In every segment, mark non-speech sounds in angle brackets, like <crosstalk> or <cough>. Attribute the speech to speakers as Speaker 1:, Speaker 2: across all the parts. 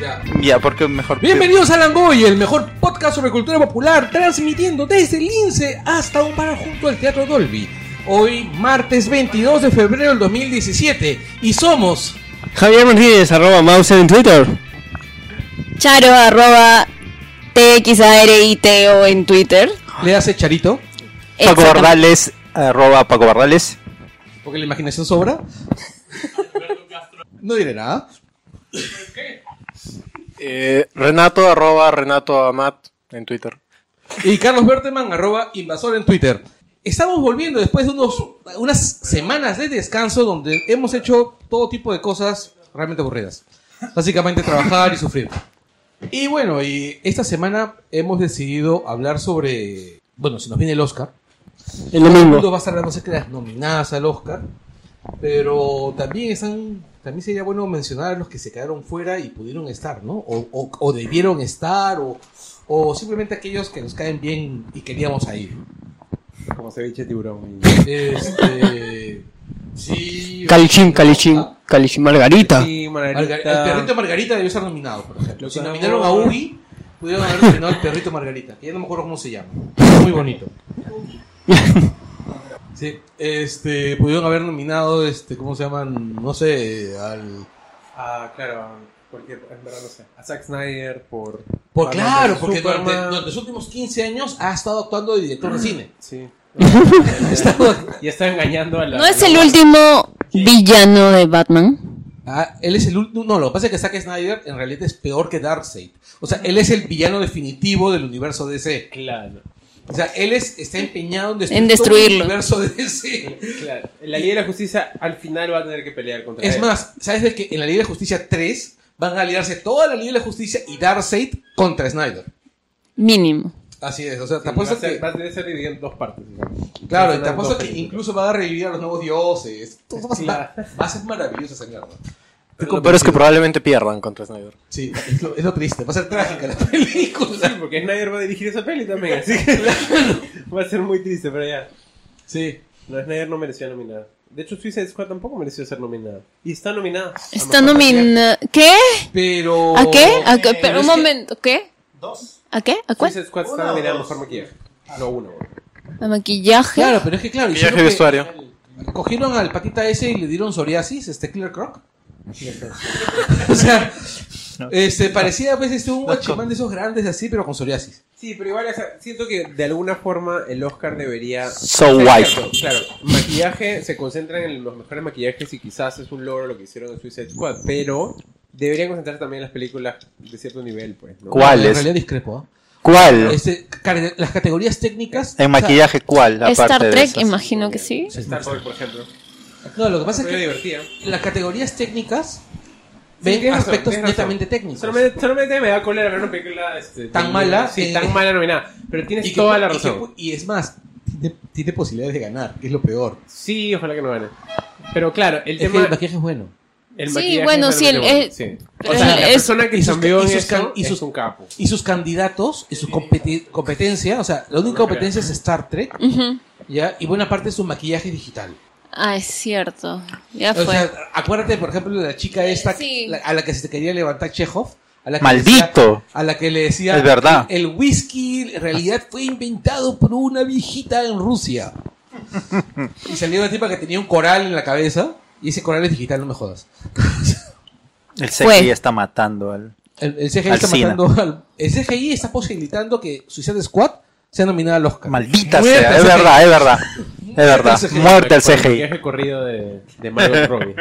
Speaker 1: Ya.
Speaker 2: Ya, porque es mejor.
Speaker 1: Bienvenidos a Langoy, el mejor podcast sobre cultura popular, transmitiendo desde el INSE hasta un bar junto al Teatro Dolby. Hoy, martes 22 de febrero del 2017, y somos
Speaker 3: Javier Rodríguez, arroba mouse en Twitter.
Speaker 4: Charo arroba TXARITO en Twitter.
Speaker 1: Le hace Charito,
Speaker 2: Paco
Speaker 4: Exactamente.
Speaker 2: Barrales, arroba Paco Barrales.
Speaker 1: porque la imaginación sobra. No diré nada.
Speaker 5: Eh, Renato, arroba Renato Amat en Twitter.
Speaker 1: Y Carlos Berteman, arroba invasor en Twitter. Estamos volviendo después de unos, unas semanas de descanso donde hemos hecho todo tipo de cosas realmente aburridas. Básicamente trabajar y sufrir. Y bueno, y esta semana hemos decidido hablar sobre, bueno, si nos viene el Oscar,
Speaker 3: El
Speaker 1: el mundo
Speaker 3: domingo.
Speaker 1: va a estar dando sé que las nominadas al Oscar, pero también están, también sería bueno mencionar a los que se quedaron fuera y pudieron estar, ¿no? O, o- o debieron estar, o, o simplemente aquellos que nos caen bien y queríamos a ir.
Speaker 6: Como ceviche de tiburón.
Speaker 1: Este, sí,
Speaker 3: Calichín, Calichín,
Speaker 1: Ah,
Speaker 3: Calichín Margarita.
Speaker 6: Sí,
Speaker 1: Marga- el perrito Margarita debió estar nominado, por ejemplo. Si nominaron a Uri, pudieron haber nominado al perrito Margarita, que ya no me acuerdo cómo se llama. Muy bonito. Sí, este, pudieron haber nominado, este, ¿cómo se llaman? No sé, al...
Speaker 6: Ah, claro. Porque en verdad no sé. A Zack Snyder por.
Speaker 1: Por,
Speaker 6: Batman
Speaker 1: claro,
Speaker 6: vs
Speaker 1: porque durante,
Speaker 6: Superman. Ah.
Speaker 1: durante los últimos 15 años ha estado actuando de director de cine.
Speaker 6: Sí.
Speaker 1: Ha estado-
Speaker 6: Y está engañando a la.
Speaker 4: ¿No es el último villano de Batman?
Speaker 1: Ah, él es el último. No, lo que pasa es que Zack Snyder en realidad es peor que Darkseid. O sea, él es el villano definitivo del universo DC.
Speaker 6: Claro,
Speaker 1: O sea, él es, está empeñado en destruir
Speaker 4: En
Speaker 1: todo el
Speaker 4: destruirlo.
Speaker 1: universo de DC.
Speaker 6: claro. La Liga de la Justicia al final va a tener que pelear contra
Speaker 1: Es
Speaker 6: él.
Speaker 1: más, ¿sabes de que en la Liga de la Justicia 3 van a aliarse toda la Liga de la Justicia y Darkseid contra Snyder?
Speaker 4: Mínimo.
Speaker 1: Así es, o sea, te
Speaker 6: Sí, va, a
Speaker 1: apuesto
Speaker 6: ser,
Speaker 1: que.
Speaker 6: va a tener que ser dividido en dos partes. digamos.
Speaker 1: Claro, y
Speaker 6: Va a
Speaker 1: te
Speaker 6: ser
Speaker 1: apuesto
Speaker 6: dos
Speaker 1: que
Speaker 6: películas.
Speaker 1: incluso van a revivir a los nuevos dioses. Todo va, a estar-
Speaker 6: Claro.
Speaker 1: va a ser maravilloso esa mierda.
Speaker 5: Lo peor es que probablemente pierdan contra Snyder.
Speaker 1: Sí, es lo, es lo triste. Va a ser trágica la <laughs> película.
Speaker 6: Sí, porque Snyder va a dirigir esa peli también. Así que <laughs> va a ser muy triste, pero ya.
Speaker 1: Sí.
Speaker 6: No, Snyder no merecía nominar. De hecho, Suicide Squad tampoco mereció ser nominada. Y está nominada.
Speaker 4: Está nominada. ¿Qué?
Speaker 1: Pero.
Speaker 4: ¿A qué? ¿A qué?
Speaker 6: pero
Speaker 4: Pero
Speaker 6: es
Speaker 4: un
Speaker 6: que-
Speaker 4: momento, ¿qué? ¿A qué? ¿A cuál?
Speaker 6: Suicide Squad está nominada a mejor maquillaje. No, uno. güey.
Speaker 4: ¿A maquillaje?
Speaker 1: Claro, pero es que claro.
Speaker 5: Viaje
Speaker 1: hicieron que-
Speaker 5: de vestuario.
Speaker 1: Cogieron al patita ese y le dieron psoriasis, este Killer Croc. <laughs> o sea, este, parecía a veces un guachimán de esos grandes así, pero con psoriasis.
Speaker 6: Sí, pero igual o sea, siento que de alguna forma el Oscar debería.
Speaker 2: So
Speaker 6: O sea,
Speaker 2: white.
Speaker 6: cierto, Claro, maquillaje, se concentran en los mejores maquillajes y quizás es un logro lo que hicieron en Suicide Squad, pero deberían concentrarse también en las películas de cierto nivel, pues. ¿no?
Speaker 2: ¿Cuál
Speaker 1: En
Speaker 2: es?
Speaker 1: realidad discrepo. ¿ah?
Speaker 2: ¿Cuál?
Speaker 1: Este, ca- las categorías técnicas.
Speaker 2: En
Speaker 1: o sea,
Speaker 2: maquillaje, ¿cuál?
Speaker 4: Star
Speaker 2: Aparte de
Speaker 4: Trek,
Speaker 2: esas.
Speaker 4: imagino que sí.
Speaker 1: sí,
Speaker 6: Star Trek, por ejemplo.
Speaker 1: no, lo que pasa es
Speaker 6: Muy
Speaker 1: que
Speaker 6: divertida.
Speaker 1: las categorías técnicas
Speaker 6: Sí,
Speaker 1: ven
Speaker 6: tienes razón,
Speaker 1: aspectos
Speaker 6: tienes razón.
Speaker 1: netamente técnicos.
Speaker 6: Solamente, solamente me da cólera ver una película este,
Speaker 1: Tan
Speaker 6: de-
Speaker 1: mala,
Speaker 6: Sí,
Speaker 1: eh,
Speaker 6: tan mala nominada. Pero tienes
Speaker 1: Y que-
Speaker 6: toda la
Speaker 1: y que-
Speaker 6: razón.
Speaker 1: Y, es más, tiene, tiene posibilidades de ganar, que es lo peor.
Speaker 6: Sí, ojalá que no gane. Pero claro, el
Speaker 1: Es que
Speaker 6: tema.
Speaker 1: el maquillaje es bueno.
Speaker 6: el
Speaker 4: Sí,
Speaker 6: maquillaje
Speaker 4: bueno,
Speaker 6: es
Speaker 4: sí, el-
Speaker 6: algo que-
Speaker 4: el-
Speaker 6: sí.
Speaker 4: pero
Speaker 6: O sea,
Speaker 4: el-
Speaker 6: la
Speaker 4: es-
Speaker 6: persona que
Speaker 1: y sus-
Speaker 6: cambió
Speaker 1: y
Speaker 6: en
Speaker 1: sus can-
Speaker 6: eso
Speaker 1: y sus-
Speaker 6: es un capo.
Speaker 1: Y sus candidatos y su competi- competencia, o sea, la única competencia es Star Trek,
Speaker 4: Ujú.
Speaker 1: ¿ya? Y buena parte es su maquillaje digital.
Speaker 4: Ah, es cierto. Ya
Speaker 1: O
Speaker 4: fue.
Speaker 1: sea, acuérdate, por ejemplo, de la chica esta
Speaker 4: Sí.
Speaker 1: la- a la que se te quería levantar Chekhov. A la que
Speaker 2: Maldito.
Speaker 1: decía- a la que le decía.
Speaker 2: Es verdad.
Speaker 1: El whisky en realidad fue inventado por una viejita en Rusia. y salió una tipa que tenía un coral en la cabeza. Y ese coral es digital, no me jodas.
Speaker 2: El
Speaker 4: Fue.
Speaker 2: CGI está matando al.
Speaker 1: El, el CGI
Speaker 2: Al
Speaker 1: está
Speaker 2: cine.
Speaker 1: matando al- El CGI está posibilitando que Suicide Squad sea nominada al Oscar.
Speaker 2: Maldita
Speaker 1: Muerte
Speaker 2: sea.
Speaker 1: al
Speaker 2: Es
Speaker 1: CGI.
Speaker 2: verdad, es verdad. Es verdad.
Speaker 1: CGI.
Speaker 2: Muerte al
Speaker 6: Por el
Speaker 2: CGI.
Speaker 6: maquillaje corrido de, de <laughs> Margot Robbie.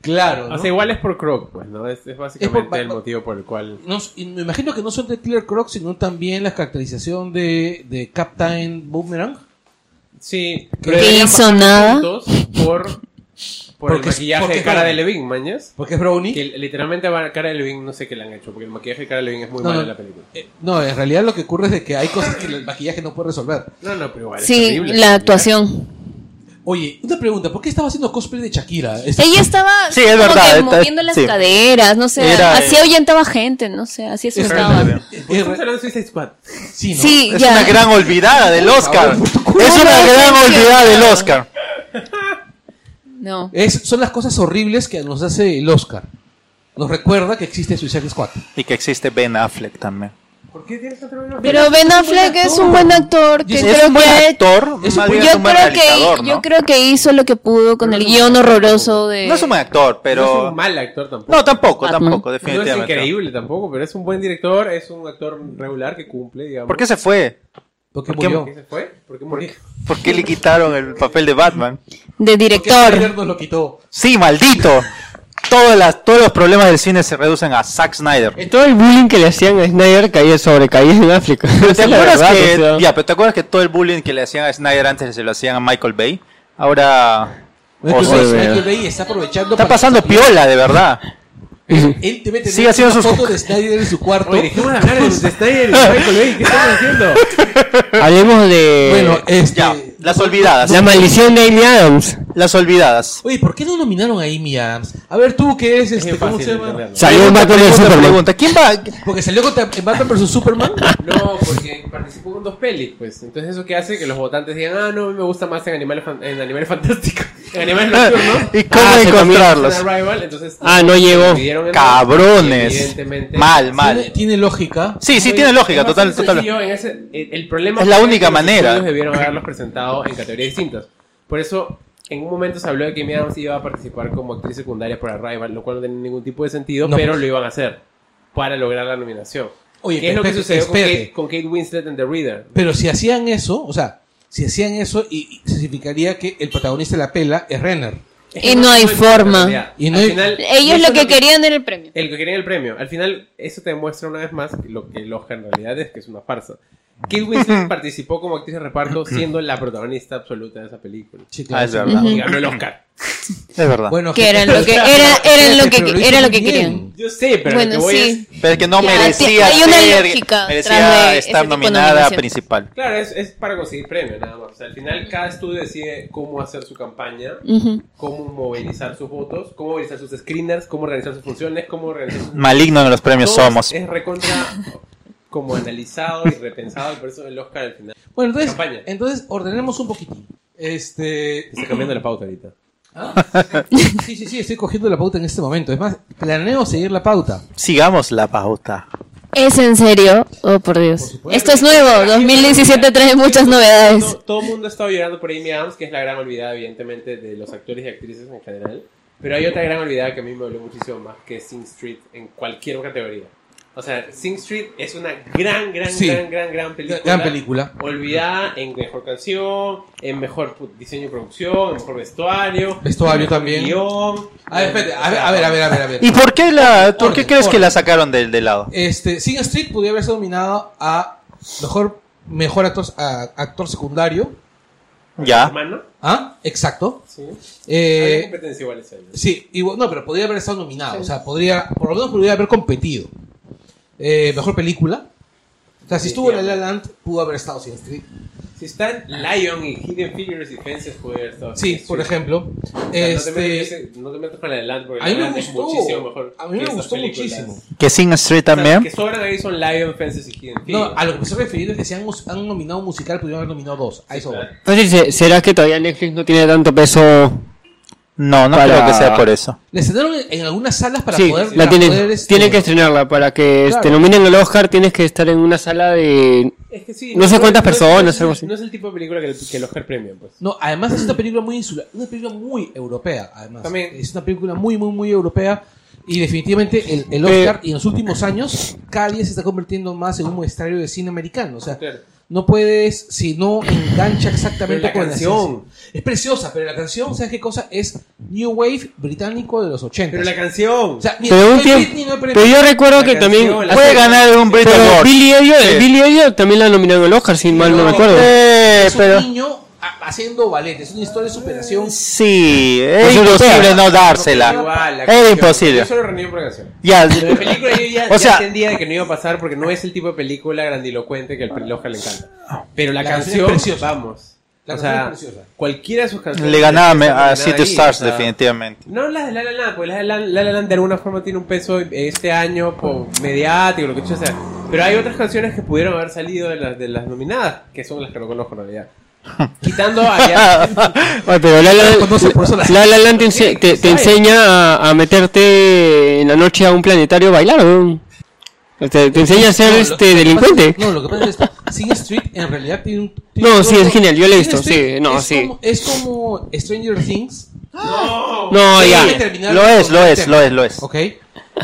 Speaker 1: Claro. ¿no?
Speaker 6: O sea, igual es por Croc, pues, ¿no? Es, es básicamente
Speaker 1: por-
Speaker 6: el motivo por el cual.
Speaker 1: No, y me imagino que no son de Killer Croc, sino también la caracterización de, de Captain Boomerang.
Speaker 6: Sí,
Speaker 1: Que
Speaker 6: deberían
Speaker 4: hizo
Speaker 6: bajar
Speaker 4: nada.
Speaker 6: puntos Por, por
Speaker 1: Porque-
Speaker 6: el maquillaje
Speaker 1: porque-
Speaker 6: de cara de Levin, mañas.
Speaker 1: Porque es Brownie.
Speaker 6: Que literalmente va- cara de Levin, no sé qué le han hecho, porque el maquillaje de cara de Levin es muy
Speaker 1: No,
Speaker 6: malo
Speaker 1: no.
Speaker 6: en la película.
Speaker 1: Eh, no, en realidad lo que ocurre es de que hay cosas que el maquillaje no puede resolver.
Speaker 6: No, no, pero igual. es
Speaker 4: sí,
Speaker 6: horrible.
Speaker 4: la actuación.
Speaker 1: Oye, una pregunta, ¿por qué estaba haciendo cosplay de Shakira? Esta-
Speaker 4: Ella estaba
Speaker 2: Sí, es
Speaker 4: como
Speaker 2: verdad,
Speaker 4: que
Speaker 2: está-
Speaker 4: moviendo las
Speaker 2: sí.
Speaker 4: caderas, no sé,
Speaker 2: Era,
Speaker 4: así
Speaker 2: eh,
Speaker 4: ahuyentaba gente, no sé, así asustaba.
Speaker 1: Eh,
Speaker 6: ¿Por qué estamos hablando de Suicide Squad?
Speaker 1: sí, ¿no?
Speaker 4: Sí,
Speaker 2: Es
Speaker 4: ya.
Speaker 2: una gran olvidada del Oscar. Es una
Speaker 4: no,
Speaker 2: gran
Speaker 4: no, no.
Speaker 2: olvidada del Oscar.
Speaker 4: No.
Speaker 1: Es- son las cosas horribles que nos hace el Oscar. nos recuerda que existe Suicide Squad.
Speaker 2: Y que existe Ben Affleck también.
Speaker 6: ¿Por qué tienes tanto problema?
Speaker 4: Pero Ben Affleck es un buen actor que
Speaker 2: Es
Speaker 4: creo
Speaker 2: un
Speaker 4: que
Speaker 2: buen
Speaker 4: ha hecho-
Speaker 2: actor,
Speaker 1: es un
Speaker 2: más
Speaker 1: buen-
Speaker 2: bien es
Speaker 4: yo
Speaker 2: un buen
Speaker 4: creo
Speaker 2: realizador,
Speaker 4: que
Speaker 2: ¿no?
Speaker 4: yo creo que hizo lo que pudo con el guión horroroso de
Speaker 2: No es un buen actor,
Speaker 6: No es
Speaker 2: pero...
Speaker 6: un mal actor tampoco.
Speaker 2: No, tampoco,
Speaker 4: Batman.
Speaker 2: tampoco,
Speaker 6: No es
Speaker 2: definitivamente.
Speaker 6: increíble tampoco, pero es un buen director, es un actor regular que cumple, digamos.
Speaker 2: ¿Por qué se fue?
Speaker 1: Porque
Speaker 2: ¿Por qué
Speaker 1: murió.
Speaker 6: ¿Por qué se fue? ¿Por qué murió?
Speaker 2: ¿Por qué le quitaron el papel de Batman?
Speaker 4: de
Speaker 1: Porque
Speaker 4: director.
Speaker 1: Snyder nos lo quitó.
Speaker 2: Sí, maldito. Todas las, todos los problemas del cine se reducen a Zack Snyder.
Speaker 3: Todo el bullying que le hacían a Snyder caía sobre caía en África.
Speaker 2: ¿Te acuerdas, que, ya, pero ¿Te acuerdas que todo el bullying que le hacían a Snyder antes se lo hacían a Michael Bay? Ahora
Speaker 1: Michael
Speaker 2: O sea,
Speaker 1: Bay-
Speaker 3: de verdad.
Speaker 1: Michael Bay está aprovechando.
Speaker 2: está
Speaker 1: para-
Speaker 2: pasando piola, de verdad.
Speaker 1: Él debe tener
Speaker 2: Sigue haciendo
Speaker 1: una
Speaker 2: sus-
Speaker 1: foto de Snyder en su cuarto.
Speaker 6: Oye, dejemos de hablar
Speaker 1: <laughs>
Speaker 6: de Snyder y Michael Bay, ¿qué estamos haciendo?
Speaker 3: Hablemos de
Speaker 1: bueno, este.
Speaker 2: Eh, Ya, las olvidadas.
Speaker 3: la maldición de Amy Adams.
Speaker 2: Las olvidadas.
Speaker 1: Oye, ¿por qué no nominaron a Amy Adams? A ver, tú que eres este.
Speaker 6: Es
Speaker 1: ¿Cómo
Speaker 6: fácil
Speaker 1: se
Speaker 6: de
Speaker 1: llama?
Speaker 6: entenderlo.
Speaker 3: Salió un Batman de
Speaker 2: Pregunta,
Speaker 3: Superman.
Speaker 2: pregunta, ¿Quién va?
Speaker 1: Porque salió contra en Batman vs Superman.
Speaker 6: No, porque participó con dos pelis, pues. Entonces, ¿eso qué hace? Que los votantes digan, ah, no, me gusta más en Animales, fan- en animales Fantásticos. <laughs> En Animales Nocturnos.
Speaker 2: ¿Y cómo
Speaker 3: Ah, se
Speaker 2: encontrarlos?
Speaker 6: Es una rival, entonces,
Speaker 3: Ah, no llegó.
Speaker 6: dividieron en dos, y
Speaker 2: Cabrones.
Speaker 6: evidentemente-
Speaker 2: Mal,
Speaker 1: Tiene,
Speaker 2: mal.
Speaker 1: tiene lógica.
Speaker 2: Sí, sí,
Speaker 6: Oye,
Speaker 2: tiene lógica,
Speaker 6: es
Speaker 2: total,
Speaker 6: bastante
Speaker 2: total.
Speaker 6: sencillo en ese- el, el problema
Speaker 2: Es la
Speaker 6: fue
Speaker 2: única
Speaker 6: que los
Speaker 2: manera.
Speaker 6: estudios debieron haberlos presentado en categorías distintas. Por eso, en un momento se habló de que Amy Adams iba a participar como actriz secundaria para Rival, lo cual no tenía ningún tipo de sentido,
Speaker 1: No,
Speaker 6: pero
Speaker 1: pues.
Speaker 6: lo iban a hacer para lograr la nominación.
Speaker 1: Oye,
Speaker 6: ¿Qué es lo que
Speaker 1: espérate,
Speaker 6: sucedió con
Speaker 1: espérate.
Speaker 6: Kate, con Kate Winslet en The Reader?
Speaker 1: Pero si hacían eso, o sea, si hacían eso, y, y significaría que el protagonista de la pela es Renner.
Speaker 6: Es que
Speaker 4: Y no hay
Speaker 6: se puede
Speaker 4: forma.
Speaker 6: plantear.
Speaker 1: Y no
Speaker 6: Al
Speaker 1: hay-
Speaker 6: final,
Speaker 4: Ellos
Speaker 6: no
Speaker 4: lo que
Speaker 6: solamente-
Speaker 4: querían era el premio.
Speaker 6: El que querían el premio. Al final, eso te demuestra una vez más lo que el Oscar en realidad es que es una farsa. Kate Winslet participó como actriz de reparto siendo la protagonista absoluta de esa película.
Speaker 1: Sí,
Speaker 2: Ah, es verdad.
Speaker 6: Y ganó el Oscar.
Speaker 2: Es verdad.
Speaker 1: Bueno, <laughs>
Speaker 4: Que eran lo que- era- eran lo que-
Speaker 1: Pero hizo
Speaker 4: era lo
Speaker 1: muy
Speaker 4: que
Speaker 1: bien.
Speaker 4: querían.
Speaker 6: Yo sé, pero lo
Speaker 4: Bueno,
Speaker 6: que voy
Speaker 4: sí.
Speaker 6: es...
Speaker 2: Pero es que no
Speaker 4: Ya,
Speaker 2: merecía
Speaker 4: sí, hay una
Speaker 2: ser-
Speaker 4: lógica tras
Speaker 2: merecía
Speaker 4: de ese tipo
Speaker 2: estar
Speaker 4: de
Speaker 2: nominada a
Speaker 4: nominación.
Speaker 2: principal.
Speaker 6: Claro, es, es para conseguir premio, nada más. O sea, al final, cada estudio decide cómo hacer su campaña,
Speaker 4: Ujú.
Speaker 6: cómo movilizar sus votos, cómo movilizar sus screeners, cómo organizar sus funciones, cómo organizar sus
Speaker 2: Maligno en los premios
Speaker 6: Todo
Speaker 2: somos.
Speaker 6: Es recontra como analizado y repensado, y por eso el Oscar al final.
Speaker 1: Bueno, entonces,
Speaker 6: Campaña.
Speaker 1: entonces ordenemos un poquitín.
Speaker 4: <laughs>
Speaker 1: Este.
Speaker 6: Está cambiando la pauta ahorita.
Speaker 1: Sí, sí, sí, estoy cogiendo la pauta en este momento. Es más, planeo seguir la pauta.
Speaker 2: Sigamos la pauta.
Speaker 4: ¿Es en serio? Oh, por Dios. Esto es nuevo. 2017 trae muchas novedades.
Speaker 6: No, todo el mundo ha estado llorando por Amy Adams, que es la gran olvidada, evidentemente, de los actores y actrices en general. Pero hay otra gran olvidada que a mí me habló muchísimo más, que es Sing Street, en cualquier categoría. O sea, Sing Street es una gran, gran,
Speaker 1: Sí.
Speaker 6: gran, gran, gran película.
Speaker 1: Gran película.
Speaker 6: Olvidada en mejor canción, en mejor pu- diseño y producción, en mejor vestuario.
Speaker 1: Vestuario
Speaker 6: en mejor
Speaker 1: también.
Speaker 6: guión.
Speaker 1: A ver, espérate, a ver, a ver, a ver, a ver. a ver.
Speaker 2: ¿Y por qué, la, por qué
Speaker 1: Orden,
Speaker 2: crees que
Speaker 1: orden.
Speaker 2: la sacaron del de lado?
Speaker 1: Este, Sing Street podría haberse nominado a mejor, mejor actor, a- actor secundario.
Speaker 2: Ya.
Speaker 6: Hermano.
Speaker 1: ¿Ah? Exacto.
Speaker 6: Sí. Había
Speaker 1: Eh,
Speaker 6: competencia igual ese año.
Speaker 1: sí, y bueno, no, pero podría haber estado nominado. O sea, podría, por lo menos podría haber competido. Eh, mejor película. O sea, si estuvo en La La Land, pudo haber estado Sing Street.
Speaker 6: Si están Lion y Hidden Figures y Fences, pues, puede haber estado Sing
Speaker 1: Sí,
Speaker 6: Street.
Speaker 1: por ejemplo.
Speaker 6: O sea, no, te metas,
Speaker 1: Este,
Speaker 6: no te metas con la de Land porque
Speaker 1: a mí
Speaker 6: la
Speaker 1: me
Speaker 6: Land es
Speaker 1: gustó.
Speaker 6: muchísimo mejor.
Speaker 1: A mí
Speaker 6: que
Speaker 1: me
Speaker 6: estas
Speaker 1: gustó
Speaker 6: películas.
Speaker 1: muchísimo.
Speaker 2: Que Sing Street
Speaker 6: O sea,
Speaker 2: también.
Speaker 6: que sobran ahí son Lion, Fences y Hidden Figures.
Speaker 1: No, a lo que me estoy refiriendo es que se han, us- han nominado un musical, pudieron haber nominado dos. A eso voy.
Speaker 6: claro.
Speaker 3: Entonces, ¿se- ¿será que todavía Netflix no tiene tanto peso?
Speaker 2: No, no
Speaker 3: Para-
Speaker 2: creo que sea por eso.
Speaker 1: La estrenaron en en algunas salas para
Speaker 3: sí,
Speaker 1: poder.
Speaker 3: la
Speaker 1: para
Speaker 3: tienen,
Speaker 1: poder, este,
Speaker 3: tienen que estrenarla. Para que
Speaker 1: Claro.
Speaker 3: te nominen al Oscar tienes que estar en una sala de...
Speaker 6: Es que sí,
Speaker 3: No sé cuántas
Speaker 6: es-
Speaker 3: personas,
Speaker 6: no es-
Speaker 3: algo así.
Speaker 6: No es el tipo de película que, el- que los Oscar premian, pues.
Speaker 1: No, además es una película muy insular, una película muy europea, además.
Speaker 6: También.
Speaker 1: Es una película muy, muy, muy europea. Y definitivamente el, el
Speaker 3: Eh.
Speaker 1: Oscar, y en los últimos años, cada día se está convirtiendo más en un muestrario de cine americano. O sea,
Speaker 6: Claro.
Speaker 1: no puedes, si no engancha exactamente
Speaker 6: Pero la
Speaker 1: con
Speaker 6: canción.
Speaker 1: esencia. Es preciosa, pero la canción, ¿sabes qué cosa? Es New Wave británico de los 80.
Speaker 6: Pero la canción.
Speaker 1: O sea, mira,
Speaker 3: Pero, un
Speaker 1: no hay
Speaker 3: tiempo,
Speaker 1: Britney, no hay
Speaker 3: pero yo recuerdo
Speaker 6: La
Speaker 3: que también...
Speaker 6: canción, la-
Speaker 2: Puede ganar un Brit
Speaker 3: Pero
Speaker 2: Award.
Speaker 3: Billy Elliot,
Speaker 2: Sí.
Speaker 3: Billy Elliot Eh, también la nominaron al Oscar, si mal no,
Speaker 1: No,
Speaker 3: recuerdo.
Speaker 2: Eh,
Speaker 1: es un
Speaker 2: pero
Speaker 1: niño a- haciendo ballet, es una historia de
Speaker 6: <laughs>
Speaker 1: superación.
Speaker 2: sí, es
Speaker 3: Es europea.
Speaker 2: imposible no dársela.
Speaker 6: igual, la
Speaker 2: Era
Speaker 6: canción.
Speaker 2: imposible.
Speaker 6: Yo solo reuní por la canción.
Speaker 2: Ya,
Speaker 6: La película yo ya,
Speaker 2: <laughs> O
Speaker 6: ya
Speaker 2: sea-
Speaker 6: entendía de que no iba a pasar porque no es el tipo de película grandilocuente que al el Oscar le encanta. Pero la,
Speaker 1: Ah. La canción
Speaker 6: canción,
Speaker 1: es preciosa.
Speaker 6: vamos.
Speaker 1: La
Speaker 6: o
Speaker 1: canción
Speaker 6: sea,
Speaker 1: es preciosa.
Speaker 6: cualquiera de sus canciones.
Speaker 2: le ganaba me-
Speaker 6: está
Speaker 2: a City
Speaker 6: nominada ahí,
Speaker 2: Stars
Speaker 6: o sea,
Speaker 2: definitivamente.
Speaker 6: No las de La La Land, porque las de La La La Land de alguna forma tiene un peso este año por mediático, lo que sea. Pero hay otras canciones que pudieron haber salido de las, de las nominadas, que son las que no conozco en realidad. Quitando a
Speaker 3: <laughs>
Speaker 6: Yasmin.
Speaker 3: Oye, Ah, pero la la,
Speaker 1: Conoce, por eso la-
Speaker 3: La La Land te, ense- te- te enseña a, a meterte en la noche a un planetario a bailar, weón. O sea, te enseña a ser
Speaker 1: No, lo-
Speaker 3: este
Speaker 1: lo que
Speaker 3: delincuente.
Speaker 1: pasa- no, lo que pasa es que Sin Street en realidad tiene un. tiene
Speaker 3: No,
Speaker 1: un
Speaker 3: sí, es genial, yo lo he
Speaker 1: Sin
Speaker 3: visto,
Speaker 1: Street
Speaker 3: sí, no,
Speaker 1: es
Speaker 3: sí.
Speaker 1: Como, es como Stranger Things.
Speaker 3: No,
Speaker 1: Sí,
Speaker 3: ya.
Speaker 1: debe terminar
Speaker 2: Lo
Speaker 1: con
Speaker 2: es, lo
Speaker 1: el
Speaker 2: es,
Speaker 1: tema.
Speaker 2: lo es, lo es.
Speaker 1: Ok.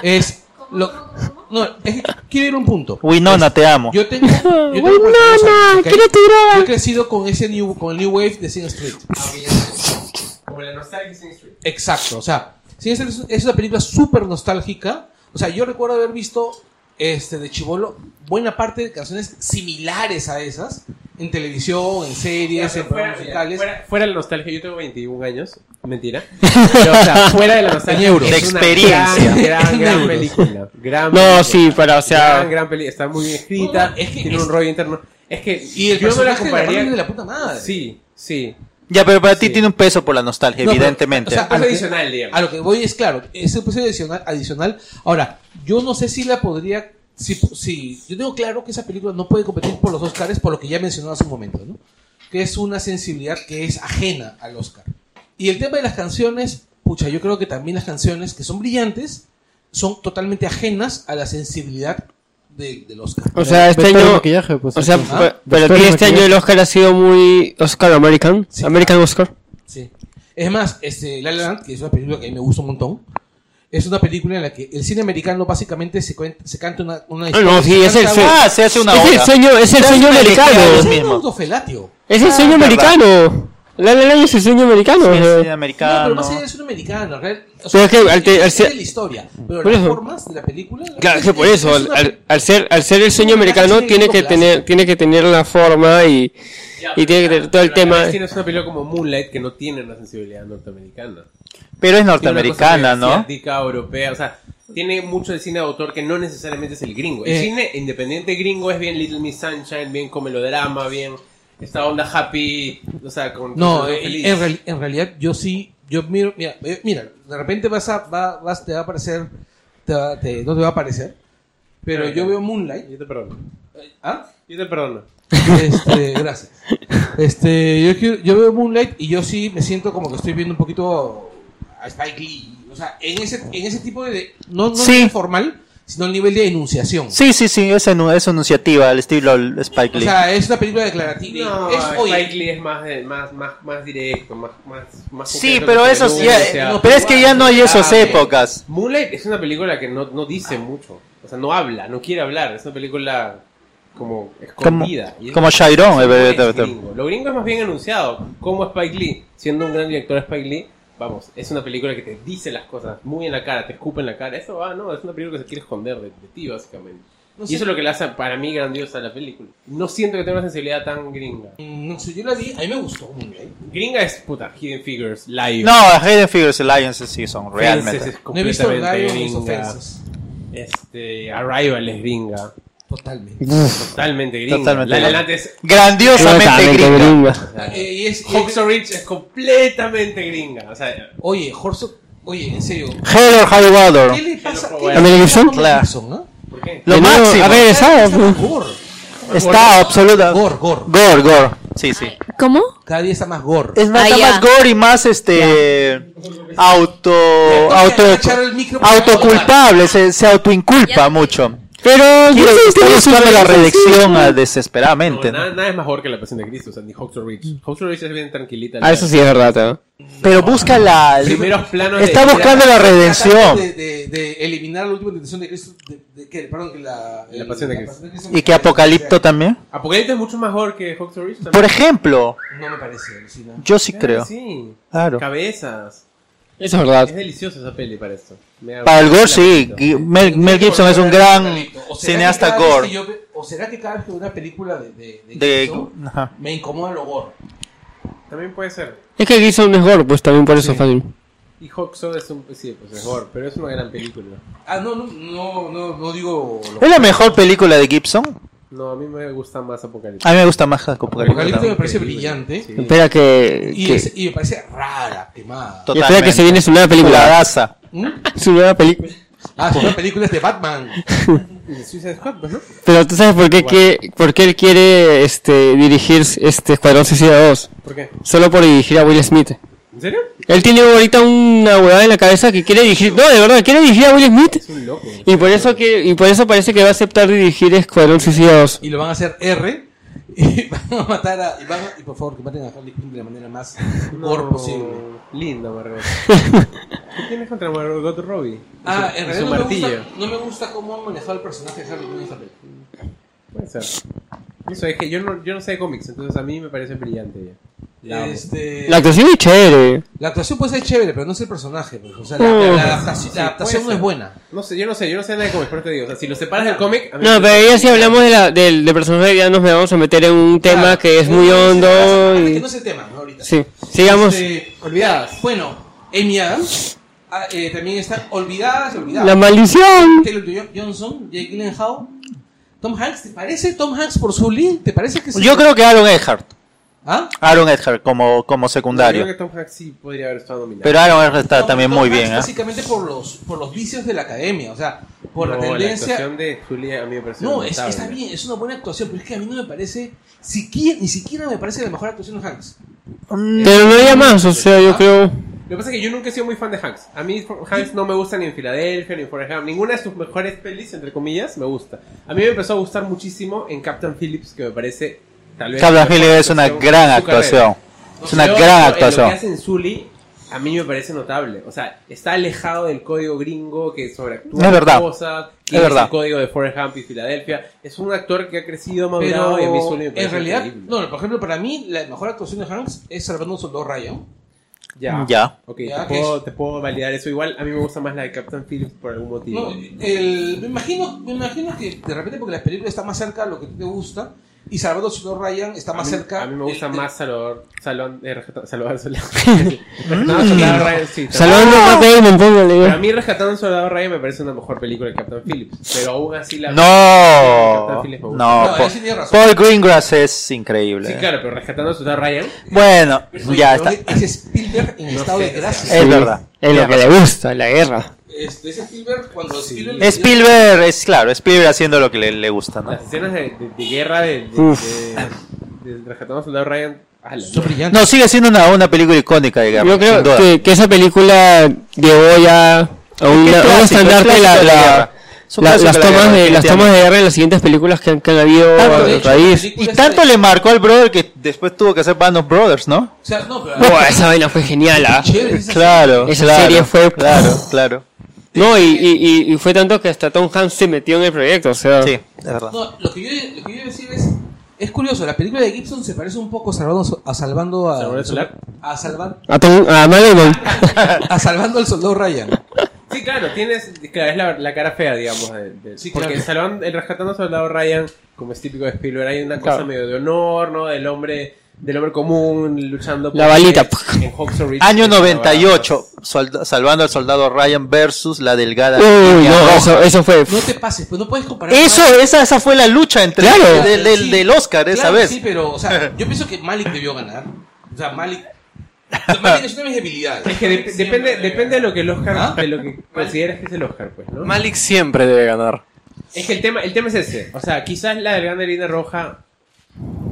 Speaker 1: Es. Lo, no, es que quiero ir a un punto.
Speaker 2: Winona, te amo.
Speaker 1: Yo tengo. yo tengo
Speaker 3: Winona,
Speaker 1: 42 años, ¿ok?
Speaker 3: quiero tu droga.
Speaker 1: Yo he crecido con ese new, con el new wave de Sin Street.
Speaker 6: Como la nostalgia de Sing Street.
Speaker 1: Exacto, o sea, sí, es, es una película súper nostálgica. O sea, yo recuerdo haber visto este de Chivolo buena parte de canciones similares a esas en televisión, en series, en
Speaker 6: fuera,
Speaker 1: programas musicales.
Speaker 6: fuera- fuera de la nostalgia, yo tengo 21 años,
Speaker 1: <laughs>
Speaker 6: mentira. Pero, o sea, fuera de la nostalgia,
Speaker 1: En euros.
Speaker 6: es
Speaker 2: De
Speaker 6: una
Speaker 2: experiencia.
Speaker 6: Gran, gran,
Speaker 1: En
Speaker 6: gran
Speaker 1: euros.
Speaker 6: película. Gran
Speaker 3: No,
Speaker 6: película.
Speaker 3: sí, para, o
Speaker 6: gran,
Speaker 3: sea.
Speaker 6: gran peli, está muy bien escrita,
Speaker 1: No, es que
Speaker 6: tiene
Speaker 1: es-
Speaker 6: un rollo interno. Es que
Speaker 1: Y el
Speaker 6: yo
Speaker 1: personaje
Speaker 6: me la
Speaker 1: de la
Speaker 6: compararía
Speaker 1: Barbie de la puta madre.
Speaker 6: Sí, sí.
Speaker 2: Ya, pero para ti
Speaker 6: Sí.
Speaker 2: tiene un peso por la nostalgia,
Speaker 1: No, pero,
Speaker 2: evidentemente.
Speaker 1: o sea, pues
Speaker 6: Es
Speaker 1: lo que-
Speaker 6: adicional, digamos.
Speaker 1: A lo que voy es claro, es un precio adicional, adicional. Ahora, yo no sé si la podría. Si, si- yo tengo claro que esa película no puede competir por los Oscars, por lo que ya mencionó hace un momento, ¿no? Que es una sensibilidad que es ajena al Oscar. Y el tema de las canciones, pucha, yo creo que también las canciones que son brillantes son totalmente ajenas a la sensibilidad de- del Oscar.
Speaker 3: O sea, este
Speaker 7: Ve todo el
Speaker 3: año.
Speaker 7: maquillaje, pues,
Speaker 3: O sea,
Speaker 7: entonces.
Speaker 3: pe- pero
Speaker 7: Doctor
Speaker 3: aquí este
Speaker 7: Maquillaje.
Speaker 3: año el Oscar ha sido muy Oscar American.
Speaker 1: Sí.
Speaker 3: American Oscar.
Speaker 1: Sí. Es más, este, La La Land, que es una película que a mí me gusta un montón, es una película en la que el cine americano básicamente se, cuenta- se canta una, una
Speaker 3: Ah, no, sí,
Speaker 1: se
Speaker 3: es el
Speaker 1: canta
Speaker 3: sueño.
Speaker 2: Ah, se hace una
Speaker 3: Es el
Speaker 2: oda.
Speaker 3: sueño, es el
Speaker 2: Se hace
Speaker 3: sueño
Speaker 2: una elegía de
Speaker 3: americano.
Speaker 2: los
Speaker 1: un-
Speaker 2: mismo.
Speaker 1: un autofelatio.
Speaker 3: Es el sueño
Speaker 2: verdad.
Speaker 3: americano. La La Land es el sueño americano. o sea.
Speaker 2: Sí,
Speaker 1: No,
Speaker 2: americano.
Speaker 1: pero más allá es un americano. en realidad, o
Speaker 3: Pero es que al te- al
Speaker 1: es
Speaker 3: ser-
Speaker 1: de la historia. Pero
Speaker 3: Por
Speaker 1: las
Speaker 3: eso.
Speaker 1: formas de la película.
Speaker 3: Claro, es que por
Speaker 1: es-
Speaker 3: eso,
Speaker 1: es
Speaker 3: al,
Speaker 1: una
Speaker 3: al- al ser, al ser el sueño
Speaker 1: una
Speaker 3: americano
Speaker 1: canción
Speaker 3: tiene que
Speaker 1: clásica.
Speaker 3: tener, tiene que tener la forma y, y tiene que tener todo el
Speaker 6: Pero a la
Speaker 3: tema.
Speaker 6: vez tienes una película como Moonlight que no tiene una sensibilidad norteamericana.
Speaker 2: Pero es
Speaker 6: Tiene una cosa
Speaker 2: norteamericana,
Speaker 6: medio
Speaker 2: ¿no?
Speaker 6: Asiática, europea, o sea, tiene mucho de cine de autor que no necesariamente es el gringo. El
Speaker 1: Eh.
Speaker 6: cine independiente gringo es bien Little Miss Sunshine, bien con melodrama, bien esta onda happy, o sea, con...
Speaker 1: No,
Speaker 6: con
Speaker 1: eh,
Speaker 6: feliz.
Speaker 1: en, real- en realidad yo sí, yo miro, mira, eh, mira, de repente vas a, va- vas, te va a aparecer, te va- te- no te va a aparecer, pero yo veo Moonlight,
Speaker 6: Yo te perdono.
Speaker 1: ¿ah?
Speaker 6: Yo te perdono.
Speaker 1: Este, gracias. Este, yo, quiero- yo veo Moonlight y yo sí me siento como que estoy viendo un poquito a Spike Lee, o sea, en ese, en ese tipo de, no, no
Speaker 2: Sí.
Speaker 1: nivel formal, sino el nivel de enunciación.
Speaker 2: Sí, sí, sí, es, enu- es enunciativa, al estilo Spike
Speaker 1: O
Speaker 2: Lee.
Speaker 1: sea, es una película declarativa.
Speaker 6: No,
Speaker 1: es, oye,
Speaker 6: Spike Lee es más, eh, más, más, más directo, más, más, más
Speaker 2: sí,
Speaker 6: concreto
Speaker 2: pero
Speaker 6: que
Speaker 2: esos
Speaker 6: Moon,
Speaker 2: ya,
Speaker 6: o sea,
Speaker 2: pero es que ya no hay esas
Speaker 6: Ah, ok.
Speaker 2: épocas.
Speaker 6: Moonlight es una película que no, no dice mucho. O sea, no habla, no quiere hablar. Es una película como
Speaker 2: Como,
Speaker 6: escondida. Y es-
Speaker 2: como Chiron. eh,
Speaker 6: no es
Speaker 2: eh, eh, eh.
Speaker 6: gringo. Lo gringo es más bien anunciado. Como Spike Lee, siendo un gran director Spike Lee, vamos, es una película que te dice las cosas muy en la cara, te escupe en la cara. Eso va, no, es una película que se quiere esconder de, de ti, básicamente.
Speaker 1: No
Speaker 6: Y
Speaker 1: sé.
Speaker 6: eso es lo que la hace para mí grandiosa la película. No siento que tenga una sensibilidad tan gringa.
Speaker 1: mm, no sé, yo la vi, a mí me gustó Moonlight.
Speaker 6: Gringa es puta, Hidden Figures, Live.
Speaker 2: No, Hidden Figures y Lions sí son
Speaker 6: Fences
Speaker 2: realmente.
Speaker 6: es
Speaker 1: No he visto
Speaker 6: completamente
Speaker 1: Lion mis
Speaker 6: gringa.
Speaker 1: ofensas.
Speaker 6: Este, Arrival es gringa.
Speaker 1: Totalmente.
Speaker 6: Totalmente gringa.
Speaker 2: Totalmente
Speaker 6: La La
Speaker 2: gringa.
Speaker 6: Land es...
Speaker 2: Grandiosamente
Speaker 3: Exactamente,
Speaker 2: gringa.
Speaker 3: gringa.
Speaker 1: Eh, y es- y es-
Speaker 6: Hawks of Reach es completamente gringa. O sea,
Speaker 1: oye, Horso, oye, en serio.
Speaker 2: Heather
Speaker 1: ¿Qué
Speaker 2: Highwater.
Speaker 1: le pasa? ¿Qué
Speaker 6: Bueno.
Speaker 1: le
Speaker 3: ¿Mel
Speaker 1: pasa a
Speaker 3: Gibson?
Speaker 1: Mel
Speaker 2: Claro.
Speaker 1: Gibson, ah?
Speaker 6: ¿por qué?
Speaker 2: Lo
Speaker 3: De nuevo,
Speaker 2: máximo.
Speaker 3: A ver,
Speaker 1: Cada
Speaker 3: esa
Speaker 1: vez está más gore.
Speaker 2: Está absoluta.
Speaker 1: Gore, gore.
Speaker 2: Gore, gore. Sí, sí.
Speaker 4: ¿Cómo?
Speaker 1: Cada día está más gore.
Speaker 2: Es más,
Speaker 4: Ah,
Speaker 2: está
Speaker 4: ya.
Speaker 2: más gore y más este auto auto
Speaker 1: agachar el micro para
Speaker 2: autoculpable, se, se autoinculpa mucho.
Speaker 3: Pero yo
Speaker 2: Quiero
Speaker 3: sí
Speaker 2: está
Speaker 3: tengo
Speaker 2: buscando
Speaker 3: sus
Speaker 2: la
Speaker 3: razones, sí.
Speaker 2: reelección ah,
Speaker 6: No,
Speaker 2: desesperadamente, ¿no? Mm.
Speaker 6: nada, nada es más gore que la pasión de Cristo, o sea, ni Hawks or Reach. Hawks or Reach es bien tranquilita.
Speaker 3: Ah, eso sí es verdad. ¿eh? ¿no?
Speaker 2: Pero busca la
Speaker 6: Primeros planos.
Speaker 2: está
Speaker 6: de-
Speaker 2: buscando la redención
Speaker 1: De, de, de eliminar la última intención de Cristo. De, de, que, perdón, que la,
Speaker 6: La pasión de Cristo.
Speaker 2: y que Apocalipto también.
Speaker 6: Apocalipto es mucho más gore que Hawks or Reach. también.
Speaker 2: Por ejemplo,
Speaker 1: No me parece, Lucina.
Speaker 2: yo sí
Speaker 6: Claro,
Speaker 2: creo.
Speaker 6: Sí.
Speaker 2: Claro.
Speaker 6: Cabezas.
Speaker 3: Eso es
Speaker 6: Es
Speaker 3: verdad.
Speaker 6: deliciosa esa peli para esto. Me da-
Speaker 2: Para el gore sí,
Speaker 6: Apocalipto.
Speaker 2: Gui- Mel, Mel Gibson es un
Speaker 1: ¿O
Speaker 2: gran
Speaker 1: será que
Speaker 2: cineasta
Speaker 1: cada vez que
Speaker 2: gore.
Speaker 1: yo ve- ¿O será que cada vez que veo una película de, de, de
Speaker 2: De,
Speaker 1: Gibson,
Speaker 2: ajá.
Speaker 1: me incomoda lo gore?
Speaker 6: También puede ser.
Speaker 3: Es que Gibson es gore, pues también por eso fácil.
Speaker 6: Y Hawks or es un. Sí, pues es gore, pero es una gran película.
Speaker 1: Ah, no, no, no, no, no digo lo
Speaker 2: ¿Es la mejor película de Gibson?
Speaker 6: No, a mí me gusta más Apocalipto.
Speaker 2: A mí me gusta más Apocalipto.
Speaker 1: Apocalipto me
Speaker 2: también.
Speaker 1: parece
Speaker 6: Increíble.
Speaker 2: Ah,
Speaker 1: brillante
Speaker 6: Sí.
Speaker 3: Espera que.
Speaker 1: y,
Speaker 3: que-
Speaker 1: es- y me parece rara, quemada.
Speaker 3: espera que se
Speaker 2: Totalmente.
Speaker 3: viene <laughs> su nueva película.
Speaker 2: Peliculaza.
Speaker 1: ¿Mm?
Speaker 3: Su nueva película.
Speaker 1: Ah, son las películas de Batman.
Speaker 6: De Suicide Squad, pues, ¿no?
Speaker 3: Pero tú sabes por qué, que- por qué él quiere este, dirigir este Escuadrón Suicida 2.
Speaker 6: ¿Por qué?
Speaker 3: Solo por dirigir a Will Smith.
Speaker 6: ¿En serio?
Speaker 3: Él tiene ahorita una huevada en la cabeza que quiere dirigir. No, de verdad, quiere dirigir a Will Smith.
Speaker 6: Es un loco.
Speaker 3: Y por eso que y por eso parece que va a aceptar dirigir Escuadrón Suicida 2.
Speaker 1: Y lo van a hacer R. Y <laughs> van a matar a. Y, van a- y por favor, que maten a Harley Quinn de la manera
Speaker 6: <laughs>
Speaker 1: más gore posible.
Speaker 2: <laughs>
Speaker 6: Linda, Margot. ¿Qué tienes contra Margot Robbie?
Speaker 1: Ah,
Speaker 6: Y su-
Speaker 1: en
Speaker 6: y su
Speaker 1: realidad no me,
Speaker 6: martillo.
Speaker 1: gusta, no me gusta cómo han manejado el personaje de Harley Quinn en esta película.
Speaker 6: Puede ser. Eso es que yo no, yo no sé de cómics, entonces a mí me parece brillante ella. La amo.
Speaker 1: Este,
Speaker 3: La
Speaker 1: la,
Speaker 3: actuación es chévere.
Speaker 1: actuación puede ser chévere, pero no es el personaje. pues. O sea, la,
Speaker 3: Oh.
Speaker 1: la- la adaptación, la adaptación no
Speaker 6: ser.
Speaker 1: es buena.
Speaker 6: No sé, yo no sé, yo no sé nada de cómics, pero te digo, o sea, si lo separas
Speaker 1: Ah,
Speaker 6: del cómic, a mí
Speaker 3: No,
Speaker 6: me-
Speaker 3: pero ya si hablamos de la, del, del personaje ya nos vamos a meter en un tema
Speaker 1: Claro,
Speaker 3: que es muy hondo
Speaker 1: Que
Speaker 3: y...
Speaker 1: no es el tema, ¿no? Ahorita.
Speaker 3: Sí, sigamos.
Speaker 1: Este,
Speaker 6: olvidadas.
Speaker 1: bueno, Amy Adams. ah, eh, también están olvidadas y olvidadas.
Speaker 3: La maldición.
Speaker 1: Taylor Jo- Johnson, Jake Gyllenhaal, Tom Hanks, ¿te parece Tom Hanks por su link? ¿Te parece que sí?
Speaker 2: Yo creo que Aaron Eckhart.
Speaker 1: ¿Ah?
Speaker 2: Aaron Eckhart como, como
Speaker 6: Yo
Speaker 2: secundario.
Speaker 6: creo que Tom Hanks sí podría haber estado nominado.
Speaker 2: Pero Aaron Eckhart está
Speaker 1: Tom-
Speaker 2: también
Speaker 1: Tom
Speaker 2: muy
Speaker 1: Hanks
Speaker 2: bien. ¿eh?
Speaker 1: Básicamente por los, por los vicios de la academia, o sea, por la
Speaker 6: No,
Speaker 1: tendencia.
Speaker 6: actuación de Julia a mí me parece
Speaker 1: no, es,
Speaker 6: lamentable.
Speaker 1: está bien, es una buena actuación, pero es que a mí no me parece, siquiera, ni siquiera me parece la mejor actuación de Hanks.
Speaker 3: Pero no había más, o sea, yo creo...
Speaker 6: Lo que pasa es que yo nunca he sido muy fan de Hanks. A mí Hanks no me gusta ni en Filadelfia ni en Forrest Gump. Ninguna de sus mejores pelis, entre comillas, me gusta. A mí me empezó a gustar muchísimo en Captain Phillips, que me parece tal vez...
Speaker 2: Cabra
Speaker 6: la mejor
Speaker 2: Phillips es una
Speaker 6: actuación
Speaker 2: gran
Speaker 6: de su
Speaker 2: actuación.
Speaker 6: carrera.
Speaker 2: Es una
Speaker 6: Pero
Speaker 2: gran
Speaker 6: Lo que
Speaker 2: actuación.
Speaker 6: hace en Sully, a mí me parece notable. O sea, está alejado del código gringo que sobreactúa
Speaker 2: Es verdad.
Speaker 6: cosas. que
Speaker 2: Es verdad.
Speaker 6: el código de Forrest Gump y Filadelfia. Es un actor que ha crecido, madurado
Speaker 1: Pero
Speaker 6: y a mí Sully me parece
Speaker 1: en realidad,
Speaker 6: increíble.
Speaker 1: no, por ejemplo, para mí la mejor actuación de Hanks es salvando un soldado Ryan.
Speaker 6: Ya.
Speaker 2: Ya.
Speaker 6: Ok,
Speaker 1: Ya,
Speaker 6: te,
Speaker 1: que
Speaker 6: puedo, te puedo validar eso. Igual a mí me gusta más la de Captain Phillips por algún motivo.
Speaker 1: No, el- me, imagino, me imagino que de repente porque la película está más cerca a lo que te gusta y Salvador el Soldado Ryan está más
Speaker 6: a mí,
Speaker 1: cerca.
Speaker 6: A mí me
Speaker 1: el-
Speaker 6: gusta
Speaker 1: el-
Speaker 6: más Salvador. Salón, eh, rescata-
Speaker 2: <laughs>
Speaker 6: Salvador Solar. Rescatando a Soldado Ryan, sí. también.
Speaker 3: Salvando a Matt Damon, póngale.
Speaker 6: Pero a mí Rescatando a Soldado Ryan me parece una mejor película que Captain Phillips. Pero aún así la.
Speaker 2: No,
Speaker 6: Captain Phillips me gusta.
Speaker 2: no,
Speaker 1: No,
Speaker 2: Paul-
Speaker 1: ahí sí tiene razón.
Speaker 2: Paul Greengrass es increíble.
Speaker 6: Sí, claro, pero Rescatando a Soldado Ryan.
Speaker 2: Bueno,
Speaker 1: Oye,
Speaker 2: ya
Speaker 1: pero
Speaker 2: está.
Speaker 1: Ese Spielberg en
Speaker 6: No
Speaker 1: estado
Speaker 6: sé,
Speaker 1: de gracia.
Speaker 2: Es verdad.
Speaker 3: Es lo que le gusta, la guerra.
Speaker 1: Este, ese Spielberg cuando Spielberg.
Speaker 2: Spielberg es claro, Spielberg haciendo lo que le, le gusta, ¿no?
Speaker 6: Las escenas de, de- de guerra de, de,
Speaker 3: Uf.
Speaker 6: de- de Rescatando a Soldado Ryan. ala,
Speaker 1: Son brillantes.
Speaker 2: No, sigue siendo una, una película icónica, digamos.
Speaker 3: Yo creo
Speaker 2: sin duda.
Speaker 3: que, que esa película llegó ya a
Speaker 2: Es
Speaker 3: un a un
Speaker 2: clásico,
Speaker 3: estandarte
Speaker 2: es
Speaker 3: la-
Speaker 2: clásico de
Speaker 3: la-
Speaker 2: guerra. Es un clásico
Speaker 3: la- las,
Speaker 2: de la
Speaker 3: tomas
Speaker 2: guerra,
Speaker 3: de, las tomas
Speaker 2: definitivamente. Ah,
Speaker 3: de guerra en las siguientes películas que han, que han habido eh,
Speaker 1: Tanto,
Speaker 3: a-
Speaker 1: Ah, de
Speaker 3: a
Speaker 1: hecho,
Speaker 3: raíz.
Speaker 2: Y tanto le marcó al brother que después tuvo que hacer Band of Brothers, ¿no?
Speaker 1: O sea, no, pero.
Speaker 3: <laughs> Buah, esa vaina fue genial, ¿ah?
Speaker 1: Chévere, esa-
Speaker 2: Claro.
Speaker 3: Esa
Speaker 2: claro,
Speaker 3: serie fue-
Speaker 2: Claro,
Speaker 3: <laughs>
Speaker 2: claro.
Speaker 3: No, y, y, y- y fue tanto que hasta Tom Hanks se metió en el proyecto, o sea.
Speaker 2: Sí, es verdad.
Speaker 1: No, lo que yo, lo que yo iba a decir es. Es curioso, la película de Gibson se parece un poco a salvando a salvando a,
Speaker 6: Salvador Solar.
Speaker 1: a, salvan-
Speaker 3: A, Tom, a
Speaker 2: <laughs>
Speaker 3: Matt Damon.
Speaker 1: a salvando al soldado Ryan.
Speaker 6: Sí, claro, tienes, claro, es la, la cara fea, digamos, de, de-
Speaker 1: Sí,
Speaker 6: porque
Speaker 1: claro.
Speaker 6: salvando- el rescatando al lado Ryan, como es típico de Spielberg, hay una cosa
Speaker 3: Claro.
Speaker 6: medio de honor, ¿no? Del hombre, del hombre común luchando
Speaker 3: La balita.
Speaker 6: en Hawks Ridge.
Speaker 2: Año
Speaker 6: Es una
Speaker 2: 98,
Speaker 6: barata.
Speaker 2: solda- salvando al soldado Ryan versus la delgada.
Speaker 3: Uy,
Speaker 2: Niña
Speaker 3: no,
Speaker 2: Rosa.
Speaker 3: eso, eso fue.
Speaker 1: No te pases, pues no puedes comparar.
Speaker 2: Eso, esa, esa fue la lucha entre
Speaker 3: Claro.
Speaker 2: del, del-
Speaker 1: Sí,
Speaker 2: del Oscar esa
Speaker 1: claro,
Speaker 2: vez.
Speaker 1: Sí, pero, o
Speaker 2: <laughs>
Speaker 1: sea, yo pienso que Malik debió ganar. O sea, Malik. o sea, Malik es una de mis debilidades.
Speaker 6: Es que de- depende, depende de lo que el Oscar,
Speaker 1: ¿Ah?
Speaker 6: de lo que consideras que es el Oscar, pues, ¿no?
Speaker 5: Malik siempre debe ganar.
Speaker 6: Es que el tema, el tema es ese. O sea, quizás la del Grande Línea Roja.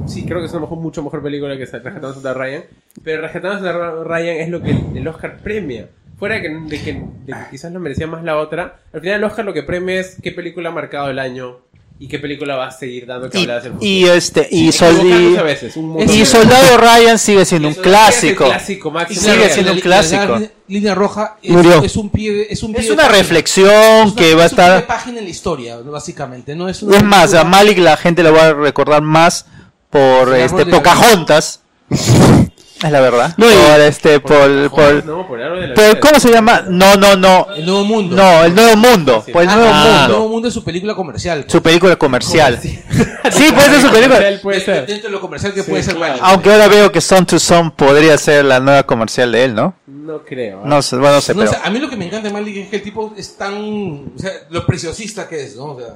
Speaker 6: Sí, creo que es una mejor- mucho mejor película que Rescatando a Santa Ryan. Pero Rescatando a Santa Ryan es lo que el, el Oscar premia. Fuera de que, de que- de que quizás lo merecía más la otra. Al final, el Oscar lo que premia es qué película ha marcado el año y qué película va a seguir dando que
Speaker 2: Y,
Speaker 6: hablar hacia el futuro.
Speaker 2: y este, y,
Speaker 6: Equivocándose
Speaker 2: sol- y-
Speaker 6: a veces, un montón
Speaker 2: y
Speaker 6: de
Speaker 2: Soldado Ryan sigue siendo un
Speaker 6: veces. Es
Speaker 2: clásico.
Speaker 6: el clásico máximo.
Speaker 2: sigue
Speaker 6: Claro,
Speaker 2: siendo
Speaker 1: la-
Speaker 2: un
Speaker 1: la-
Speaker 2: clásico.
Speaker 1: la línea roja es,
Speaker 3: Murió.
Speaker 1: es un pie. Es, un pie
Speaker 2: Es
Speaker 1: de
Speaker 2: una
Speaker 1: página.
Speaker 2: reflexión
Speaker 1: Es una-
Speaker 2: que va a
Speaker 1: es un pie de
Speaker 2: estar.
Speaker 1: página en la historia, básicamente. No es, una
Speaker 2: Es más, a
Speaker 1: película-
Speaker 2: Malik la gente la va a recordar más por
Speaker 1: El árbol de
Speaker 2: este
Speaker 1: la
Speaker 2: Pocahontas. <laughs> Es la verdad.
Speaker 3: No, y-
Speaker 2: por este, por,
Speaker 6: Joder,
Speaker 2: por,
Speaker 6: no, por algo de la
Speaker 2: por-
Speaker 6: vida.
Speaker 2: ¿Cómo se llama? No, no, no.
Speaker 1: El Nuevo Mundo.
Speaker 2: No, el Nuevo Mundo. Por el
Speaker 1: Ah,
Speaker 2: Nuevo
Speaker 1: El Nuevo
Speaker 2: Mundo.
Speaker 1: Mundo es su película comercial.
Speaker 2: Su película comercial. Sí, puede ser su película.
Speaker 6: Él puede ser.
Speaker 1: Dentro de lo comercial que puede ser
Speaker 6: claro.
Speaker 1: Malik.
Speaker 2: Aunque ahora veo que Son to Son podría ser la nueva comercial de él, ¿no?
Speaker 6: No creo. ¿ah?
Speaker 2: No sé, bueno, no sé,
Speaker 1: No,
Speaker 2: pero.
Speaker 1: o sea, a mí lo que me encanta de Malik es que el tipo es tan. O sea, lo preciosista que es, ¿no? O sea,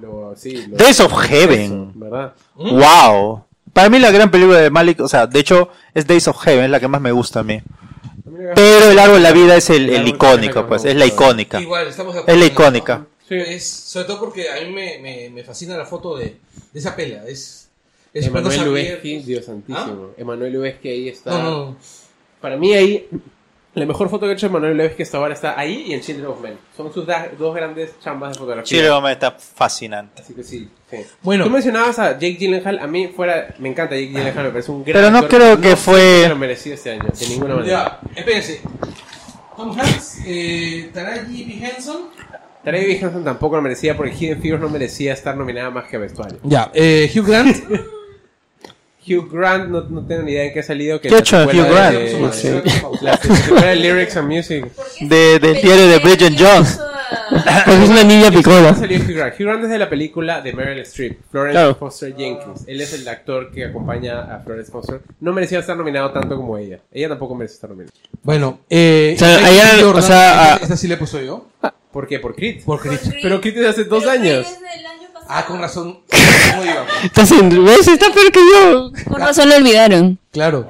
Speaker 6: Lo- sí, lo-
Speaker 2: Days of
Speaker 6: eso,
Speaker 2: Heaven.
Speaker 6: ¿Verdad?
Speaker 1: Mm.
Speaker 2: Wow. Para mí la gran película de Malik, o sea, de hecho es Days of Heaven, es la que más me gusta a mí.
Speaker 6: A mí
Speaker 2: Pero el árbol de la vida es el,
Speaker 6: El
Speaker 2: el
Speaker 6: árbol
Speaker 2: icónico,
Speaker 6: que
Speaker 2: pues,
Speaker 6: me
Speaker 2: es la icónica.
Speaker 1: Igual, estamos de
Speaker 2: Es
Speaker 1: acuerdo.
Speaker 2: la icónica.
Speaker 6: Sí.
Speaker 1: Es, sobre todo porque a mí me, me, me fascina la foto de, de esa pela. Es, es
Speaker 6: Emanuel
Speaker 1: planos
Speaker 6: Lubezki,
Speaker 1: abiertos.
Speaker 6: Dios santísimo. Emanuel Lubezki ahí está.
Speaker 1: ¿Ah? No, no, no.
Speaker 6: Para mí ahí, la mejor foto que ha hecho Emanuel Lubezki hasta ahora está ahí y en Children of Men. Son sus da- dos grandes chambas de fotografía.
Speaker 2: Chile Gómez está fascinante.
Speaker 6: Así que sí. sí.
Speaker 1: Bueno. Ah.
Speaker 6: Tú mencionabas a Jake Gyllenhaal. A mí fuera, me encanta Jake Gyllenhaal, me parece un gran
Speaker 2: Pero no
Speaker 6: actor.
Speaker 2: creo que
Speaker 6: No
Speaker 2: fue-
Speaker 6: se lo mereció este año, de ninguna manera.
Speaker 1: Ya, espérense. Tom Hanks, eh, Taraji B. Henson.
Speaker 6: Taraji B. Henson tampoco lo merecía porque Hidden Figures no merecía estar nominada más que a vestuario.
Speaker 1: Ya, eh, Hugh Grant. <laughs>
Speaker 6: Hugh Grant, no, no tengo ni idea en qué ha salido. Que
Speaker 2: ¿Qué ha
Speaker 6: la
Speaker 2: hecho
Speaker 6: secuela
Speaker 2: Hugh Grant?
Speaker 6: de-
Speaker 1: Sí.
Speaker 6: La secuela de Lyrics and Music.
Speaker 2: <laughs> De, del diario de Bridget Jones.
Speaker 3: <laughs> Porque es una niña
Speaker 6: ¿Dónde
Speaker 3: picona.
Speaker 6: salió Hugh Grant? Hugh Grant es de la película de Meryl Streep, Florence
Speaker 3: Claro.
Speaker 6: Foster Jenkins. Él es el actor que acompaña a Florence Foster. No merecía estar nominado tanto como ella. Ella tampoco mereció estar nominada.
Speaker 1: Bueno, eh,
Speaker 3: O sea,
Speaker 1: Michael
Speaker 3: ayer,
Speaker 1: B. Jordan,
Speaker 3: o sea, ah.
Speaker 1: esta, esta sí le puso yo.
Speaker 6: ¿Por qué? Por Creed.
Speaker 1: Por Chris.
Speaker 6: Pero Creed es de hace dos
Speaker 7: Pero
Speaker 6: años.
Speaker 7: Creed es del año pasado.
Speaker 1: Ah, con <laughs> razón. ¿Cómo iba?
Speaker 3: Estás en... ¿Ves? Está peor que yo.
Speaker 4: Por razón lo olvidaron.
Speaker 3: <laughs>
Speaker 1: Claro.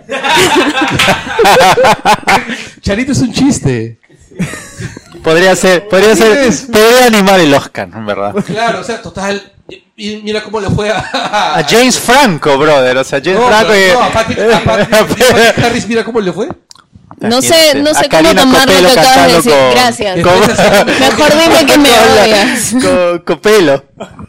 Speaker 1: Charito es un chiste.
Speaker 2: Podría ser, podría
Speaker 1: es?
Speaker 2: ser, podría animar el Oscar, en verdad.
Speaker 1: Claro, o sea, total. Y mira cómo le fue a.
Speaker 2: A James Franco, brother. O sea, James
Speaker 1: Ah. no,
Speaker 2: Franco.
Speaker 1: pero-
Speaker 3: eh.
Speaker 2: que-
Speaker 1: no, a Patrick,
Speaker 2: <laughs>
Speaker 3: <laughs>
Speaker 1: a Patrick- a Patrick Harris, mira cómo le fue.
Speaker 4: No sé, no
Speaker 2: A
Speaker 4: sé cómo
Speaker 2: Karina
Speaker 4: tomar lo
Speaker 2: Copelo
Speaker 4: que acabas de
Speaker 2: cantando
Speaker 4: decir.
Speaker 2: con-
Speaker 4: Gracias.
Speaker 2: ¿Cómo?
Speaker 1: Después así como-
Speaker 4: <laughs> Mejor dime que me
Speaker 2: Con la-
Speaker 4: odias.
Speaker 2: con- con pelo.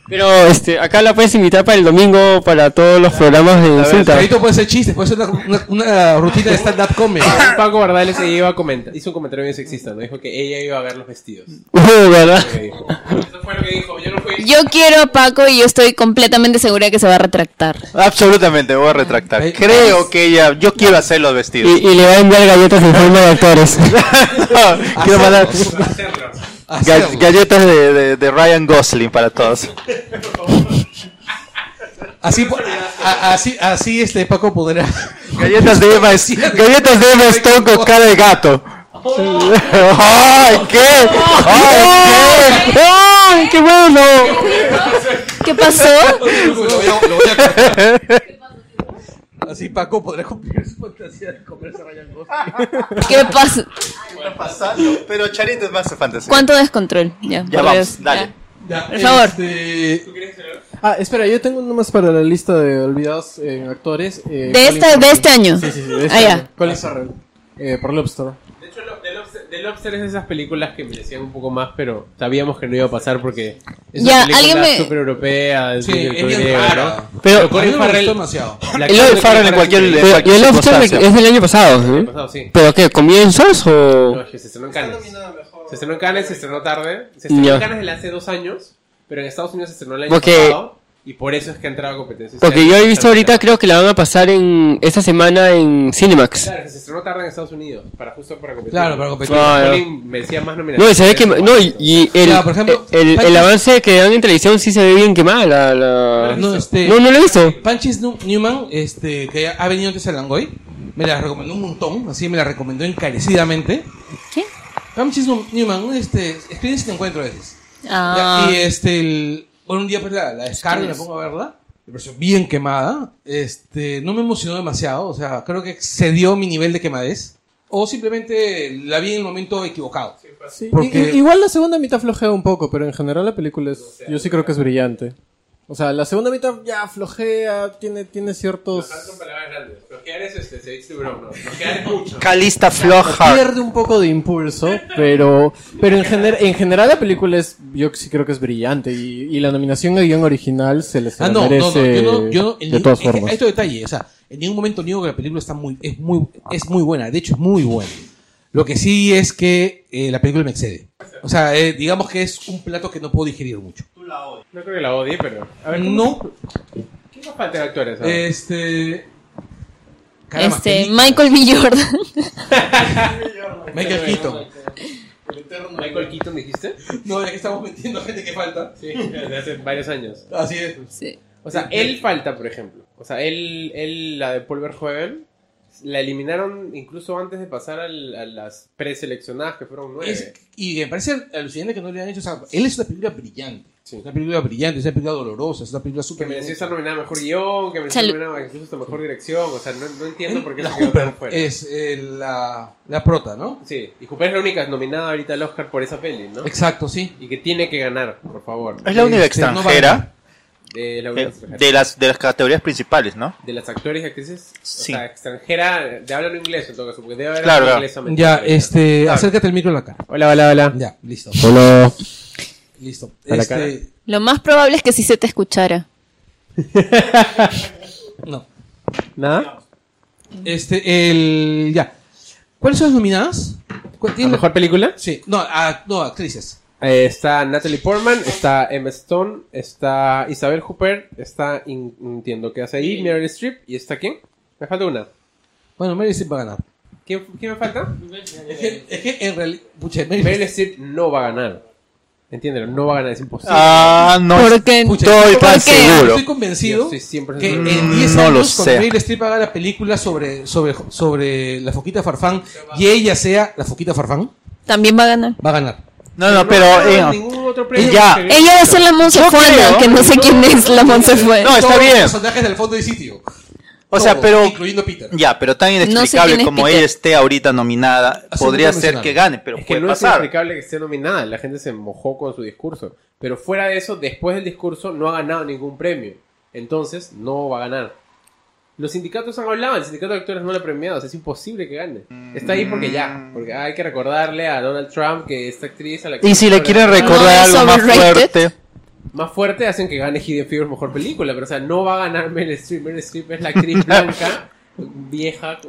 Speaker 3: Pero este, acá la puedes invitar para el domingo para todos los programas de insulta. <laughs>
Speaker 1: Charito puede ser chiste, puede ser una, una- una rutina de stand-up comedy.
Speaker 6: <laughs> Paco Bardales ella iba a comentar, hizo un comentario bien sexista, ¿no? Dijo que ella iba a ver los vestidos.
Speaker 3: Uh, ¿Verdad?
Speaker 6: Lo que dijo. Eso fue lo que dijo. Yo no fui.
Speaker 4: Yo quiero a Paco y yo estoy completamente segura que se va a retractar.
Speaker 2: Absolutamente, voy a retractar.
Speaker 1: Ahí-
Speaker 2: Creo que ella. Yo quiero hacer los <laughs>
Speaker 3: Y,
Speaker 2: vestidos.
Speaker 3: y le va a enviar galletas en forma de actores.
Speaker 2: <laughs> No, quiero mandar ga-
Speaker 1: Hacerlo,
Speaker 2: galletas de, de- de Ryan Gosling para todos.
Speaker 1: Así, po- a- así, así este Paco podrá.
Speaker 2: Galletas de Emma,
Speaker 3: <laughs>
Speaker 2: galletas de Emma Stone con cara de gato. ¡Ay, qué! ¡Ay, qué!
Speaker 3: ¡Ay, qué bueno!
Speaker 4: ¿Qué pasó?
Speaker 1: Lo voy a- lo voy a cortar. Así Paco podrá cumplir su fantasía de comerse a Ryan Gosling.
Speaker 4: ¿Qué pasó?
Speaker 2: Pero Charito es más de fantasía.
Speaker 4: ¿Cuánto descontrol? Ya,
Speaker 2: Ya
Speaker 4: por
Speaker 2: vamos,
Speaker 4: Dios,
Speaker 2: dale.
Speaker 1: Ya,
Speaker 4: Por favor.
Speaker 1: este,
Speaker 5: Ah, espera, yo tengo uno más para la lista de olvidados en actores. eh,
Speaker 4: ya.
Speaker 5: Colin
Speaker 4: ¿De, esta,
Speaker 5: Farrell.
Speaker 4: de este año.
Speaker 5: Sí, sí, sí, de este
Speaker 4: Ah, ya.
Speaker 5: año. Colin Farrell. Eh, por Lobster.
Speaker 6: De hecho, lo- The Lobster- The Lobster es de esas películas que merecían un poco más, pero sabíamos que no iba a pasar porque es
Speaker 4: Ya,
Speaker 6: una película
Speaker 4: alguien me-
Speaker 6: super europea, es
Speaker 1: Sí,
Speaker 6: un
Speaker 1: es
Speaker 6: director
Speaker 1: bien
Speaker 6: griego,
Speaker 1: rara.
Speaker 6: ¿no?
Speaker 3: Pero-
Speaker 1: A mí
Speaker 6: Colin
Speaker 1: no me
Speaker 6: Farrell,
Speaker 1: gustó demasiado.
Speaker 6: la
Speaker 2: El
Speaker 6: actuación de
Speaker 2: Colin Farrel en cualquier-
Speaker 6: es
Speaker 3: Pero, ¿Y el
Speaker 2: cualquier
Speaker 3: Lobster
Speaker 2: circunstancia.
Speaker 3: es del año pasado?
Speaker 6: increíble.
Speaker 3: ¿eh?
Speaker 6: Pasado, sí.
Speaker 3: ¿Pero qué? ¿Comienzos
Speaker 6: No,
Speaker 3: o...?
Speaker 6: es que se estrenó en Cannes. Se estrenó en Cannes, se estrenó tarde. Se estrenó
Speaker 3: Ya.
Speaker 6: en Cannes desde hace dos años, pero en Estados Unidos se estrenó el año
Speaker 3: Porque-
Speaker 6: pasado. Y por eso es que ha entrado a competencia.
Speaker 3: Porque yo he visto ahorita, creo que la van a pasar en esta semana en Cinemax.
Speaker 6: Claro, que se estrenó tarde en Estados Unidos, para justo para competir.
Speaker 1: Claro, para competir.
Speaker 3: Ah, ya.
Speaker 6: Colin merecía más nominaciones.
Speaker 3: No, y se ve que... No, y- y el,
Speaker 1: Ya, por ejemplo,
Speaker 3: el, el- el
Speaker 1: Patrick-
Speaker 3: avance que dan en televisión sí se ve bien quemada la... la-
Speaker 1: No, este,
Speaker 3: No, no lo he visto.
Speaker 1: Panchis Nu- Newman, este, que ha venido antes a Langoy, me la recomendó un montón, así me la recomendó encarecidamente.
Speaker 4: ¿Qué?
Speaker 1: Panchis Nu- Newman, un, este, escribe si te encuentro a veces.
Speaker 4: Ah.
Speaker 1: Ya,
Speaker 6: eh,
Speaker 1: Y este, el, bueno, un día pues la, la descargo y me pongo a verla. Me pareció bien quemada. Este, no me emocionó demasiado, o sea, creo que excedió mi nivel de quemadez. O simplemente la vi en el momento equivocado.
Speaker 5: Sí, pues.
Speaker 1: Porque-
Speaker 5: i- i- igual la segunda mitad flojea un poco, pero en general la película es, yo sí creo que es brillante. O sea, la segunda mitad ya flojea, tiene, tiene ciertos...
Speaker 6: Son palabras grandes. Bloquear es este, se dice bro, no. Bloquear es mucho.
Speaker 2: Calista Flockhart.
Speaker 5: Pierde un poco de impulso, pero, pero en, gener- en general la película es, yo sí creo que es brillante y, y la nominación a guión original se les
Speaker 1: Ah, no, no, no,
Speaker 5: merece
Speaker 1: yo no, yo no- en
Speaker 5: de
Speaker 1: ningún-
Speaker 5: todas
Speaker 1: es que
Speaker 5: formas.
Speaker 1: Hay otro detalle, o sea, en ningún momento niego que la película está muy, es muy, es muy buena, de hecho es muy buena. Lo que sí es que eh, la película me excede. O sea, eh, digamos que es un plato que no puedo digerir mucho.
Speaker 6: No creo que la odie, pero. A ver, ¿cómo-
Speaker 1: No,
Speaker 6: ¿Qué más falta de actores? a ver?
Speaker 1: este... caramba,
Speaker 4: Este,
Speaker 1: película.
Speaker 4: Michael B. Jordan. <laughs>
Speaker 1: Michael Keaton.
Speaker 6: Michael Keaton, dijiste.
Speaker 1: No, es que estamos metiendo gente que falta.
Speaker 6: Sí, desde hace varios años.
Speaker 1: Así es.
Speaker 4: Sí.
Speaker 6: O sea, él falta, por ejemplo. O sea, él, él la de Paul Verhoeven, la eliminaron incluso antes de pasar al- a las preseleccionadas, que fueron nueve.
Speaker 1: Es- y me parece alucinante que no le han hecho esa... Él es una película brillante.
Speaker 6: Sí.
Speaker 1: Es una película brillante, es una película dolorosa, es una película
Speaker 6: que
Speaker 1: súper...
Speaker 6: mereció estar nominada a mejor guión, que mereció
Speaker 4: Salud.
Speaker 6: estar nominada incluso hasta mejor dirección. O sea, no, no entiendo por qué
Speaker 1: La
Speaker 6: se quedó tan
Speaker 1: Hooper
Speaker 6: fuera.
Speaker 1: es eh, la, la prota, ¿no?
Speaker 6: Sí, y Cooper es la única nominada ahorita al Oscar por esa peli, ¿no?
Speaker 1: Exacto, sí.
Speaker 6: Y que tiene que ganar, por favor.
Speaker 2: Es la única
Speaker 1: Este, no
Speaker 2: extranjera
Speaker 6: De, la
Speaker 2: eh, de las de las categorías principales, ¿no?
Speaker 6: de las actores y actrices,
Speaker 2: Sí.
Speaker 6: o sea, extranjera, de habla en inglés en todo caso, porque debe haber
Speaker 2: Claro,
Speaker 6: alguna
Speaker 2: claro.
Speaker 6: inglesa
Speaker 1: Ya,
Speaker 6: metida.
Speaker 1: este, acércate el micro a la cara.
Speaker 5: Hola, hola, hola.
Speaker 1: Ya, listo,
Speaker 5: Hola.
Speaker 1: listo.
Speaker 5: ¿A la
Speaker 1: Este,
Speaker 5: cara?
Speaker 4: Lo más probable es que sí se te escuchara.
Speaker 1: No.
Speaker 5: ¿Nada?
Speaker 1: Este, el, ya. ¿Cuáles son las nominadas? ¿Cuál-
Speaker 6: ¿La
Speaker 1: tiene-
Speaker 6: mejor película?
Speaker 1: Sí, no, a- no, actrices.
Speaker 6: Eh, está Natalie Portman, está Emma Stone, está Isabel Hooper, está, in- no entiendo qué hace ahí, Meryl Streep, y está quién? Me falta una.
Speaker 1: Bueno, Mary Streep va a ganar.
Speaker 6: ¿Quién, quién me falta?
Speaker 1: Es que, es que en realidad, pucha, Meryl
Speaker 6: Meryl
Speaker 1: Streep-
Speaker 6: Streep no va a ganar. Entiéndelo, no va a ganar, es imposible.
Speaker 2: Ah, no
Speaker 4: ¿Por qué?
Speaker 2: estoy
Speaker 4: ¿Por
Speaker 2: tan
Speaker 4: qué?
Speaker 2: seguro.
Speaker 1: Estoy convencido
Speaker 6: Yo estoy 100%
Speaker 1: que en
Speaker 2: seguro.
Speaker 1: 10
Speaker 2: No lo
Speaker 1: años cuando
Speaker 2: sé.
Speaker 1: Meryl Streep haga la película sobre, sobre, sobre la foquita farfán y ella sea la foquita farfán,
Speaker 4: También va a ganar.
Speaker 1: va a ganar.
Speaker 2: No, no, pero
Speaker 6: va a ganar
Speaker 2: eh,
Speaker 6: ningún otro premio.
Speaker 2: ya.
Speaker 6: que-
Speaker 4: Ella va a ser la Monsefuana,
Speaker 2: creo.
Speaker 4: que no sé quién es la Monsefuana.
Speaker 2: No, está
Speaker 1: Todos
Speaker 2: bien.
Speaker 1: Los personajes del fondo y sitio.
Speaker 2: o sea,
Speaker 1: Todos,
Speaker 2: pero
Speaker 1: Incluyendo Peter.
Speaker 2: ya, pero tan
Speaker 4: sé
Speaker 2: inexplicable
Speaker 4: quién es
Speaker 2: como
Speaker 4: Peter.
Speaker 2: ella esté ahorita nominada,
Speaker 1: Hace
Speaker 2: podría
Speaker 1: un momento
Speaker 2: ser
Speaker 1: mencionaron.
Speaker 2: que gane, pero
Speaker 6: Es que
Speaker 2: puede
Speaker 6: no es
Speaker 2: pasar.
Speaker 6: explicable que esté nominada, la gente se mojó con su discurso. Pero fuera de eso, después del discurso no ha ganado ningún premio. Entonces, no va a ganar. Los sindicatos han hablado, el sindicato de actores no lo ha premiado, o sea, es imposible que gane. Está ahí porque ya, porque hay que recordarle a Donald Trump que esta actriz a la que
Speaker 2: Y si le quieren
Speaker 4: No,
Speaker 2: recordar
Speaker 4: es
Speaker 2: algo más
Speaker 4: overrated.
Speaker 2: fuerte,
Speaker 6: más fuerte hacen que gane Hidden Figures mejor película, pero o sea, no va a ganar Meryl Streep, Meryl Streep es
Speaker 2: <laughs>
Speaker 6: la actriz blanca, vieja,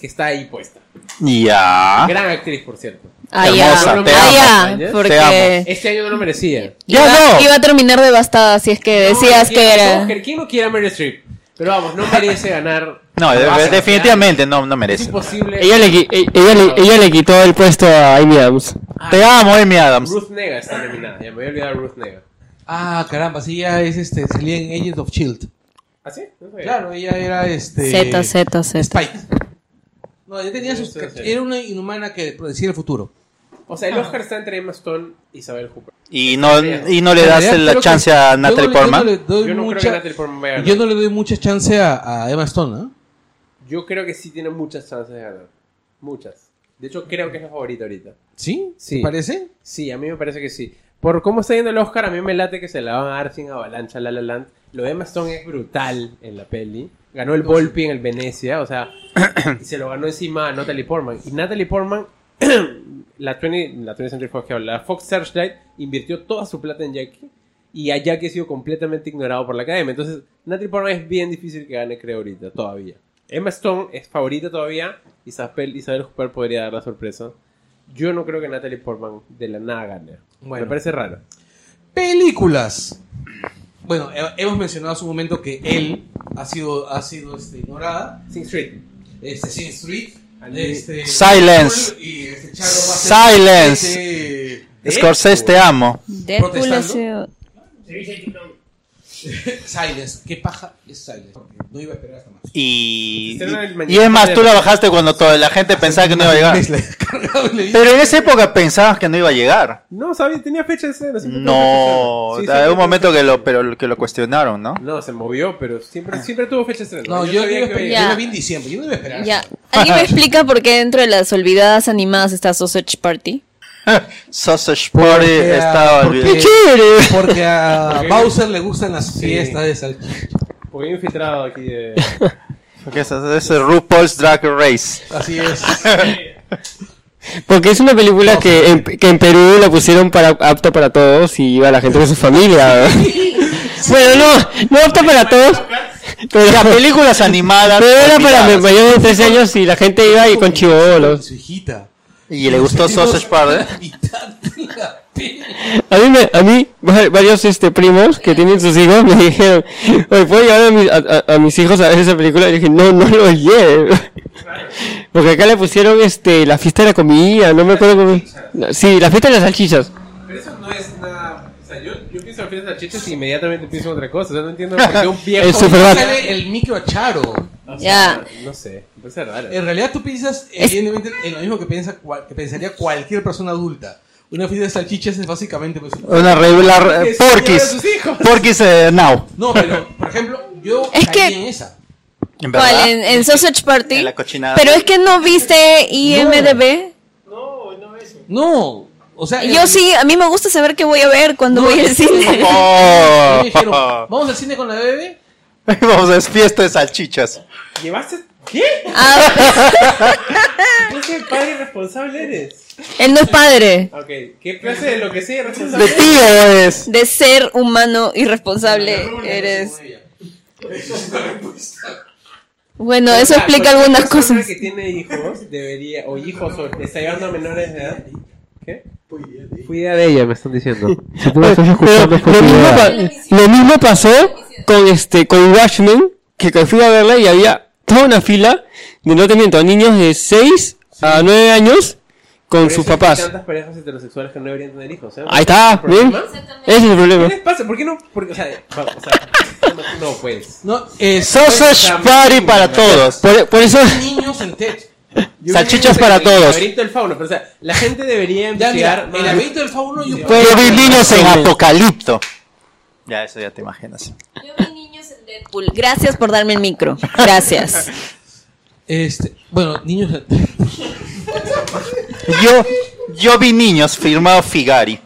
Speaker 6: que está ahí puesta.
Speaker 2: ya.
Speaker 6: Gran actriz, por cierto.
Speaker 4: Ah, ya.
Speaker 2: Hermosa, te
Speaker 4: Ah,
Speaker 2: amo,
Speaker 4: ya,
Speaker 6: Tania.
Speaker 4: porque
Speaker 2: Te amo.
Speaker 6: Este año no lo merecía.
Speaker 2: Ya
Speaker 4: iba,
Speaker 2: no.
Speaker 4: iba a terminar devastada si es que decías
Speaker 6: No,
Speaker 4: que era.
Speaker 6: no, ¿Quién no quiere a Meryl Streep? Pero vamos, no merece ganar.
Speaker 2: No, de-
Speaker 6: Vas a-
Speaker 2: definitivamente no, no
Speaker 6: Es
Speaker 2: merece.
Speaker 6: imposible.
Speaker 3: Ella le, qui- e- ella, le, ella le quitó el puesto a Amy Adams.
Speaker 2: Te amo, Amy Adams.
Speaker 6: Ruth Nega está nominada. Ya me voy a olvidar de Ruth Nega.
Speaker 1: Ah, caramba, sí, ella es este, salía en Agents of Shield.
Speaker 6: ¿Ah, sí? No sabía.
Speaker 1: Claro, ella era este.
Speaker 4: Z, Z, Z.
Speaker 1: Spike. No, ella tenía sus.
Speaker 6: Sí, sí, sí.
Speaker 1: Era una inhumana que predecía el futuro.
Speaker 6: O
Speaker 4: Ah.
Speaker 6: sea, el Oscar está entre Emma Stone y Isabel Hooper.
Speaker 2: Y no, y no le das
Speaker 1: En realidad,
Speaker 2: la
Speaker 1: creo
Speaker 2: chance
Speaker 1: que-
Speaker 2: a
Speaker 1: yo no
Speaker 2: Natalie
Speaker 1: le-
Speaker 2: Portman.
Speaker 1: Yo no le doy
Speaker 6: Yo no creo
Speaker 1: mucha-
Speaker 6: que Natalie Portman vaya a ganar.
Speaker 1: yo no le doy mucha chance a, a Emma Stone, ¿ah?
Speaker 6: Yo creo que sí tiene muchas chances de ganar. Muchas. De hecho, creo que es la favorita ahorita.
Speaker 1: ¿Sí?
Speaker 6: Sí.
Speaker 1: ¿Te parece?
Speaker 6: Sí, a mí me parece que sí. Por cómo está yendo el Oscar, a mí me late que se la van a dar sin avalancha a La La Land. Lo de Emma Stone es brutal en la peli. Ganó el Volpi en el Venecia, o sea, y se lo ganó encima a Natalie Portman. Y Natalie Portman, <clears throat> la 20, la 20 Century Fox que habla, Fox Searchlight, invirtió toda su plata en Jackie. Y a Jackie ha sido completamente ignorado por la academia. Entonces, Natalie Portman es bien difícil que gane, creo, ahorita, todavía. Emma Stone es favorita todavía. Isabel, Isabel Hooper podría dar la sorpresa. Yo no creo que Natalie Portman de la nada gane.
Speaker 1: Bueno.
Speaker 6: Me parece raro.
Speaker 1: Películas. Bueno, he- hemos mencionado hace un momento que él ha sido, ha sido este, ignorada.
Speaker 6: Sing Street.
Speaker 1: Este, Sin Street.
Speaker 6: And
Speaker 1: Este,
Speaker 2: Silence.
Speaker 1: Y este Charo va a ser-
Speaker 2: Silence.
Speaker 1: este,
Speaker 2: Scorsese, te amo.
Speaker 4: Deadpool ha
Speaker 1: Protestando.
Speaker 4: sido-
Speaker 1: Silence. ¿Qué paja es Silence? Porque no iba a esperar
Speaker 6: <laughs>
Speaker 1: hasta más.
Speaker 2: Y,
Speaker 6: Se estrena el
Speaker 2: y, y es más, tú la bajaste cuando toda la gente pensaba que no iba a llegar. Pero en esa época pensabas que no iba a llegar.
Speaker 6: No, sabía, tenía fecha de escena. siempre
Speaker 2: No,
Speaker 6: tuvo fecha de estreno. Sí,
Speaker 2: hay
Speaker 6: siempre
Speaker 2: un
Speaker 6: tuvo
Speaker 2: momento
Speaker 6: fecha
Speaker 2: que
Speaker 6: de
Speaker 2: lo,
Speaker 6: estreno.
Speaker 2: pero que lo cuestionaron, ¿no?
Speaker 6: No, se movió, pero siempre, siempre tuvo fecha de estreno.
Speaker 1: No, yo, yo,
Speaker 6: sabía
Speaker 1: iba a
Speaker 6: que
Speaker 1: esperar-
Speaker 6: iba a
Speaker 1: yo
Speaker 4: Ya.
Speaker 1: la vi en diciembre. Yo no iba a esperar.
Speaker 4: Ya. ¿Alguien me explica por qué dentro de las olvidadas animadas está Sausage Party?
Speaker 2: Sausage Party estaba
Speaker 1: porque,
Speaker 2: olvidado.
Speaker 1: porque a
Speaker 6: Ok.
Speaker 1: Bowser le gustan las
Speaker 6: Sí.
Speaker 1: fiestas de salchicha.
Speaker 6: llegar. Porque hay un infiltrado aquí de...
Speaker 2: Porque es, es el RuPaul's Drag Race.
Speaker 1: Así es.
Speaker 3: Porque es una película que en, que en Perú la pusieron para apta para todos y iba la gente con su familia. bueno, no, no apta para todos. Pero
Speaker 2: Ya, películas animadas.
Speaker 3: Pero era para
Speaker 2: olvidadas.
Speaker 3: mi- mayores de 3 años y la gente iba y con chivolos.
Speaker 1: Su hijita.
Speaker 2: Y le gustó Sausage ¿eh?
Speaker 1: <laughs>
Speaker 2: Party.
Speaker 3: A mí, me- a mí va- varios este, primos que tienen sus hijos me dijeron, oye, ¿puedo llevar a, mi- a- a- a mis hijos a ver esa película? Y dije, no, no lo lleve. Porque acá le pusieron este, la fiesta de la comida, no me acuerdo cómo... Sí, la fiesta de las salchichas.
Speaker 6: Pero eso no es nada... O sea, yo, yo pienso en fiestas de chichas y inmediatamente pienso en otra cosa. O sea, no entiendo por qué un viejo...
Speaker 3: El Superbad.
Speaker 1: Sale el micro a Charo.
Speaker 6: Ah,
Speaker 4: Ya.
Speaker 6: No sé, me parece raro.
Speaker 1: En realidad tú piensas,
Speaker 4: Es-
Speaker 1: evidentemente, en lo mismo que, piensa, cual- que pensaría cualquier persona adulta. Una fiesta de salchichas es básicamente... Pues,
Speaker 2: Una regular.
Speaker 6: Que
Speaker 2: eh,
Speaker 6: se lleve a
Speaker 2: Porquis.
Speaker 6: sus hijos.
Speaker 2: Porquis eh, now.
Speaker 1: no, pero, por ejemplo, yo
Speaker 4: Es
Speaker 1: caí
Speaker 4: que-
Speaker 1: en esa.
Speaker 2: En verdad.
Speaker 4: ¿Cuál? ¿En, en Sausage Party?
Speaker 2: En la cochinada.
Speaker 4: Pero es que no viste IMDB.
Speaker 1: No, o sea...
Speaker 4: Yo sí, a mí me gusta saber qué voy a ver cuando
Speaker 1: No,
Speaker 4: voy al
Speaker 1: es-
Speaker 2: <laughs>
Speaker 4: cine.
Speaker 2: Oh. <laughs>
Speaker 1: Me dijeron, vamos al cine con la bebé.
Speaker 2: Vamos a es fiesta de salchichas.
Speaker 6: ¿Llevaste? ¿Qué?
Speaker 4: <laughs> Ah,
Speaker 6: ¿Qué padre irresponsable eres?
Speaker 4: él no es padre
Speaker 6: Ok, ¿qué clase de lo que sea
Speaker 2: De
Speaker 6: irresponsable?
Speaker 2: tío
Speaker 3: pues.
Speaker 2: es.
Speaker 4: de ser humano irresponsable eres. Bueno, eso
Speaker 6: Ah,
Speaker 4: explica
Speaker 6: cualquier
Speaker 4: algunas
Speaker 6: persona
Speaker 4: cosas.
Speaker 6: que tiene hijos debería, o hijos, o está llevando a menores de edad. ¿Qué? Fui idea de ella, me están diciendo.
Speaker 3: Pero lo, mismo pa- lo mismo pasó con este con Watchmen, que, que fui a verla y había toda una fila de, no te miento, niños de 6 a 9 años con
Speaker 6: Por
Speaker 3: sus
Speaker 6: eso es que
Speaker 3: papás.
Speaker 6: Hay tantas parejas heterosexuales que no deberían tener hijos. ¿eh?
Speaker 3: Ahí está,
Speaker 6: ¿Por
Speaker 3: ¿ven?
Speaker 6: qué más?
Speaker 3: Ese es el
Speaker 6: ¿Qué
Speaker 3: problema.
Speaker 6: les pasa? ¿Por qué no? Porque, o sea, va- o sea, no- no, pues.
Speaker 1: No, eh, es
Speaker 2: Sausage party para todos.
Speaker 3: Por, por eso,
Speaker 1: niños en TED.
Speaker 2: Salchichas para
Speaker 6: El
Speaker 2: todos.
Speaker 6: laberinto del fauno, pero o sea, la gente debería
Speaker 1: Ya,
Speaker 6: investigar
Speaker 1: mira,
Speaker 6: más.
Speaker 1: el laberinto del fauno yo...
Speaker 3: Pues-
Speaker 2: Yo vi niños en
Speaker 3: Sí.
Speaker 2: apocalipto. Ya, eso ya te imaginas.
Speaker 4: Gracias por darme el micro. Gracias.
Speaker 1: Este, bueno, niños en TED.
Speaker 2: Yo, yo vi niños firmado Figari.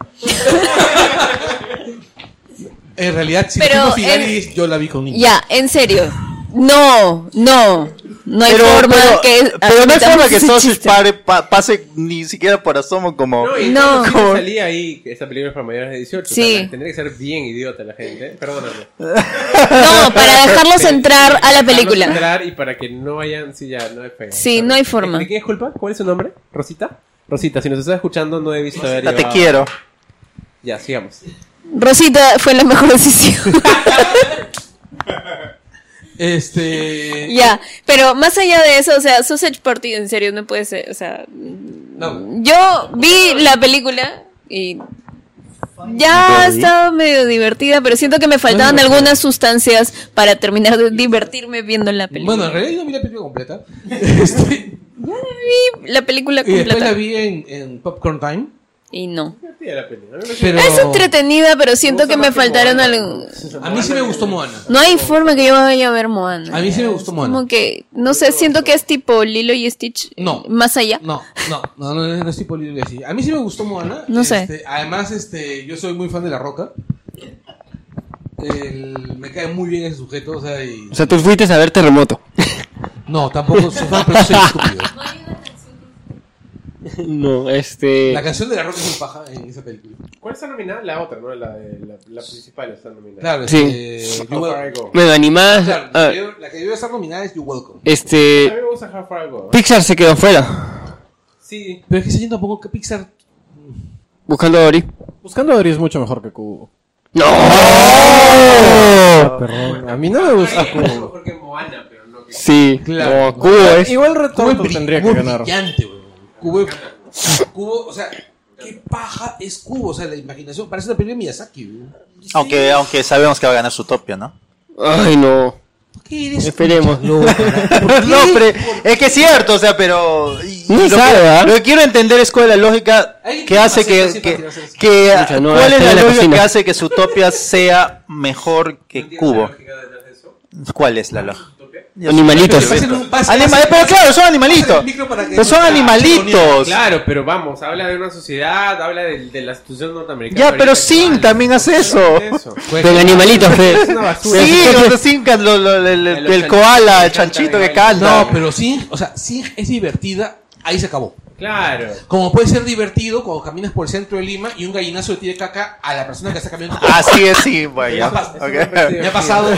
Speaker 1: En realidad, si
Speaker 4: Pero
Speaker 1: fuimos finales,
Speaker 4: en-
Speaker 1: yo la vi con niños.
Speaker 4: Ya, en serio. No, no. No hay forma que.
Speaker 2: pero no es forma que
Speaker 4: ese
Speaker 2: Sausage
Speaker 4: chiste.
Speaker 2: Party pa- pase ni siquiera por asomo como...
Speaker 6: No, y
Speaker 4: No.
Speaker 6: no.
Speaker 2: ¿Cómo?
Speaker 6: salía ahí que esta película es para mayores de 18.
Speaker 4: Sí.
Speaker 6: O sea, tendría que ser bien idiota la gente. ¿eh? Perdóname.
Speaker 4: No, para dejarlos
Speaker 6: Pero-
Speaker 4: entrar a la
Speaker 6: dejarlos
Speaker 4: película.
Speaker 6: entrar y para que no vayan, sí, ya, no hay pega.
Speaker 4: Sí,
Speaker 6: Sorry.
Speaker 4: no hay forma.
Speaker 6: ¿De quién es culpa? ¿Cuál es su nombre? ¿Rosita? Rosita, si nos estás escuchando, no he visto haber
Speaker 2: "Ah, te
Speaker 6: llevado-
Speaker 2: quiero.
Speaker 6: Ya, sigamos.
Speaker 4: Rosita fue la mejor
Speaker 1: <laughs>
Speaker 4: decisión.
Speaker 1: Este...
Speaker 4: Ya, pero más allá de eso, o sea, Sausage Party en serio no puede ser, o sea, Mm.
Speaker 1: No,
Speaker 4: yo vi la película y ya estaba medio divertida, pero siento que me faltaban algunas sustancias para terminar de divertirme viendo la película.
Speaker 1: bueno, en realidad yo vi la película
Speaker 4: <laughs>
Speaker 1: completa. Este,
Speaker 4: vi la película
Speaker 1: y después la
Speaker 4: completa
Speaker 1: vi en, en Popcorn Time.
Speaker 4: y no.
Speaker 6: Divertida la peli, ¿no?
Speaker 1: Pero
Speaker 4: Es entretenida, pero siento
Speaker 6: gusta
Speaker 4: que me
Speaker 6: más que
Speaker 4: faltaron
Speaker 6: Moana.
Speaker 4: algo.
Speaker 1: a mí sí me gustó Moana.
Speaker 4: No hay forma que yo vaya a ver Moana.
Speaker 1: A mí sí me gustó Moana.
Speaker 4: Como que, no sé, siento que es tipo Lilo y Stitch. eh,
Speaker 1: No.
Speaker 4: Más allá.
Speaker 1: No, no, no, no, no, no estoy poniendo así. A mí sí me gustó Moana.
Speaker 4: No sé.
Speaker 1: Este, además, este, yo soy muy fan de La Roca. El- me cae muy bien ese sujeto, o sea, y...
Speaker 3: o sea, tú fuiste a ver terremoto.
Speaker 1: No, tampoco soy fan, pero soy
Speaker 3: <laughs>
Speaker 1: estúpido.
Speaker 3: No,
Speaker 1: La
Speaker 3: este.
Speaker 1: canción de La Roca es un paja en esa película.
Speaker 6: ¿Cuál está nominada? La otra, ¿no? La, de- la, la principal está nominada.
Speaker 1: Claro,
Speaker 3: Sí.
Speaker 1: este, You
Speaker 6: How Far I <laughs>
Speaker 1: Welcome.
Speaker 6: Go.
Speaker 3: Bueno, animada.
Speaker 1: Claro,
Speaker 3: ah,
Speaker 1: la que debe- la que debe estar nominada es You Welcome.
Speaker 6: A mí
Speaker 3: este.
Speaker 6: me gusta How Far I Go.
Speaker 3: Pixar se quedó fuera.
Speaker 6: Sí.
Speaker 1: Pero es que ese año tampoco que Pixar...
Speaker 3: Buscando a Dory.
Speaker 5: Buscando a Dory es mucho mejor que Cubo.
Speaker 3: ¡No!
Speaker 5: Perdón, a mí no me gusta
Speaker 6: Es
Speaker 5: Cubo.
Speaker 6: mejor que Moana, pero no que...
Speaker 3: Sí,
Speaker 1: Claro.
Speaker 3: como Cubo es.
Speaker 5: Igual
Speaker 1: Cubo
Speaker 5: Retorno
Speaker 1: es
Speaker 5: tendría
Speaker 1: Cubo
Speaker 5: que
Speaker 1: es
Speaker 5: ganar.
Speaker 1: brillante, weón. Cubo, es- Cubo, o sea, qué paja es Cubo. O sea, la imaginación parece una película de Miyazaki, weón.
Speaker 2: Aunque, aunque sabemos que va a ganar Zootopia, ¿no?
Speaker 3: Ay, no.
Speaker 1: ¿Por qué eres
Speaker 3: Esperemos.
Speaker 1: No,
Speaker 2: <laughs> no, pero es que es cierto, o sea, pero... y-
Speaker 3: No
Speaker 2: y lo,
Speaker 3: sabe,
Speaker 2: que,
Speaker 3: ¿ah?
Speaker 2: lo que quiero entender es cuál es la lógica
Speaker 1: Ahí
Speaker 2: que hace
Speaker 1: pasa,
Speaker 2: que...
Speaker 1: pasa,
Speaker 2: que-
Speaker 1: pasa, pasa.
Speaker 2: que-
Speaker 3: Escucha, no,
Speaker 2: ¿Cuál es
Speaker 3: está
Speaker 2: la
Speaker 3: en la
Speaker 2: lógica
Speaker 3: cocina.
Speaker 2: que hace que Zootopia sea mejor que Cubo? ¿Cuál es la lógica?
Speaker 3: Animalitos.
Speaker 2: Anima- eh, pero claro, son animalitos. <laughs>
Speaker 1: el micro para que-
Speaker 2: Pero son
Speaker 1: Ah,
Speaker 2: animalitos.
Speaker 6: Claro, pero vamos, habla de una sociedad, habla de, de la institución norteamericana.
Speaker 2: Ya, pero
Speaker 6: ahorita
Speaker 2: Sin
Speaker 6: actual.
Speaker 2: también hace eso.
Speaker 6: Eso.
Speaker 3: Con animalitos, eh. fe.
Speaker 6: Es una basura.
Speaker 2: Sí, los de Sin, lo- lo- el, el- el koala, el chanchito que canta.
Speaker 1: No, pero sí, o sea, sí es divertida, ahí se acabó.
Speaker 6: Claro.
Speaker 1: Como puede ser divertido cuando caminas por el centro de Lima y un gallinazo le tire caca a la persona que está caminando.
Speaker 2: Así es, Ah, sí, vaya.
Speaker 1: Eso- eso
Speaker 2: Ok.
Speaker 6: me parece-
Speaker 1: Me ha pasado.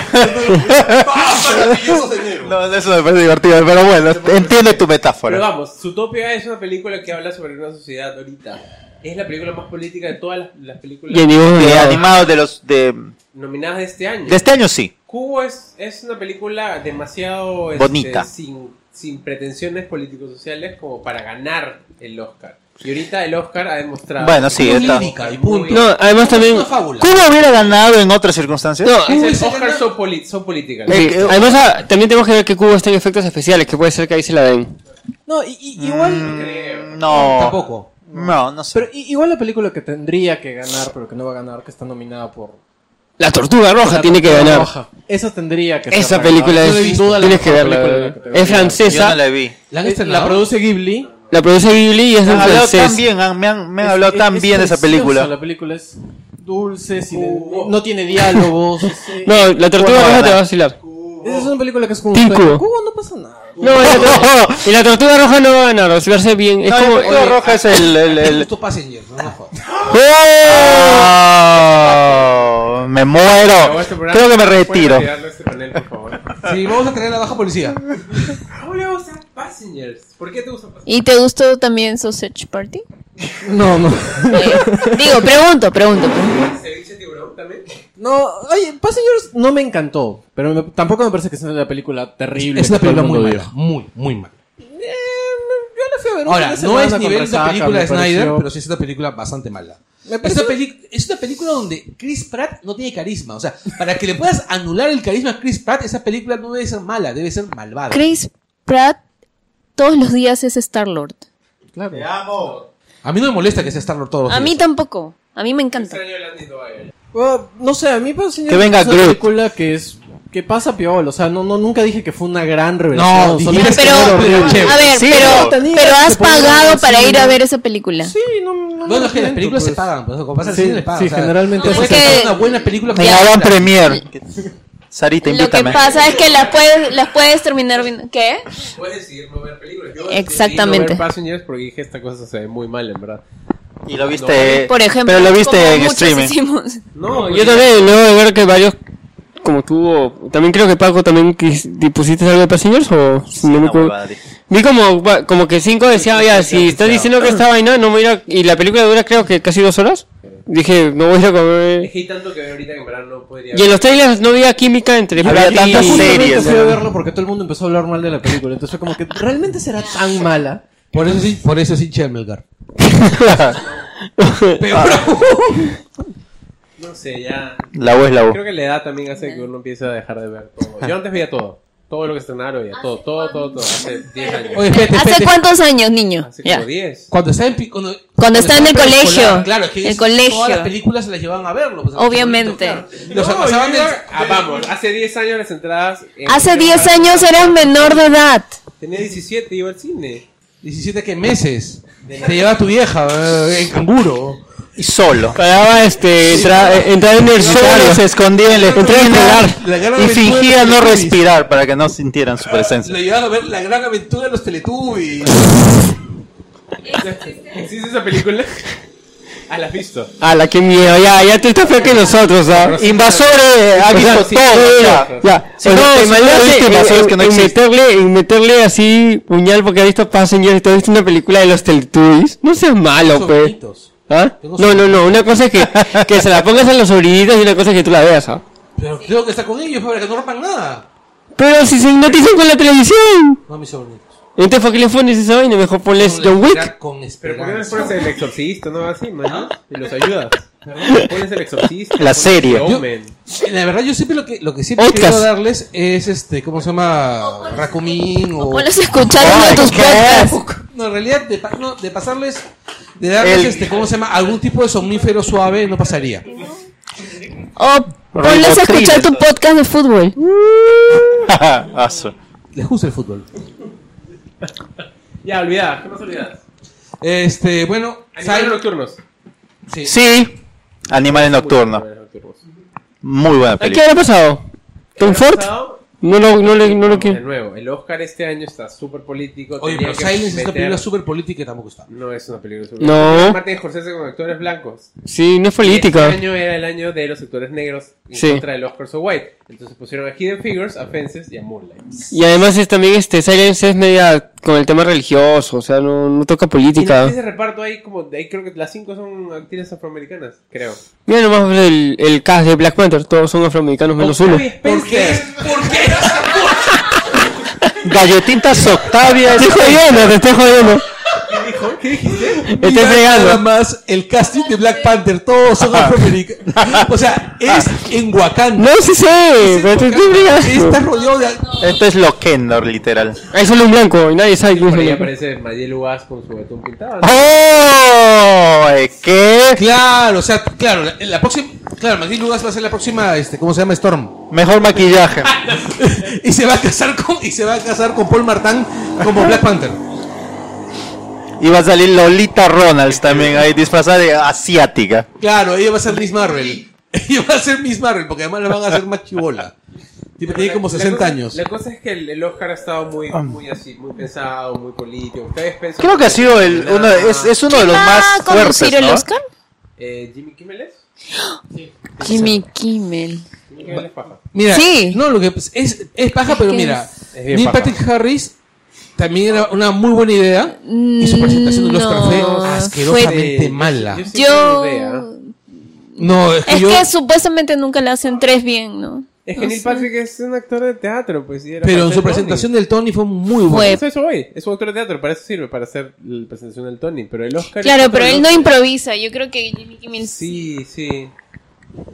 Speaker 1: <laughs> ¡Pasa, maravilloso señor!
Speaker 2: No, eso me parece divertido, pero bueno, entiende tu
Speaker 6: Pero
Speaker 2: metáfora.
Speaker 6: vamos, Zootopia es una película que habla sobre una sociedad ahorita. Es la película más política de todas las, las películas
Speaker 3: Y ninguno
Speaker 2: De
Speaker 3: le da.
Speaker 2: animados de los de,
Speaker 6: nominadas de este año.
Speaker 2: de este año sí.
Speaker 6: Cubo es, es una película demasiado este,
Speaker 2: Bonita.
Speaker 6: sin, sin pretensiones políticos sociales como para ganar el Oscar. Y ahorita el Oscar ha demostrado.
Speaker 2: Bueno, sí,
Speaker 6: Muy
Speaker 2: está-
Speaker 6: lírica y punto.
Speaker 3: No, además también.
Speaker 1: Una fábula.
Speaker 2: ¿Cuba hubiera ganado en otras circunstancias?
Speaker 3: No,
Speaker 6: Es
Speaker 1: Uy, se
Speaker 6: el Oscar
Speaker 1: ganó.
Speaker 6: so, poli- so political.
Speaker 2: Eh,
Speaker 3: sí, además ah, también tenemos que ver que Cuba está en efectos especiales, que puede ser que ahí se la den.
Speaker 5: <laughs> No, y, y- igual,
Speaker 2: Mm, no.
Speaker 1: Tampoco.
Speaker 2: No, no sé.
Speaker 5: pero i- igual la película que tendría que ganar, pero que no va a ganar, que está nominada por...
Speaker 3: La Tortuga Roja Ah, tiene que ganar.
Speaker 5: Roja. Esa tendría que estar
Speaker 3: Esa
Speaker 5: nominada.
Speaker 3: película
Speaker 5: Yo le he
Speaker 3: es.
Speaker 5: visto la
Speaker 3: Tienes que
Speaker 5: mejor
Speaker 3: verla.
Speaker 5: película de
Speaker 3: ¿verdad?
Speaker 5: categoría.
Speaker 3: Es
Speaker 2: Yo no
Speaker 3: francesa,
Speaker 2: la vi.
Speaker 1: ¿La han
Speaker 5: Eh,
Speaker 1: estrenado?
Speaker 5: La produce Ghibli.
Speaker 3: la produce Ghibli y es
Speaker 2: Me
Speaker 3: en
Speaker 2: han hablado tan
Speaker 3: francés.
Speaker 2: bien, han- me han, me han
Speaker 5: Es-
Speaker 2: hablado
Speaker 5: es-
Speaker 2: tan
Speaker 5: es
Speaker 2: bien de esa
Speaker 5: preciosa,
Speaker 2: película.
Speaker 5: La película es dulce, sin- no tiene diálogos. es, eh,
Speaker 3: No, la Tortuga
Speaker 2: Bueno,
Speaker 3: Roja te va
Speaker 2: nada.
Speaker 3: a vacilar.
Speaker 5: Esa es una película que es como
Speaker 3: Tin
Speaker 5: un
Speaker 3: Cubo.
Speaker 5: sueño. Cubo no pasa nada.
Speaker 3: No, y la Tortuga- y la Tortuga Roja no va a ganar, vacilarse bien. Es
Speaker 2: No,
Speaker 3: como.
Speaker 2: el Tortuga Roja es el... el- el-
Speaker 1: Justo Passenger, no
Speaker 5: Ah.
Speaker 1: me jodas.
Speaker 2: ¡Oh! Me muero.
Speaker 6: Acabó este programa.
Speaker 2: Creo que me
Speaker 6: ¿Pueden
Speaker 2: retiro.
Speaker 6: retirarlo este panel, por favor?
Speaker 1: Sí, vamos a crear la baja policía.
Speaker 6: <laughs> ¿Cómo le gustan Passengers? ¿Por qué te gusta Passengers?
Speaker 4: ¿Y te gustó también Sausage Party?
Speaker 5: No, no. <laughs>
Speaker 4: Eh, digo, pregunto, pregunto. pregunto.
Speaker 6: ¿Ceviche tiburón también?
Speaker 5: No, oye, Passengers no me encantó, pero me- tampoco me parece que sea una película terrible.
Speaker 1: Es una
Speaker 5: que todo el
Speaker 1: película muy
Speaker 5: mundo
Speaker 1: mala. Muy, muy mala.
Speaker 5: odia. Eh, yo la fui a ver un
Speaker 1: Ahora,
Speaker 5: fin de
Speaker 1: no es
Speaker 5: semana con
Speaker 1: nivel de
Speaker 5: resaca,
Speaker 1: película
Speaker 5: me
Speaker 1: de Snyder,
Speaker 5: pareció.
Speaker 1: pero sí es una película bastante mala.
Speaker 5: Me
Speaker 1: Es
Speaker 5: pareció-
Speaker 1: una, peli- es una película donde Chris Pratt no tiene carisma. O sea, para que le puedas anular el carisma a Chris Pratt, esa película no debe ser mala, debe ser malvada.
Speaker 4: Chris Pratt todos los días es Star-Lord.
Speaker 5: Claro.
Speaker 1: A mí no me molesta que sea Star-Lord todos los
Speaker 4: A mí
Speaker 1: días.
Speaker 4: tampoco. A mí me encanta.
Speaker 6: Extraño el Andy Doyle.
Speaker 5: Bueno, no sé, a mí Passengers
Speaker 2: Que venga
Speaker 5: es una
Speaker 2: Groot.
Speaker 5: película que es que pasa peor, o sea, no, no nunca dije que fue una gran revelación.
Speaker 1: No,
Speaker 5: solo
Speaker 1: dijiste
Speaker 5: dije que
Speaker 4: Pero,
Speaker 5: era horrible.
Speaker 4: a ver,
Speaker 2: Sí,
Speaker 4: pero,
Speaker 5: pero-
Speaker 4: pero has
Speaker 5: se podía
Speaker 4: pagado
Speaker 5: haber
Speaker 4: para
Speaker 5: sido
Speaker 4: ir a
Speaker 5: una-
Speaker 4: ver esa película.
Speaker 5: Sí, no, no,
Speaker 1: No, no, es que
Speaker 5: siento,
Speaker 1: las películas se
Speaker 5: pues.
Speaker 1: pagan, pues, como pasa al
Speaker 5: Sí,
Speaker 1: cine, le pagan,
Speaker 5: sí,
Speaker 1: o sea,
Speaker 5: generalmente
Speaker 1: puedes
Speaker 4: es que-
Speaker 1: sacar una buena película
Speaker 2: Me
Speaker 1: que-
Speaker 2: hagan premier. Sarita,
Speaker 4: Lo que
Speaker 2: invítame.
Speaker 4: pasa es que las puedes, las puedes terminar viendo. ¿Qué?
Speaker 6: Puedes decidir no ver películas. Yo
Speaker 4: Exactamente.
Speaker 6: decidí No ver Passengers porque dije esta cosa se ve muy mal, en verdad.
Speaker 2: Y lo viste...
Speaker 4: Por ejemplo.
Speaker 2: Eh, Pero lo
Speaker 4: como
Speaker 2: viste en
Speaker 4: muchos
Speaker 2: streaming. <laughs>
Speaker 4: hicimos.
Speaker 6: No,
Speaker 3: Yo también, luego de ver que varios, como tú, o- también creo que Paco también quis- pusiste algo de Passengers o si no me
Speaker 2: Una
Speaker 3: acuerdo.
Speaker 2: huevada, Pues dije.
Speaker 3: Vi como, va- como que cinco decía, ya, si estás diciendo que esta vaina no voy a ir a- Y la película dura creo que casi dos horas. Dije, no voy a ir a comer.
Speaker 6: Dejé tanto que veo ahorita que en verdad no podría
Speaker 3: Y en los trailers no había química entre
Speaker 2: Había
Speaker 3: Brad y-
Speaker 2: tantas
Speaker 5: Justamente
Speaker 2: series,
Speaker 5: fui a
Speaker 2: ¿no?
Speaker 5: verlo porque todo el mundo empezó a hablar mal de la película, entonces fue como que realmente será tan mala.
Speaker 1: Por eso, sí- por eso es hincha del Melgar.
Speaker 2: Ah,
Speaker 1: Peor
Speaker 6: No sé, ya.
Speaker 2: La U es la U.
Speaker 6: Creo que la edad también hace que uno empiece a dejar de ver todo. Yo antes veía todo. Todo lo que estrenaba lo veía. Todo, todo, todo, todo. Hace 10 años.
Speaker 1: Oye, espérate,
Speaker 4: ¿Hace
Speaker 1: espérate.
Speaker 4: cuántos años, niño?
Speaker 6: Hace
Speaker 4: Ya.
Speaker 6: como 10.
Speaker 1: Cuando está en pi- cuando,
Speaker 4: Cuando está en el
Speaker 1: preescolar,
Speaker 4: colegio.
Speaker 1: Claro, es que
Speaker 4: El
Speaker 1: ellos
Speaker 4: colegio.
Speaker 1: todas las películas se las llevaban a verlo. pues,
Speaker 4: Obviamente.
Speaker 1: claro. Los
Speaker 6: No,
Speaker 1: pasaban
Speaker 6: yo
Speaker 1: en-
Speaker 6: iba- ah, vamos, hace 10 años las entradas. en-
Speaker 4: Hace 10 años eras menor de edad.
Speaker 6: Tenía 17, iba al cine.
Speaker 1: 17 que meses. Te lleva tu vieja eh, en canguro.
Speaker 2: Y solo.
Speaker 3: Pagaba este, entra- eh, entrar en el
Speaker 2: Solo se
Speaker 3: solo.
Speaker 2: escondía en la
Speaker 1: Entré a jugar. La
Speaker 2: esquina
Speaker 1: gran
Speaker 2: y
Speaker 1: aventura de
Speaker 2: fingía no
Speaker 1: los Teletubbies.
Speaker 2: respirar para que no sintieran su
Speaker 1: Lo
Speaker 2: presencia.
Speaker 1: llevaban a ver la gran aventura de los Teletubbies.
Speaker 6: <laughs> ¿Existe esa película? Ah, la has visto.
Speaker 3: Ah, la que miedo, ya, ya tú estás peor que nosotros, ¿ah?
Speaker 2: <laughs> Invasores, ha
Speaker 3: O sea,
Speaker 2: visto
Speaker 3: Ah, sí,
Speaker 2: todo.
Speaker 3: sí,
Speaker 2: ya.
Speaker 3: Ya,
Speaker 2: Si
Speaker 3: O
Speaker 2: no,
Speaker 3: sea, te
Speaker 2: si no
Speaker 3: imaginas
Speaker 2: la viste,
Speaker 3: en-
Speaker 2: vas a ver
Speaker 3: en-
Speaker 2: que no
Speaker 3: en
Speaker 2: existe.
Speaker 3: meterle, en meterle así puñal porque ha visto Passengers y te has visto una película de los Teletubbies. No seas malo, pues.
Speaker 1: Sobrinitos.
Speaker 3: ¿Ah?
Speaker 1: Tengo
Speaker 3: No, no, no. Una cosa es que, que se la pongas a los sobrinitos y una cosa es que tú la veas, ¿ah?
Speaker 1: Pero tengo que estar con ellos para que no rompan nada.
Speaker 3: Pero si se hipnotizan con la televisión.
Speaker 1: No, mis sobrinitos.
Speaker 3: Entonces, ¿por qué le pones esa vaina? Mejor ponles
Speaker 1: Con
Speaker 3: John Wick.
Speaker 1: espera- Con
Speaker 6: Pero ¿por qué no les
Speaker 1: esperanza.
Speaker 6: pones el exorcista no así, man? ¿no? Y los ayudas. Les Pones el exorcista.
Speaker 2: La serie.
Speaker 6: The Omen.
Speaker 1: La verdad, yo siempre lo que, lo que siempre
Speaker 3: Outcast.
Speaker 1: quiero darles es este, ¿cómo se llama? Racumín o.
Speaker 4: ¿Cuáles escucharon
Speaker 2: Ay,
Speaker 4: de tus
Speaker 2: ¿qué?
Speaker 4: podcasts?
Speaker 1: No, en realidad, de, pa- no, de pasarles, de darles,
Speaker 2: El-
Speaker 1: este, ¿cómo se llama? Algún tipo de somnífero suave no pasaría.
Speaker 3: Oh,
Speaker 4: O ponles a escuchar tu podcast de fútbol.
Speaker 2: <laughs> Ah, su-
Speaker 1: Les gusta el fútbol.
Speaker 6: Ya, olvidada. ¿Qué más olvidas?
Speaker 1: Este, bueno,
Speaker 6: Animales
Speaker 1: Sil-
Speaker 6: nocturnos.
Speaker 1: sí.
Speaker 2: Sí, Animales Nocturnos.
Speaker 6: Animales nocturnos.
Speaker 2: Muy buena
Speaker 3: ¿A ¿Qué
Speaker 2: película.
Speaker 3: habrá pasado? ¿Tom
Speaker 6: ¿Qué ha
Speaker 3: Ford?
Speaker 6: pasado?
Speaker 3: No lo, no le, no lo
Speaker 6: De
Speaker 3: quiero.
Speaker 6: nuevo, el Oscar este año está súper político.
Speaker 1: Oye,
Speaker 6: tenía
Speaker 1: pero
Speaker 6: que
Speaker 1: Silence es una
Speaker 6: meter-
Speaker 1: película súper política que tampoco está.
Speaker 6: No es una película súper
Speaker 3: No.
Speaker 6: Martin Scorsese con actores blancos.
Speaker 3: Sí, no es política.
Speaker 6: Este año era el año de los actores negros en
Speaker 3: Sí.
Speaker 6: contra de los Oscar So White. Entonces pusieron a Hidden Figures, a Fences y a Moonlight.
Speaker 3: Y además es también este Silence es media con el tema religioso, o sea, no, no toca
Speaker 6: Y en
Speaker 3: política.
Speaker 6: ese reparto hay como, hay creo que las cinco son actrices afroamericanas, creo.
Speaker 3: Mira nomás el, el cast de Black Panther, todos son afroamericanos menos uno.
Speaker 6: Octavia Spencer.
Speaker 1: ¿Por qué?
Speaker 2: Galletitas Octavia. <laughs>
Speaker 3: Te estoy jodiendo, te estoy jodiendo.
Speaker 6: Y
Speaker 1: ¿Qué dijiste?
Speaker 3: Estoy
Speaker 1: Mira
Speaker 3: fregando.
Speaker 1: Nada más el casting de Black Panther, todos son afroamericanos. O sea, es en Wakanda.
Speaker 3: No, sí sé,
Speaker 1: Es en
Speaker 3: pero te estoy
Speaker 1: Wakanda.
Speaker 3: brigando.
Speaker 1: Está rodeado de.
Speaker 2: Esto es lo Kendor, literal.
Speaker 3: Hay solo un blanco y nadie sabe quién es
Speaker 6: Por
Speaker 3: el
Speaker 6: ahí
Speaker 3: blanco.
Speaker 6: aparece Mayel Ugas con su betún pintado.
Speaker 2: Ah,
Speaker 6: ¿no?
Speaker 2: ¡Oh! ¿Qué?
Speaker 1: Claro, o sea, claro, la, la próxima. Claro, Magdalena Lugas va a ser la próxima, este, ¿cómo se llama? Storm.
Speaker 2: Mejor maquillaje.
Speaker 1: Y se va a casar con, y se va a casar con Paul Martin como Black Panther.
Speaker 2: Y va a salir Lolita Ronalds también ahí disfrazada de asiática.
Speaker 1: Claro, ella va a ser Miss Marvel. <laughs> Ella va a ser Miss Marvel, porque además la van a hacer más
Speaker 6: <laughs>
Speaker 1: chibola. Tipo, tiene como
Speaker 6: La- la
Speaker 1: 60
Speaker 6: cosa-
Speaker 1: años.
Speaker 6: La cosa es que el, el Oscar ha estado muy, muy así, muy pensado, muy político. Ustedes pensan-
Speaker 2: Ah. Creo que ha sido el, uno, de- es, es uno de los
Speaker 4: ¿Va
Speaker 2: más
Speaker 4: a conducir
Speaker 2: fuertes,
Speaker 4: el
Speaker 2: ¿no?
Speaker 4: Oscar?
Speaker 6: Eh, Jimmy Kimmel es.
Speaker 4: Jimmy Kimmel.
Speaker 6: Jimmy Kimmel es paja.
Speaker 2: Ah,
Speaker 1: Mira,
Speaker 4: Sí.
Speaker 1: no, lo que es, es, es paja, pero
Speaker 4: que
Speaker 1: mira,
Speaker 6: es bien
Speaker 1: Neil
Speaker 6: paja.
Speaker 1: Patrick Harris también era una muy buena idea y su presentación de los
Speaker 4: No,
Speaker 1: Oscar fue asquerosamente
Speaker 6: fue-
Speaker 1: mala.
Speaker 6: Yo sí tengo idea.
Speaker 4: Yo...
Speaker 1: no, es que
Speaker 4: Es
Speaker 1: yo,
Speaker 4: que supuestamente nunca le hacen tres bien, ¿no?
Speaker 6: Es que Neil Patrick es un actor de teatro, pues. y era
Speaker 1: pero
Speaker 6: para
Speaker 1: en
Speaker 6: ser
Speaker 1: su
Speaker 6: Tony.
Speaker 1: presentación del Tony fue muy buena.
Speaker 4: Fue-
Speaker 6: Eso, eso voy. Es un actor de teatro, para eso sirve, para hacer la presentación del Tony. Pero el Oscar. es
Speaker 4: Claro,
Speaker 6: otro
Speaker 4: pero él no
Speaker 6: loco.
Speaker 4: improvisa. Yo creo que Jimmy Kimmel
Speaker 6: Sí, sí.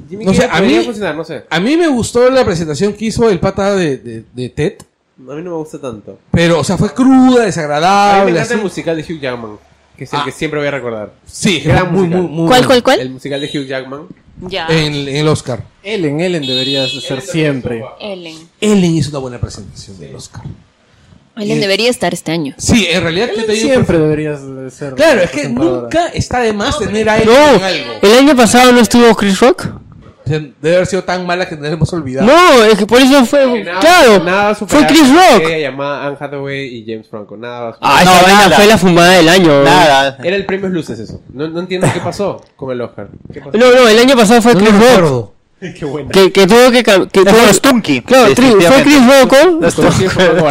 Speaker 6: Jimmy
Speaker 1: No sé,
Speaker 6: Kimmel
Speaker 1: a
Speaker 6: podría
Speaker 1: mí-
Speaker 6: funcionar, no sé.
Speaker 1: A mí me gustó la presentación que hizo el pata de, de- de Ted,
Speaker 6: A mí no me gusta tanto.
Speaker 1: pero o sea, fue cruda,
Speaker 6: A mí me
Speaker 1: desagradable.
Speaker 6: encanta el
Speaker 1: así.
Speaker 6: musical de Hugh Jackman, que es el
Speaker 1: Ah.
Speaker 6: que siempre voy a recordar.
Speaker 1: Sí,
Speaker 6: Gran
Speaker 1: fue muy,
Speaker 6: musical.
Speaker 1: muy, muy
Speaker 4: ¿Cuál,
Speaker 1: buena.
Speaker 4: cuál, cuál?
Speaker 6: El musical de Hugh Jackman.
Speaker 4: Ya.
Speaker 6: Eh,
Speaker 1: En, el- en el Oscar.
Speaker 5: Ellen, Ellen deberías de ser siempre.
Speaker 6: eh,
Speaker 4: Ellen.
Speaker 1: Ellen hizo una buena presentación del Oscar.
Speaker 4: Ellen debería estar este año.
Speaker 1: Sí, en realidad yo te digo-
Speaker 5: Siempre deberías de ser.
Speaker 1: Claro, es que
Speaker 5: presentadora.
Speaker 1: nunca está de más tener a Ellen en algo.
Speaker 3: No, el año pasado no estuvo Chris Rock.
Speaker 1: O sea, debe haber sido tan mala que nos hemos olvidado.
Speaker 3: No, es que por eso fue.
Speaker 6: Nada-
Speaker 3: Oh, Claro,
Speaker 6: nada Eh,
Speaker 3: fue
Speaker 6: superar
Speaker 3: Chris
Speaker 6: a
Speaker 3: Rock.
Speaker 6: aquella llamada Anne Hathaway y James Franco. Nada va a superar.
Speaker 3: Ah,
Speaker 2: No,
Speaker 3: esa vaina
Speaker 2: nada.
Speaker 3: fue la fumada del año.
Speaker 2: Nada.
Speaker 6: Era el premio Luces eso. No, no entiendo qué pasó con el Oscar.
Speaker 1: <laughs>
Speaker 6: ¿Qué pasó?
Speaker 3: No, no, el año pasado fue
Speaker 1: No
Speaker 3: Chris
Speaker 1: lo
Speaker 3: Rock.
Speaker 1: recuerdo.
Speaker 6: Qué bueno.
Speaker 3: Que, que tuvo que. cam- que tuvo-
Speaker 2: Fue Stunky.
Speaker 3: Claro, tri- fue Chris Rock.
Speaker 1: <laughs>
Speaker 3: ¿oh?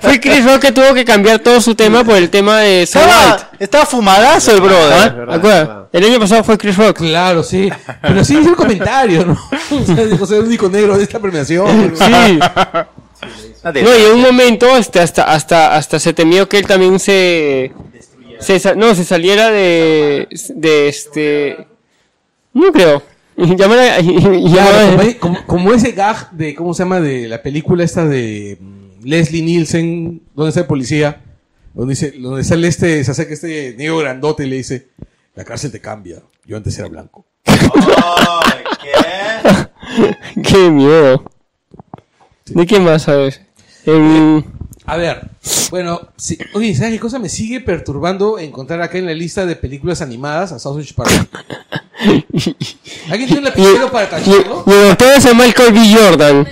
Speaker 3: Fue Chris Rock que tuvo que cambiar todo su tema por el tema de Sam White.
Speaker 2: Estaba, estaba fumadazo el
Speaker 3: ¿Ah?
Speaker 2: brother.
Speaker 6: verdad,
Speaker 3: Acuérdate,
Speaker 6: verdad.
Speaker 3: El año pasado fue Chris <laughs> Rock.
Speaker 1: Claro, sí. Pero sí hizo el comentario, ¿no? <laughs> O sea, dijo ser el único negro de esta premiación.
Speaker 3: Sí.
Speaker 2: Nadie-
Speaker 3: No, y en un momento este, hasta, hasta, hasta se temió que él también se. se sa- no, se saliera de. de este. No creo. <laughs> Llamara- y- y- y
Speaker 1: Claro, <laughs> como-
Speaker 3: llamara-
Speaker 1: como, como ese gag de, ¿cómo se llama? De la película esta de mm, Leslie Nielsen, donde está el policía, donde, dice, donde sale este, se acerca este negro grandote y le dice, la cárcel te cambia, yo antes era blanco.
Speaker 2: <laughs>
Speaker 3: Qué miedo. ¿De qué más sabes? Em,
Speaker 1: A ver, bueno, sí. oye, ¿sabes qué cosa? Me sigue perturbando encontrar acá en la lista de películas animadas a Sausage
Speaker 3: <laughs>
Speaker 1: Party. ¿Alguien tiene un lapicero para
Speaker 3: y,
Speaker 1: tacharlo?
Speaker 3: y el doctor es Michael B. Jordan.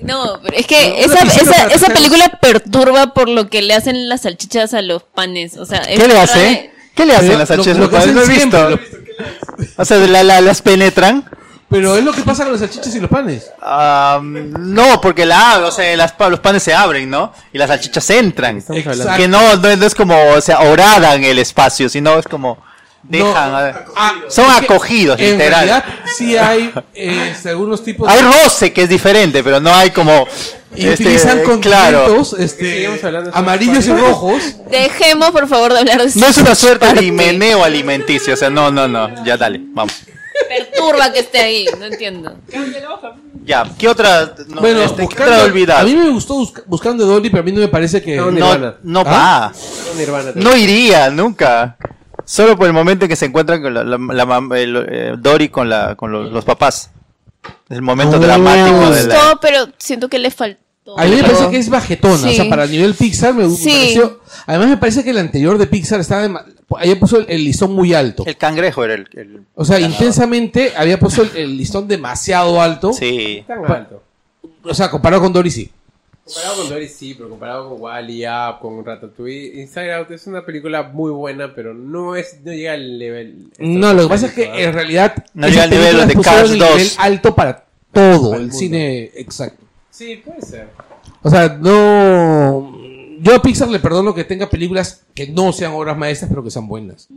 Speaker 4: No, pero es
Speaker 1: No,
Speaker 4: que esa,
Speaker 1: una piscina para
Speaker 4: esa, esa
Speaker 1: terceros.
Speaker 4: película perturba por lo que le hacen las salchichas a los panes. O sea, eh.
Speaker 3: ¿Qué le hace?
Speaker 2: ¿Qué le <laughs> hacen las
Speaker 1: Lo- lo-
Speaker 2: Hs?
Speaker 1: lo
Speaker 2: Lo
Speaker 1: que hacen
Speaker 2: no he visto.
Speaker 1: siempre,
Speaker 2: O sea, la- la- las penetran.
Speaker 1: Pero es lo que pasa con las salchichas y los panes.
Speaker 2: Ah, no, porque la, o sea, las, pa- los panes se abren, ¿no? Y las salchichas entran.
Speaker 1: Exacto.
Speaker 2: Que no, no, no es como, o sea, horadan el espacio, sino es como dejan.
Speaker 1: No.
Speaker 2: a ver.
Speaker 1: Ah,
Speaker 2: Son
Speaker 1: es que
Speaker 2: acogidos,
Speaker 1: En
Speaker 2: literal.
Speaker 1: realidad sí hay eh, algunos tipos
Speaker 2: Hay roce que es diferente, pero no hay como.
Speaker 1: y
Speaker 2: este,
Speaker 1: utilizan
Speaker 2: claro.
Speaker 1: condimentos este,
Speaker 6: seguimos hablando de este,
Speaker 1: amarillos y
Speaker 6: Sausage Party?
Speaker 1: rojos.
Speaker 4: Dejemos, por favor, de hablar de eso.
Speaker 2: No es una suerte de meneo alimenticio, o sea, no, no, no. Ya dale, vamos.
Speaker 4: Perturba que esté ahí,
Speaker 1: <laughs>
Speaker 4: no entiendo.
Speaker 2: Ya, ¿qué otra? No,
Speaker 1: bueno,
Speaker 2: este, ¿qué
Speaker 1: buscando-
Speaker 2: otra olvidar?
Speaker 1: a mí me gustó busca- buscando a Dolly, pero a mí no me parece que
Speaker 6: No,
Speaker 1: no,
Speaker 2: No, no
Speaker 1: ¿Ah?
Speaker 2: va.
Speaker 6: Nirvana.
Speaker 2: No iría nunca. Solo por el momento en que se encuentran con la, la- la mam- el, eh, Dory con, la, con los, los papás. El momento dramático de la...
Speaker 4: Gustó, pero siento que le faltó.
Speaker 1: A mí me parece que es bajetona,
Speaker 4: Sí.
Speaker 1: o sea, para el nivel Pixar me, me
Speaker 4: Sí.
Speaker 1: pareció... Además me parece que el anterior de Pixar estaba... dema- Había puesto el, el listón muy alto.
Speaker 2: El cangrejo era el... el-
Speaker 1: O sea, intensamente había puesto el, el listón demasiado alto.
Speaker 2: Sí.
Speaker 6: Tan alto.
Speaker 1: O sea, comparado con Dory, sí.
Speaker 6: Pues, Comparado con Dory, sí, pero comparado con Wally Up, con Ratatouille, Inside Out es una película muy buena, pero no es no llega al nivel.
Speaker 1: No, lo que pasa es que en realidad...
Speaker 2: No
Speaker 1: esas
Speaker 2: llega al nivel
Speaker 1: películas
Speaker 2: de
Speaker 1: pusieron
Speaker 2: Cars
Speaker 1: el
Speaker 2: 2.
Speaker 1: nivel alto para todo
Speaker 6: Para el
Speaker 1: el
Speaker 6: mundo.
Speaker 1: cine exacto.
Speaker 6: Sí, puede ser.
Speaker 1: O sea, no. Yo a Pixar le perdono que tenga películas que no sean obras maestras, pero que sean buenas.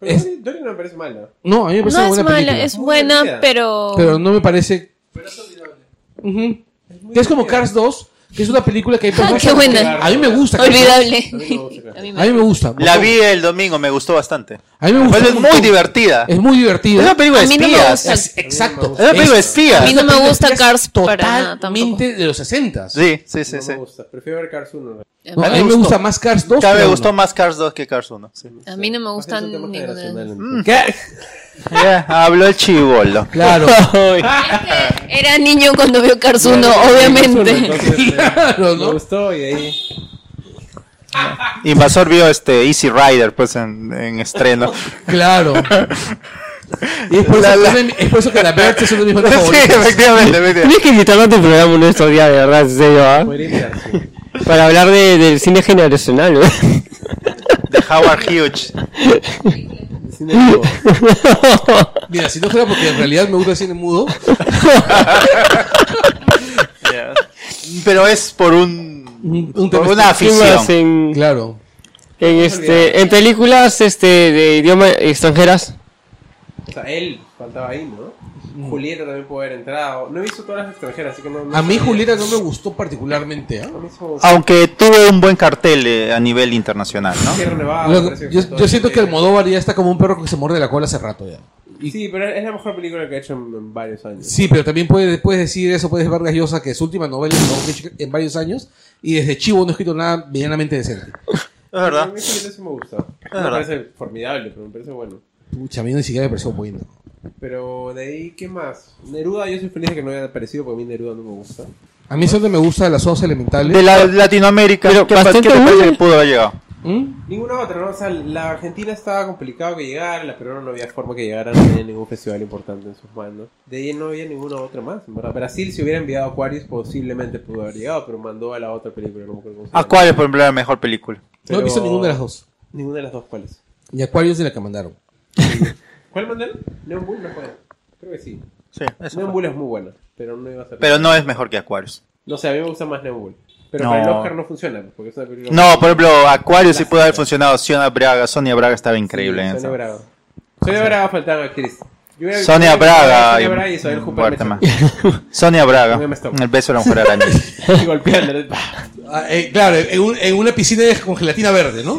Speaker 6: Pero
Speaker 1: Es-
Speaker 6: Dory, Dory no me parece mala.
Speaker 1: No, a mí me
Speaker 4: No es
Speaker 1: parece una
Speaker 4: mala,
Speaker 1: buena película.
Speaker 4: es
Speaker 6: Muy
Speaker 4: buena,
Speaker 6: divertida.
Speaker 4: pero...
Speaker 1: Pero no me parece. Ujú. Que es como Cars 2, que es una película que hay
Speaker 4: <laughs> Ah,
Speaker 1: personas...
Speaker 4: qué buena.
Speaker 1: A mí me gusta. creo.
Speaker 4: Olvidable.
Speaker 6: A mí
Speaker 1: <laughs>
Speaker 6: me gusta,
Speaker 4: <laughs>
Speaker 6: claro.
Speaker 4: A mí me-
Speaker 1: A mí me gusta.
Speaker 2: La vi el domingo, me gustó bastante.
Speaker 1: A mí me gusta.
Speaker 2: Pues es
Speaker 1: un
Speaker 2: muy
Speaker 1: montón.
Speaker 2: divertida.
Speaker 1: Es muy
Speaker 2: Es
Speaker 1: divertida.
Speaker 2: una película de
Speaker 4: A mí no me
Speaker 2: espías.
Speaker 4: gusta.
Speaker 1: Es- exacto.
Speaker 2: Es una película de
Speaker 1: Es-
Speaker 2: espías.
Speaker 4: A mí no me gusta
Speaker 1: es
Speaker 4: Cars para nada tampoco.
Speaker 1: Totalmente de los 60.
Speaker 2: Sí, sí, sí,
Speaker 6: No
Speaker 2: sí.
Speaker 6: me gusta. Prefiero ver Cars 1.
Speaker 1: No,
Speaker 2: A
Speaker 1: a
Speaker 2: mí
Speaker 1: mí
Speaker 2: me
Speaker 1: me
Speaker 2: gustó.
Speaker 1: gusta más Cars 2.
Speaker 2: Cada vez
Speaker 1: que
Speaker 2: me
Speaker 1: uno.
Speaker 2: gustó más Cars 2 que Cars 1. sí.
Speaker 4: A mí no me
Speaker 6: gusta
Speaker 4: gustan ninguna.
Speaker 1: ¿Qué?
Speaker 2: Ya, habló el chivolo.
Speaker 1: <laughs>
Speaker 3: <laughs>
Speaker 1: Claro.
Speaker 4: Eh, <laughs> Era niño cuando vio Cars 1, obviamente.
Speaker 1: Claro,
Speaker 6: Me
Speaker 1: ¿no?
Speaker 6: gustó y de ahí.
Speaker 2: Invasor vio este Easy Rider pues en, en estreno.
Speaker 1: Claro. Y es por,
Speaker 2: La-
Speaker 1: eso,
Speaker 2: la-
Speaker 1: es de mi- es por eso que la Bert es uno de mis <laughs>
Speaker 2: <laughs> sí,
Speaker 1: bandas favoritas.
Speaker 2: efectivamente, efectivamente.
Speaker 3: Tienes que invitarlo a tu programa uno de estos días, de verdad, en serio, ¿ah?
Speaker 6: Podría imitar, sí.
Speaker 3: Para hablar de, del cine generacional, <laughs> ¿no?
Speaker 2: De Howard Hughes.
Speaker 6: Cine
Speaker 1: Mm.
Speaker 6: mudo.
Speaker 1: Mira, si no fuera porque en realidad me gusta el cine mudo,
Speaker 2: Ya. Pero es por un
Speaker 1: un, un
Speaker 2: por
Speaker 1: tema-
Speaker 2: una afición.
Speaker 3: Más en,
Speaker 1: Claro.
Speaker 3: en, este, en películas este, de idioma extranjeras.
Speaker 6: O sea, él faltaba ahí, ¿no? Julieta también puede haber entrado. No he visto todas las extranjeras, así que no. no
Speaker 1: Mm. A mí
Speaker 6: sabía.
Speaker 1: Julieta no me gustó particularmente. ¿ah?
Speaker 6: A mí eso-
Speaker 2: Aunque tuvo un buen cartel eh, a nivel internacional, ¿no?
Speaker 6: Sierra Nevada,
Speaker 1: Lo-
Speaker 6: Ah, me parece que
Speaker 1: yo,
Speaker 6: faltó
Speaker 1: yo siento que
Speaker 6: ahí.
Speaker 1: Almodóvar ya está como un perro que se muerde la cola hace rato ya.
Speaker 6: Sí, pero es la mejor película que ha hecho en, en varios años.
Speaker 1: Sí, pero también puede, puedes decir eso, puedes Vargas Llosa, que su última novela no, que chica- en varios años, y desde Chivo no ha escrito nada medianamente decente.
Speaker 2: Es
Speaker 6: A
Speaker 2: verdad.
Speaker 6: mí Julieta sí me gusta. me
Speaker 2: verdad.
Speaker 6: parece formidable, pero me parece bueno.
Speaker 1: Pucha, a mí ni siquiera me pareció bueno.
Speaker 6: Pero de ahí, ¿qué más? Neruda, yo soy feliz de que no haya aparecido porque a mí Neruda no me gusta.
Speaker 1: A mí solo me gusta las once elementales.
Speaker 2: De la- Latinoamérica,
Speaker 3: Pero
Speaker 2: ¿qué, pa-
Speaker 3: bastante
Speaker 2: qué te parece
Speaker 3: buena.
Speaker 2: que pudo haber llegado?
Speaker 1: ¿Mm?
Speaker 6: Ninguna otra, ¿no? O sea, la Argentina estaba complicado que llegara, la peruana no había forma que llegara, no tenía ningún festival importante en sus manos. De ahí no había ninguna otra más, en verdad. Brasil, si hubiera enviado Aquarius, posiblemente pudo haber llegado, pero mandó a la otra película, no me acuerdo cómo se llama.
Speaker 2: Acuarios, por ejemplo, era la mejor película.
Speaker 1: No he visto
Speaker 6: Pero-
Speaker 1: ninguna de las dos.
Speaker 6: Ninguna de las dos, ¿cuáles?
Speaker 1: Y Acuarios de la que mandaron.
Speaker 6: ¿Cuál mandaron? Neon Bull no fue. Creo que sí.
Speaker 2: Sí, eso
Speaker 6: Neon
Speaker 2: fue.
Speaker 6: Bull es muy buena, pero no iba a ser.
Speaker 2: Pero no es mejor que Acuarios.
Speaker 6: No sé, a mí me gusta más Neon Bull. Pero
Speaker 2: No.
Speaker 6: para el Oscar no funciona, porque es una película.
Speaker 2: No, por ejemplo, Acuarios sí pudo haber funcionado. Sonia Braga, Sonia Braga estaba increíble en
Speaker 6: Sonia
Speaker 2: eso.
Speaker 6: Braga. Sonia Braga faltaba actriz. Yo hubiera-
Speaker 2: Sonia
Speaker 6: yo hubiera visto a
Speaker 2: Braga.
Speaker 6: Sonia Braga y Isabel
Speaker 2: mm,
Speaker 6: Hooper
Speaker 2: Bartman.
Speaker 6: Mecha.
Speaker 2: Sonia Braga.
Speaker 6: Emma Stone.
Speaker 2: El beso de la mujer araña.
Speaker 6: Y golpeándole.
Speaker 1: Ah, eh, claro, en, un- en una piscina de- con gelatina verde, <laughs> ¿no?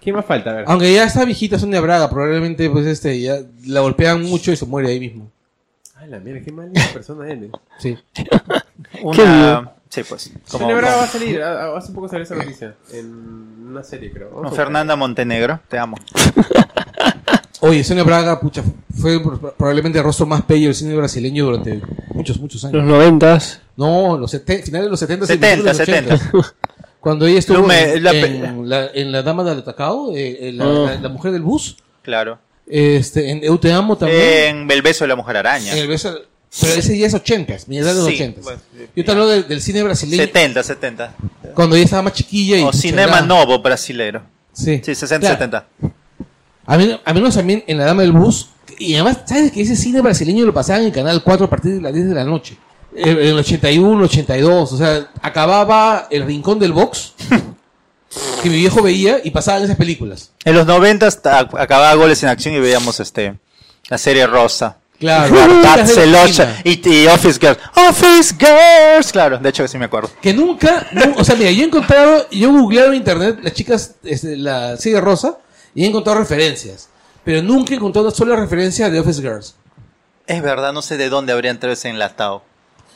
Speaker 6: ¿Qué más falta? A ver.
Speaker 1: Aunque ya está viejita Sonia Braga, probablemente pues este ya la golpean mucho y se muere ahí mismo.
Speaker 6: Ay, la mierda, qué mala persona eres.
Speaker 1: Sí.
Speaker 2: Una... Sí, pues. Como,
Speaker 6: Sonia Braga va a salir. a- a- Hace poco salió esa noticia. En una serie, creo. Vamos a
Speaker 2: como
Speaker 6: buscar.
Speaker 2: Fernanda Montenegro, te amo.
Speaker 1: Oye, Sonia Braga, pucha, fue pro- probablemente el rostro más bello del cine brasileño durante muchos, muchos
Speaker 3: Los
Speaker 1: años.
Speaker 3: noventas.
Speaker 1: No, los sete- finales de los 70 y
Speaker 2: 70,
Speaker 1: principios de los 80. <laughs> Cuando ella estuvo
Speaker 2: Lume,
Speaker 1: en,
Speaker 2: la
Speaker 1: la
Speaker 2: pe-
Speaker 1: en, la, en La Dama del Atacao, eh, eh, la, la- la mujer del bus,
Speaker 2: Claro.
Speaker 1: este, en Eu Te Amo también.
Speaker 2: En El beso de la mujer araña.
Speaker 1: En el beso- pero ese ya es 80, mi edad de los
Speaker 2: Sí, pues,
Speaker 1: 80.
Speaker 2: bueno, sí.
Speaker 1: Yo te hablo del, del cine brasileño
Speaker 2: 70, 70.
Speaker 1: cuando ella estaba más chiquilla. Y,
Speaker 2: O
Speaker 1: pucha,
Speaker 2: Cinema
Speaker 1: era-
Speaker 2: Novo brasilero.
Speaker 1: Sí,
Speaker 2: Sí, 60,
Speaker 1: Claro.
Speaker 2: 70.
Speaker 1: A, mí- a menos también en La Dama del Bus. Y además, ¿sabes que ese cine brasileño lo pasaban en Canal 4 a partir de las 10 de la noche? Eh, En el 81, 82. O sea, acababa El Rincón del Box, que mi viejo veía, y pasaban esas películas.
Speaker 2: En los 90 hasta acababa goles en acción y veíamos este la serie Rosa.
Speaker 1: Claro.
Speaker 2: Bartat,
Speaker 1: Las de
Speaker 2: Celocha
Speaker 1: Argentina.
Speaker 2: y, y Office Girls. Office Girls. Claro, de hecho sí me acuerdo.
Speaker 1: Que nunca, no, o sea, mira, yo he encontrado, yo he googleado en internet las chicas, este, la serie rosa, y he encontrado referencias. Pero nunca he encontrado una sola referencia de Office Girls.
Speaker 2: Es verdad, no sé de dónde habría entrado ese enlatado.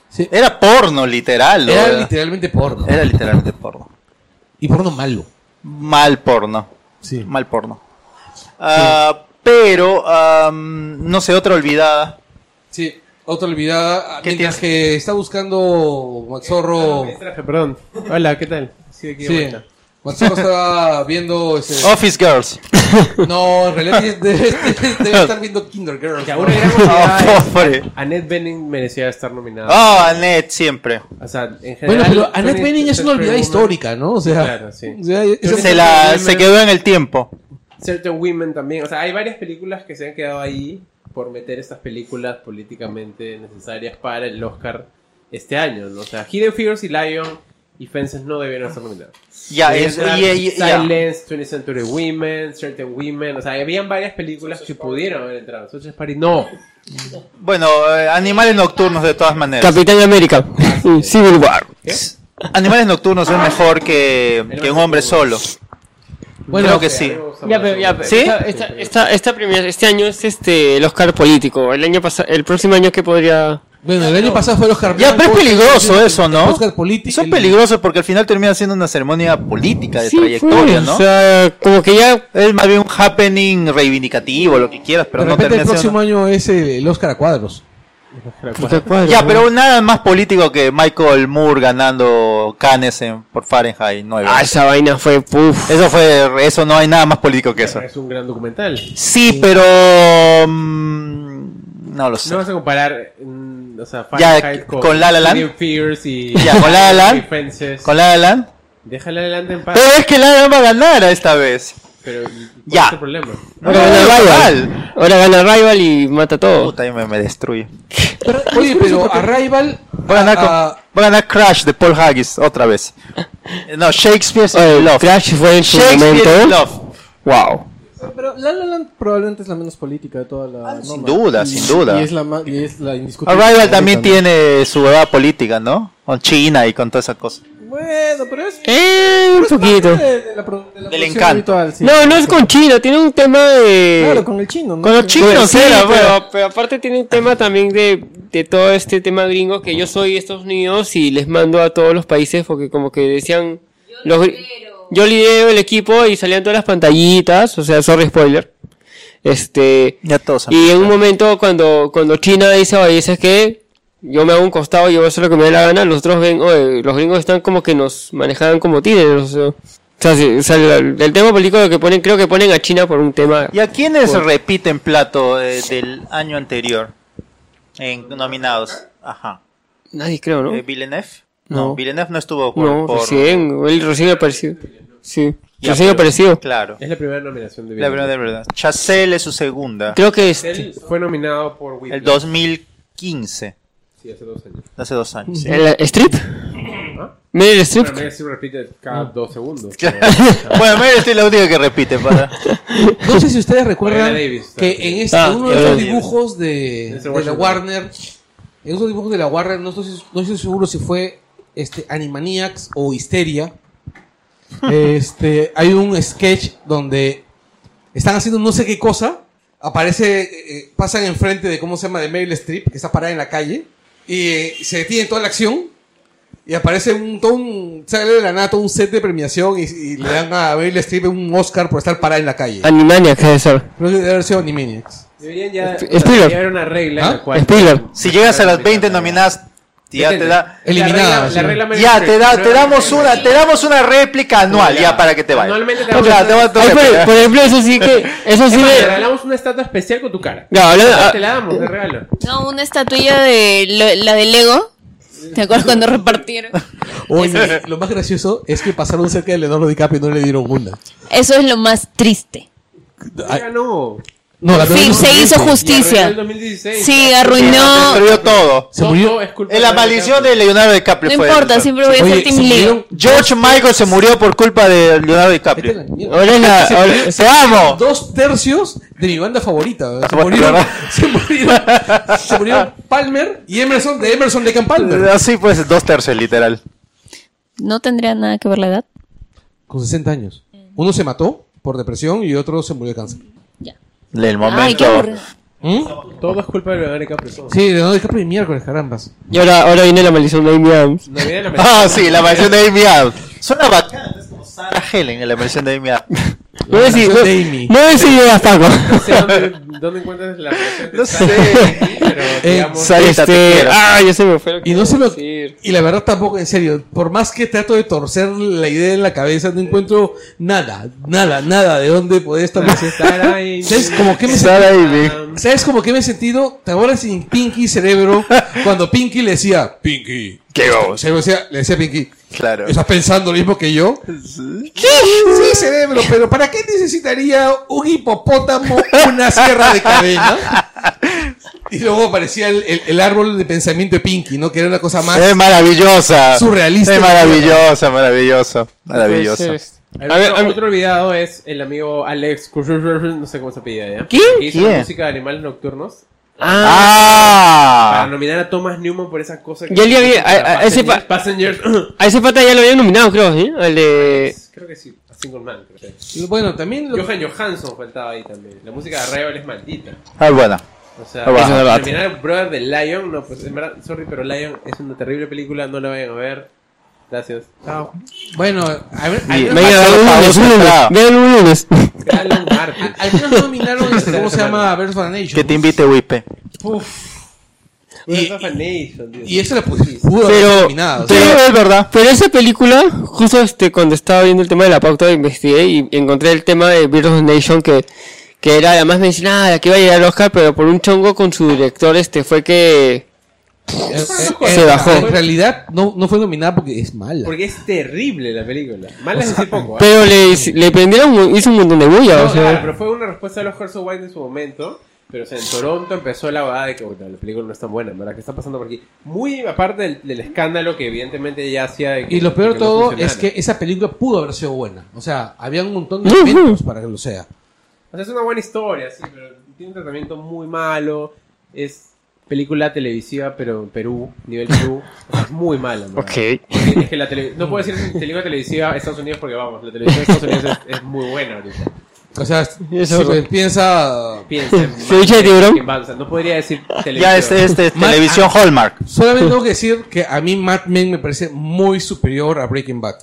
Speaker 1: Sí.
Speaker 2: Era porno, literal. ¿no?
Speaker 1: Era literalmente porno.
Speaker 2: Era literalmente porno.
Speaker 1: Y porno malo.
Speaker 2: Mal porno.
Speaker 1: Sí.
Speaker 2: Mal porno. Ah, Pero, ah, no sé, otra olvidada.
Speaker 1: Sí. Otra olvidada.
Speaker 2: ¿Qué
Speaker 1: Mientras que está buscando Maxorro.
Speaker 6: Traje, Perdón. Hola, ¿qué tal? Sí, aquí de
Speaker 1: Sí.
Speaker 6: vuelta.
Speaker 1: Maxorro estaba viendo ese.
Speaker 2: Office Girls.
Speaker 1: No, en realidad debe,
Speaker 2: <laughs>
Speaker 1: debe- debe estar viendo Kinder Girls.
Speaker 6: Que
Speaker 1: ¿no?
Speaker 6: ahora gran
Speaker 2: Oh,
Speaker 6: olvidada es-
Speaker 2: pobre.
Speaker 6: Annette Bening merecía estar nominada.
Speaker 2: Oh, Annette, siempre.
Speaker 6: O sea, en general.
Speaker 1: Bueno, pero Annette
Speaker 6: Tony
Speaker 1: Bening es una
Speaker 6: Spencer
Speaker 1: olvidada
Speaker 6: Woman-
Speaker 1: histórica, ¿no? O sea,
Speaker 6: Claro, sí.
Speaker 1: o sea, es-
Speaker 2: Se, la, se quedó en el tiempo.
Speaker 6: Certain Women también. O sea, hay varias películas que se han quedado ahí por meter estas películas políticamente necesarias para el Oscar este año. ¿no? O sea, Hidden Figures y Lion y Fences no debieron ser nominadas.
Speaker 2: Ya,
Speaker 6: Debían
Speaker 2: es,
Speaker 6: estar
Speaker 2: y- y- y- ya.
Speaker 6: Silence, 20th Century Women, Certain Women, o sea, habían varias películas que pudieron haber entrado. Such Party no.
Speaker 2: Bueno, eh, animales nocturnos de todas maneras.
Speaker 3: Capitán América. <laughs> Civil War.
Speaker 2: Animales nocturnos es mejor que, que un hombre solo.
Speaker 1: Bueno,
Speaker 2: Creo que sí.
Speaker 3: Ya, pero, ya, pero
Speaker 2: ¿Sí?
Speaker 3: esta, esta, esta, esta primera- este año es este el Oscar político. El año pasado, el próximo año que podría.
Speaker 1: Bueno, el año pasado fue los Oscar
Speaker 2: Ya, pero
Speaker 1: Blanco,
Speaker 2: es peligroso eso, ¿no?
Speaker 1: Oscar político.
Speaker 2: Son peligrosos porque al final termina siendo una ceremonia política de
Speaker 3: Sí,
Speaker 2: trayectoria,
Speaker 3: fue,
Speaker 2: ¿no?
Speaker 3: O sea, como que ya.
Speaker 2: Es más bien un happening reivindicativo, lo que quieras, pero
Speaker 1: de
Speaker 2: no
Speaker 1: repente
Speaker 2: termina
Speaker 1: el próximo
Speaker 2: siendo...
Speaker 1: año es eh, el Oscar a cuadros.
Speaker 2: Ya, pero nada más político que Michael Moore ganando Cannes en, por Fahrenheit 9.
Speaker 3: Ah, esa vaina fue puf.
Speaker 2: Eso fue, eso no hay nada más político que eso.
Speaker 6: Es un gran documental.
Speaker 2: Sí, pero mm, no lo sé.
Speaker 6: No vas a comparar, mm, o sea,
Speaker 2: Ya,
Speaker 6: Fahrenheit
Speaker 2: con La La Land.
Speaker 6: Hidden Figures y,
Speaker 2: Ya, con La La Land.
Speaker 6: y Fences.
Speaker 2: Con La La Land.
Speaker 6: Deja La La Land en paz.
Speaker 2: Pero es que La La Land va a ganar esta vez.
Speaker 6: Pero, ¿cuál
Speaker 2: Ya.
Speaker 6: es el problema?
Speaker 3: Ahora
Speaker 2: No,
Speaker 3: gana
Speaker 2: total.
Speaker 3: Rival. Ahora gana Rival y mata todo.
Speaker 2: Puta, ahí me, me destruye.
Speaker 1: Oye, pero Arrival.
Speaker 2: Va a ganar, con-
Speaker 1: ah,
Speaker 2: va a ganar Crash de Paul Haggis otra vez. Eh, No, Shakespeare's
Speaker 3: Oye,
Speaker 2: Love.
Speaker 3: Crash fue en su
Speaker 2: Shakespeare's
Speaker 3: momento. ¿eh?
Speaker 2: Love.
Speaker 3: Wow.
Speaker 5: Pero La La Land probablemente es la menos política de toda la.
Speaker 2: sin
Speaker 5: norma.
Speaker 2: duda, Ah, sin duda.
Speaker 5: Y es la, ma- y es la indiscutible.
Speaker 2: Arrival también
Speaker 5: favorita,
Speaker 2: tiene su edad política, ¿no? Con China y con todas esas cosas.
Speaker 5: ¿no? Bueno, pero es.
Speaker 3: Eh, un poquito.
Speaker 5: De, de la pro- de la
Speaker 2: Del
Speaker 5: producción
Speaker 2: encanto.
Speaker 5: habitual, sí.
Speaker 3: No, no es con China, tiene un tema de.
Speaker 5: Claro, con el chino, ¿no?
Speaker 3: Con los
Speaker 5: Que-
Speaker 3: chinos,
Speaker 2: Pues sí,
Speaker 3: era,
Speaker 2: pero-
Speaker 3: pero, pero aparte tiene un tema también de, de todo este tema gringo que yo soy de Estados Unidos y les mando a todos los países porque como que decían... Yo lidero. Yo lidero el equipo y salían todas las pantallitas, o sea, sorry spoiler. Este...
Speaker 2: Ya todos saben.
Speaker 3: Y en un momento cuando, cuando China dice, oye, ¿sabes qué? Yo me hago un costado, yo voy a hacer lo que me dé la gana, los otros ven, oye, los gringos están como que nos manejaban como títeres, o sea... O sea, sí, o sea, la- el tema político que ponen, creo que ponen a China por un tema...
Speaker 2: ¿Y a quiénes repiten plato eh, del año anterior? En nominados. Ajá.
Speaker 3: Nadie creo, ¿no?
Speaker 2: Eh, Villeneuve.
Speaker 3: No.
Speaker 2: Villeneuve no estuvo por.
Speaker 3: No,
Speaker 2: por-
Speaker 3: recién, él recién apareció. Sí,
Speaker 2: Ya,
Speaker 3: recién
Speaker 2: pero-
Speaker 3: apareció.
Speaker 2: Claro.
Speaker 6: Es la primera nominación de
Speaker 2: La
Speaker 6: Villeneuve.
Speaker 2: verdad, la verdad. Chazelle es su segunda.
Speaker 3: Creo que es.
Speaker 6: Él fue nominado por Whiplash.
Speaker 2: El 2015.
Speaker 6: Sí, hace dos años.
Speaker 2: Hace dos años. sí.
Speaker 3: ¿El strip? Meryl Strip.
Speaker 6: Pero Meryl Streep repite cada
Speaker 2: Mm.
Speaker 6: dos segundos.
Speaker 2: <laughs> bueno, Meryl Streep es la única que repite. Para...
Speaker 1: no sé si ustedes recuerdan
Speaker 6: Viola Davis,
Speaker 1: que
Speaker 6: claro.
Speaker 1: en este,
Speaker 3: Ah,
Speaker 1: uno de
Speaker 3: Viola
Speaker 1: esos
Speaker 2: Davis.
Speaker 1: dibujos de,
Speaker 6: Es el
Speaker 1: de la
Speaker 6: Washington.
Speaker 1: Warner, en esos dibujos de la Warner, no
Speaker 2: <laughs>
Speaker 1: estoy, no estoy seguro si fue este Animaniacs o Histeria. Este, hay un sketch donde están haciendo no sé qué cosa, aparece, eh, eh, pasan enfrente de cómo se llama de Meryl Streep, que está parada en la calle, y eh, se detiene toda la acción. Y aparece un, todo un, sale de la nada todo un set de premiación y, y le dan a Meryl Streep un Oscar por estar parada en la calle.
Speaker 3: Animaniacs, debe ser.
Speaker 1: No debe haber sido Animaniacs.
Speaker 6: Deberían ya
Speaker 3: Sp-
Speaker 6: debería
Speaker 3: Spielberg.
Speaker 6: haber una regla en
Speaker 1: ¿Ah?
Speaker 6: la cual...
Speaker 3: Spielberg.
Speaker 2: Si llegas a las 20 nominadas, ya te da.
Speaker 1: Eliminada,
Speaker 6: Eliminada.
Speaker 1: sí.
Speaker 6: La regla Meryl
Speaker 2: Ya,
Speaker 6: Streep.
Speaker 2: te, da,
Speaker 6: No
Speaker 2: te
Speaker 6: era
Speaker 2: damos
Speaker 6: regla.
Speaker 2: una, te damos una réplica anual, ya, para que te vayas.
Speaker 6: Anualmente te
Speaker 2: O sea,
Speaker 6: damos-
Speaker 2: te va- te
Speaker 3: Ay, pues,
Speaker 2: va-
Speaker 3: por, por ejemplo, eso sí que. Eso sí
Speaker 6: Es más, Te
Speaker 3: de.
Speaker 6: regalamos una estatua especial con tu cara.
Speaker 3: Ya, hablando- ah,
Speaker 6: Te la damos, de regalo.
Speaker 4: No, una estatuilla de lo- la de Lego. ¿Te acuerdas cuando repartieron?
Speaker 1: Oye, lo más gracioso es que pasaron cerca de Leonardo DiCaprio y no le dieron una.
Speaker 4: Eso es lo más triste.
Speaker 1: Ay,
Speaker 6: Ya no.
Speaker 1: no, la
Speaker 4: Sí,
Speaker 1: verdad,
Speaker 4: se hizo
Speaker 6: Arruinó el
Speaker 4: justicia.
Speaker 6: 2016.
Speaker 4: Sí,
Speaker 2: Se
Speaker 4: arruinó.
Speaker 2: destruyó todo.
Speaker 1: Se murió.
Speaker 6: Es culpa
Speaker 2: Es la maldición de Leonardo DiCaprio.
Speaker 4: No
Speaker 2: fue
Speaker 4: importa,
Speaker 2: eso.
Speaker 4: siempre voy a
Speaker 1: Oye,
Speaker 4: ser Team
Speaker 1: se
Speaker 4: Leo.
Speaker 1: murieron
Speaker 2: George Michael se murió por culpa de Leonardo DiCaprio.
Speaker 1: Vete a la mierda.
Speaker 3: Ahora es la. ahora-
Speaker 2: ¡Te amo!
Speaker 1: dos tercios de mi banda favorita. Se
Speaker 2: Ah, Bueno,
Speaker 1: murieron,
Speaker 2: ¿verdad?
Speaker 1: <laughs> se murieron, se murieron Palmer y Emerson de Emerson de Camp Palmer.
Speaker 2: Así pues, dos tercios, literal.
Speaker 4: No tendría nada que ver la edad.
Speaker 1: Con 60 años. Uno se mató por depresión y otro se murió de cáncer.
Speaker 2: Del
Speaker 4: Ay, qué
Speaker 2: momento.
Speaker 4: aburrido.
Speaker 1: ¿Mm?
Speaker 6: Todo es culpa de Leonardo DiCaprio.
Speaker 1: Sí, Leonardo DiCaprio y miércoles, carambas.
Speaker 3: Y ahora, ahora viene la maldición de Amy Adams.
Speaker 6: No viene la maldición.
Speaker 2: ah, sí, la maldición de Amy Adams. Suena bacana, es como Sarah Helen en la maldición de Amy Adams.
Speaker 3: No sé si.
Speaker 1: maldición
Speaker 3: No,
Speaker 1: de Amy.
Speaker 3: no sé si llegas,
Speaker 2: <laughs>
Speaker 3: Paco.
Speaker 6: <laughs> No sé dónde, dónde encuentras la maldición.
Speaker 2: No sé.
Speaker 6: Pero, digamos,
Speaker 2: Sarita, te
Speaker 3: Este.
Speaker 2: quiero.
Speaker 3: Ah, ya se me fue lo que
Speaker 1: Y no se
Speaker 3: iba a
Speaker 1: lo...
Speaker 3: decir.
Speaker 1: Y la verdad tampoco, en serio, por más que trato de torcer la idea en la cabeza, no encuentro nada, nada, nada de dónde poder establecer.
Speaker 6: <laughs> estar ahí.
Speaker 1: ¿Sabes como que me
Speaker 2: Sarah Amy.
Speaker 1: ¿Sabes como que me he sentido? ¿Te acuerdas en Pinky Cerebro? Cuando Pinky le decía, Pinky.
Speaker 2: Qué vamos.
Speaker 1: Cerebro decía, le decía a Pinky,
Speaker 2: Claro.
Speaker 1: ¿estás pensando lo mismo que yo? Sí, sí, cerebro, pero ¿para qué necesitaría un hipopótamo una sierra de cadena? Y luego aparecía el, el- el árbol de pensamiento de Pinky, ¿no? Que era una cosa más
Speaker 2: Es maravillosa.
Speaker 1: surrealista.
Speaker 2: Es maravillosa, maravillosa. Maravillosa.
Speaker 6: El
Speaker 3: A ver,
Speaker 6: otro,
Speaker 3: a ver.
Speaker 6: otro olvidado es el amigo Alex, no sé cómo se apellida ya.
Speaker 3: ¿Qué?
Speaker 6: Que hizo
Speaker 2: ¿Quién?
Speaker 6: música de animales nocturnos. Para
Speaker 2: Ah,
Speaker 6: nominar a Thomas Newman por esa cosa.
Speaker 3: Ya le había- a- a- ese pa-
Speaker 6: Passengers.
Speaker 3: A ese pata ya lo habían nominado, creo, ¿sí? Al de...
Speaker 6: <coughs> creo que sí. A Single Man, creo que sí.
Speaker 1: Bueno, también lo-
Speaker 6: Johan Johansson faltaba ahí también. La música de Rival es maldita.
Speaker 2: ah, buena.
Speaker 6: O sea,
Speaker 2: Ah, bueno.
Speaker 6: para terminar el Brother de Lion, no, pues en verdad, sorry, pero Lion es una terrible película, no la vayan a ver. Gracias. Chao.
Speaker 1: bueno, a ver, al
Speaker 2: Y-
Speaker 1: menos-
Speaker 3: Venga,
Speaker 2: Marcelo
Speaker 3: vean un lunes,
Speaker 2: Paus
Speaker 3: un lunes,
Speaker 2: entrado.
Speaker 3: vean un lunes.
Speaker 6: Alan Martin.
Speaker 1: al menos nominaron, este, ¿cómo se llama? Birds of a Nation.
Speaker 2: Que te invite Wipe.
Speaker 1: Y-
Speaker 6: Birth of a Nation,
Speaker 1: <laughs>
Speaker 6: Dios.
Speaker 1: Y eso la pus- pudo haber
Speaker 3: Pero-
Speaker 1: nominado. o sea,
Speaker 2: Sí, es verdad.
Speaker 3: <laughs> Pero esa película, justo este, cuando estaba viendo el tema de la pauta, investigué y encontré el tema de Birds of a Nation que, que era la más mencionada, la "Ah, que iba a llegar al Oscar, pero por un chongo con su director, este, fue que...
Speaker 1: eh, eh,
Speaker 3: Se bajó.
Speaker 1: En realidad no, no fue nominada porque es mala.
Speaker 6: Porque es terrible la película. Mala es decir poco. ¿ah?
Speaker 3: Pero le, le prendieron, mu- hizo un montón de bulla,
Speaker 6: No,
Speaker 3: o sea...
Speaker 6: claro, pero fue una respuesta de los Herzog White en su momento. Pero o sea, en Toronto empezó la boda de que bueno, la película no es tan buena, ¿verdad? ¿Qué está pasando por aquí? Muy aparte del, del escándalo que evidentemente ya hacía. de que-
Speaker 1: Y lo peor
Speaker 6: que
Speaker 1: de
Speaker 6: no
Speaker 1: todo
Speaker 6: funcionara.
Speaker 1: es que esa película pudo haber sido buena. O sea, había un montón de
Speaker 3: Ujú.
Speaker 1: elementos para que lo sea.
Speaker 6: O sea, es una buena historia, sí, pero tiene un tratamiento muy malo. Es película televisiva, pero en Perú, nivel Perú. o sea, es muy mala, ¿no?
Speaker 3: Ok.
Speaker 6: Porque Es que la tele- No puedo decir película televisiva de Estados Unidos porque vamos, la televisión de Estados Unidos es, es muy buena ahorita.
Speaker 1: O sea,
Speaker 3: Eso-
Speaker 1: si pues, piensa...
Speaker 6: Piensa. en
Speaker 3: Ceviche de
Speaker 6: Mad Men,
Speaker 3: tiburón.
Speaker 6: en Bad- o sea, no podría decir televisión.
Speaker 2: Ya este. es, es de
Speaker 1: Ma-
Speaker 2: televisión Hallmark.
Speaker 1: Solamente tengo que decir que a mí Mad Men me parece muy superior a Breaking Bad.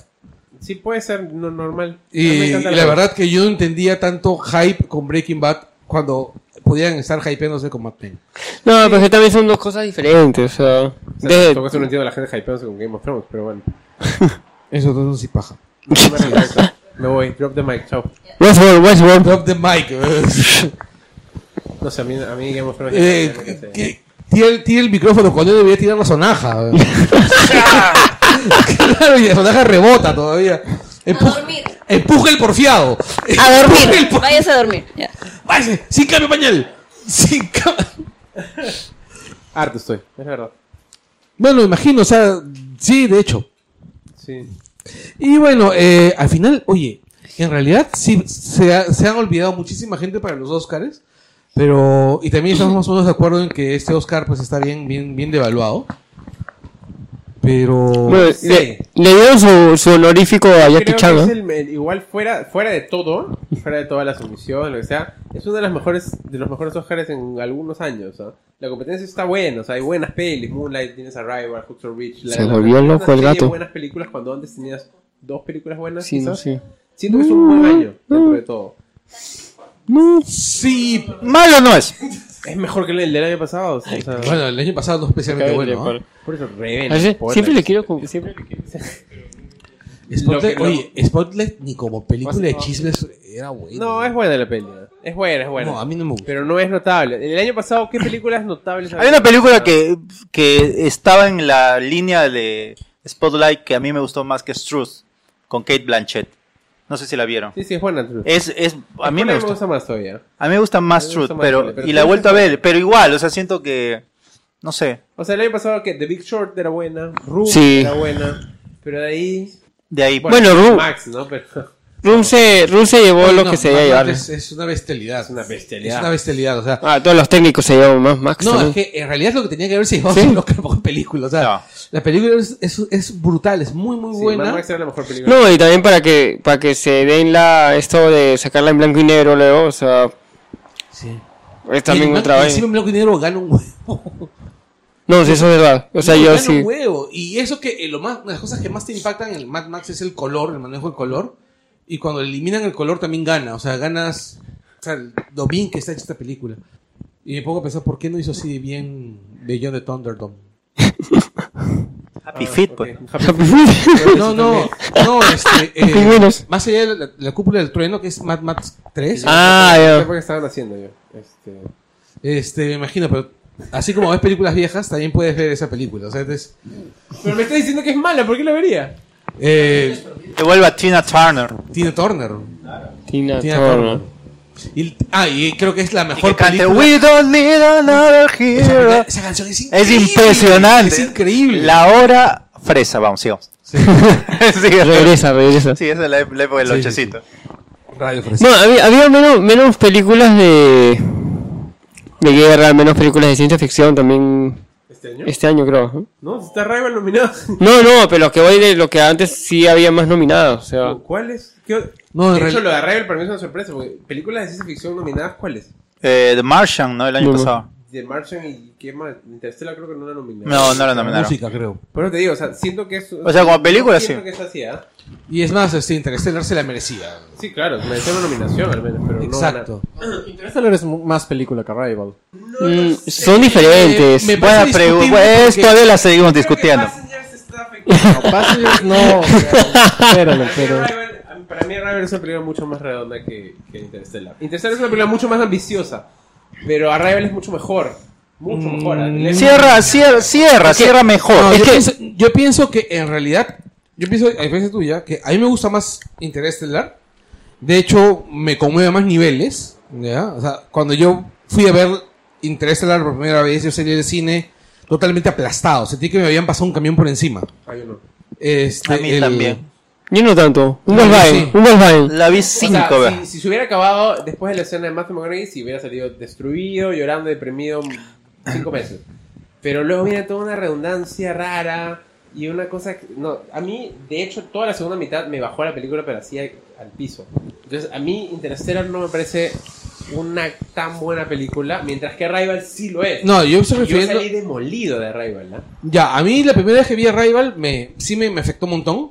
Speaker 6: Sí, puede ser no, normal.
Speaker 1: Y,
Speaker 6: A mí me
Speaker 1: y
Speaker 6: encanta
Speaker 1: la verdad que yo no entendía tanto hype con Breaking Bad cuando podían estar hypeándose con Mad Men.
Speaker 3: No, pero que también son dos cosas diferentes, o sea...
Speaker 6: O sea,
Speaker 3: de-
Speaker 6: tampoco se lo entiendo a la gente hypeándose con Game of Thrones, pero bueno.
Speaker 1: Eso no es paja.
Speaker 6: No me retracto. Me voy, drop the mic, chao.
Speaker 3: Westworld, Westworld.
Speaker 1: Drop the mic. <laughs>
Speaker 6: No sé, a mí, a mí Game of Thrones.
Speaker 1: eh,
Speaker 6: no sé.
Speaker 1: que- tira, el, tira el micrófono cuando yo debería tirar la sonaja.
Speaker 4: <laughs>
Speaker 1: claro, y la sonaja rebota todavía.
Speaker 4: A
Speaker 1: Empuja,
Speaker 4: dormir.
Speaker 1: empuja el porfiado. <laughs>
Speaker 4: A
Speaker 1: Empuja el
Speaker 4: dormir.
Speaker 1: por-
Speaker 4: Váyase a dormir. Ya.
Speaker 1: Váyase, sin cambio pañal. Sin cambio.
Speaker 6: Harto estoy, es verdad.
Speaker 1: Bueno, imagino, o sea, sí, de hecho.
Speaker 6: Sí.
Speaker 1: Y bueno, eh, al final, oye, en realidad sí se, ha- se han olvidado muchísima gente para los Oscars, pero y también estamos más o menos de acuerdo en que este Oscar pues está bien bien bien devaluado. Pero
Speaker 3: Bueno,
Speaker 6: Sí.
Speaker 3: le, le dieron su, su honorífico a Jackie
Speaker 6: creo
Speaker 3: Chan,
Speaker 6: que es
Speaker 3: ¿no?
Speaker 6: el- el- igual fuera, fuera de todo, fuera de toda la sumisión, lo que sea, es uno de los mejores, de los mejores Oscars en algunos años. ¿ah? La competencia está buena, o sea, hay buenas pelis, Moonlight, tienes Arrival, Hooks or Rich. La,
Speaker 3: Se
Speaker 6: La La
Speaker 3: volvió
Speaker 6: Land,
Speaker 3: loco el
Speaker 6: una serie de
Speaker 3: gato.
Speaker 6: buenas películas cuando antes tenías dos películas buenas.
Speaker 3: Sí, no
Speaker 6: quizás.
Speaker 3: sé.
Speaker 6: Siento que es un buen año dentro de todo.
Speaker 1: sí,
Speaker 2: Malo no es.
Speaker 6: Es mejor que el del año pasado. o sea,
Speaker 1: bueno, el año pasado no especialmente bueno. ¿ah?
Speaker 6: por eso Reven,
Speaker 3: A veces-
Speaker 6: Portland.
Speaker 3: siempre le quiero... como- Siempre le quiero.
Speaker 1: ¿eh? Spotlight,
Speaker 6: Lo que-
Speaker 1: oye, Spotlight ni como película
Speaker 3: Pues
Speaker 1: de chismes era buena.
Speaker 6: No, es buena la peli. ¿ah? Es buena, es buena.
Speaker 1: No, a mí no me gusta.
Speaker 6: Pero no es notable. El año pasado, ¿qué películas notables
Speaker 2: Hay una película que, que estaba en la línea de Spotlight que a mí me gustó más que Struth, con Kate Blanchett. No sé si la vieron.
Speaker 6: Sí, sí, es buena. Truth.
Speaker 2: Es, es, a mí
Speaker 6: Spotlight
Speaker 2: me gustó.
Speaker 6: más todavía.
Speaker 2: A mí me gusta más
Speaker 6: me
Speaker 2: Truth,
Speaker 6: gusta más
Speaker 2: pero,
Speaker 6: Truth, pero
Speaker 2: y la he
Speaker 6: Truth
Speaker 2: vuelto a
Speaker 6: es
Speaker 2: ver, pero igual, o sea, siento que, no sé,
Speaker 6: O sea, el año pasado que The Big Short era buena, Room
Speaker 3: Sí.
Speaker 6: era buena, pero de ahí...
Speaker 2: de ahí.
Speaker 3: Bueno, Room.
Speaker 6: Max, ¿no? Pero <laughs>
Speaker 3: Room se, Room se llevó
Speaker 1: Oye,
Speaker 3: lo
Speaker 1: no,
Speaker 3: que se
Speaker 1: Mad
Speaker 3: iba a
Speaker 1: Max
Speaker 3: llevar.
Speaker 1: es, es una bestialidad.
Speaker 6: Es una bestialidad.
Speaker 1: Es una bestialidad, o sea,
Speaker 3: Ah, todos los técnicos se llevan más Max.
Speaker 1: No,
Speaker 3: también.
Speaker 1: es que en realidad es lo que tenía que haberse llevado <laughs>
Speaker 3: Sí.
Speaker 1: ¿Sí? los mejor película. O sea,
Speaker 2: No.
Speaker 1: la película es, es, es brutal, es muy, muy
Speaker 6: sí,
Speaker 1: buena.
Speaker 6: Mad Max era la mejor película.
Speaker 3: No, y también para que, para que se den la, esto de sacarla en blanco y negro luego, o sea,
Speaker 1: sí.
Speaker 3: es
Speaker 1: Y
Speaker 3: también
Speaker 1: el-
Speaker 3: otra
Speaker 1: y
Speaker 3: vez.
Speaker 1: Encima en blanco y negro gana un huevo.
Speaker 3: No, sí, eso es verdad. O sea, yo
Speaker 1: gana
Speaker 3: sí.
Speaker 1: un huevo. Y eso que eh, lo más, una de las cosas que más te impactan en el Mad Max es el color, el manejo del color. Y cuando eliminan el color también gana. O sea, ganas. O sea, lo bien que está hecha esta película. Y me pongo a pensar, ¿por qué no hizo así de bien Beyond de
Speaker 3: <laughs>
Speaker 1: Thunderdome?
Speaker 2: Happy Feet, pues.
Speaker 1: No, no, no,
Speaker 3: <laughs>
Speaker 1: este, eh,
Speaker 3: Pingüinos.
Speaker 1: más allá de la, la cúpula del trueno, que es Mad Max 3,
Speaker 3: Ah,
Speaker 6: No sé
Speaker 3: ya.
Speaker 6: por qué estaban haciendo yo. Este,
Speaker 1: este, me imagino, pero así como ves películas viejas, también puedes ver esa película. O sea, es,
Speaker 6: Pero me estás diciendo que es mala, ¿por qué la vería?
Speaker 1: eh,
Speaker 2: Te vuelve a Tina Turner.
Speaker 1: Tina Turner.
Speaker 3: Tina
Speaker 1: Tina
Speaker 3: Turner.
Speaker 1: Turner. Y, ah, y creo que es la
Speaker 2: Y que
Speaker 1: mejor
Speaker 2: cante
Speaker 1: película.
Speaker 2: We don't need another hero.
Speaker 1: Esa canción es
Speaker 2: Es
Speaker 1: increíble.
Speaker 2: impresionante.
Speaker 1: Es increíble.
Speaker 2: La hora fresa, vamos, sigamos. <laughs>
Speaker 1: Sí.
Speaker 2: sí,
Speaker 3: Regresa, regresa.
Speaker 2: sí, esa es la, ep- la época del
Speaker 1: Sí,
Speaker 2: ochecito.
Speaker 1: Radio Fresno.
Speaker 3: No, había, había menos, menos películas de, de guerra, menos películas de ciencia ficción también
Speaker 6: ¿Este año?
Speaker 3: este año, creo.
Speaker 6: No, está Rival nominado.
Speaker 3: No, no, pero que voy de lo que antes sí había más nominados. O
Speaker 2: Ah.
Speaker 3: sea,
Speaker 6: <laughs> ¿Cuál es? ¿Qué-
Speaker 1: No, en
Speaker 6: de hecho,
Speaker 1: realidad-
Speaker 6: lo de Rival para mí es una sorpresa. Porque películas de ciencia ficción nominadas, ¿cuáles?
Speaker 2: Eh, The Martian, ¿no? El año
Speaker 3: No, no.
Speaker 2: pasado.
Speaker 6: The Martian y ¿qué más? Interstellar creo que no la nominaron.
Speaker 2: No, no lo nominaron.
Speaker 1: Música, creo.
Speaker 6: Pero te digo, o sea, siento que es.
Speaker 2: O sea, como película,
Speaker 6: siento
Speaker 2: sí.
Speaker 6: que es así, ¿ah?
Speaker 1: Y es más, este Interstellar se la merecía.
Speaker 6: Sí, claro, mereció una nominación al menos, pero no.
Speaker 1: Exacto.
Speaker 5: Interstellar es mu- más película que Arrival.
Speaker 3: mm, son
Speaker 1: Eh,
Speaker 3: diferentes.
Speaker 1: me
Speaker 2: Buena
Speaker 1: parece
Speaker 2: pregunta.
Speaker 1: discutible
Speaker 2: Pues
Speaker 1: porque-
Speaker 2: todavía la seguimos discutiendo. <laughs>
Speaker 5: No, Passengers no. Espérame, pero.
Speaker 6: Para mí, Arrival es una película mucho más redonda que, que Interstellar. Interstellar es una película mucho más ambiciosa, pero Arrival es mucho mejor. Mucho mejor. Le-
Speaker 2: Cierra, cierra, cierra, cierra mejor.
Speaker 1: No,
Speaker 2: Oh, Es
Speaker 1: yo,
Speaker 2: que-
Speaker 1: pienso, yo pienso que en realidad, yo pienso, a diferencia tuya, que a mí me gusta más Interestelar. De hecho, me conmueve a más niveles. ¿ya? O sea, cuando yo fui a ver Interestelar por primera vez, yo salí del cine totalmente aplastado. Sentí que me habían pasado un camión por encima.
Speaker 6: Ah, yo no.
Speaker 1: Este,
Speaker 2: A mí
Speaker 1: el-
Speaker 2: también.
Speaker 3: Yo no tanto. Un
Speaker 1: No, yo
Speaker 3: Volkswagen,
Speaker 1: sí.
Speaker 3: un Volkswagen.
Speaker 2: La vi
Speaker 6: O sea,
Speaker 2: cinco
Speaker 6: si,
Speaker 2: veces.
Speaker 6: si se hubiera acabado después de la escena de Matthew McConaughey, si hubiera salido destruido, llorando, deprimido, cinco meses. Pero luego viene toda una redundancia rara y una cosa que, no, a mí, de hecho, toda la segunda mitad me bajó la película, pero así al, al piso. Entonces, a mí Interstellar no me parece una tan buena película, mientras que Rival sí lo es.
Speaker 1: No, yo estoy
Speaker 6: Yo
Speaker 1: refiriendo.
Speaker 6: salí demolido de ¿ah? Rival, ¿no?
Speaker 1: Ya, a mí la primera vez que vi a Rival me, sí me, me afectó un montón.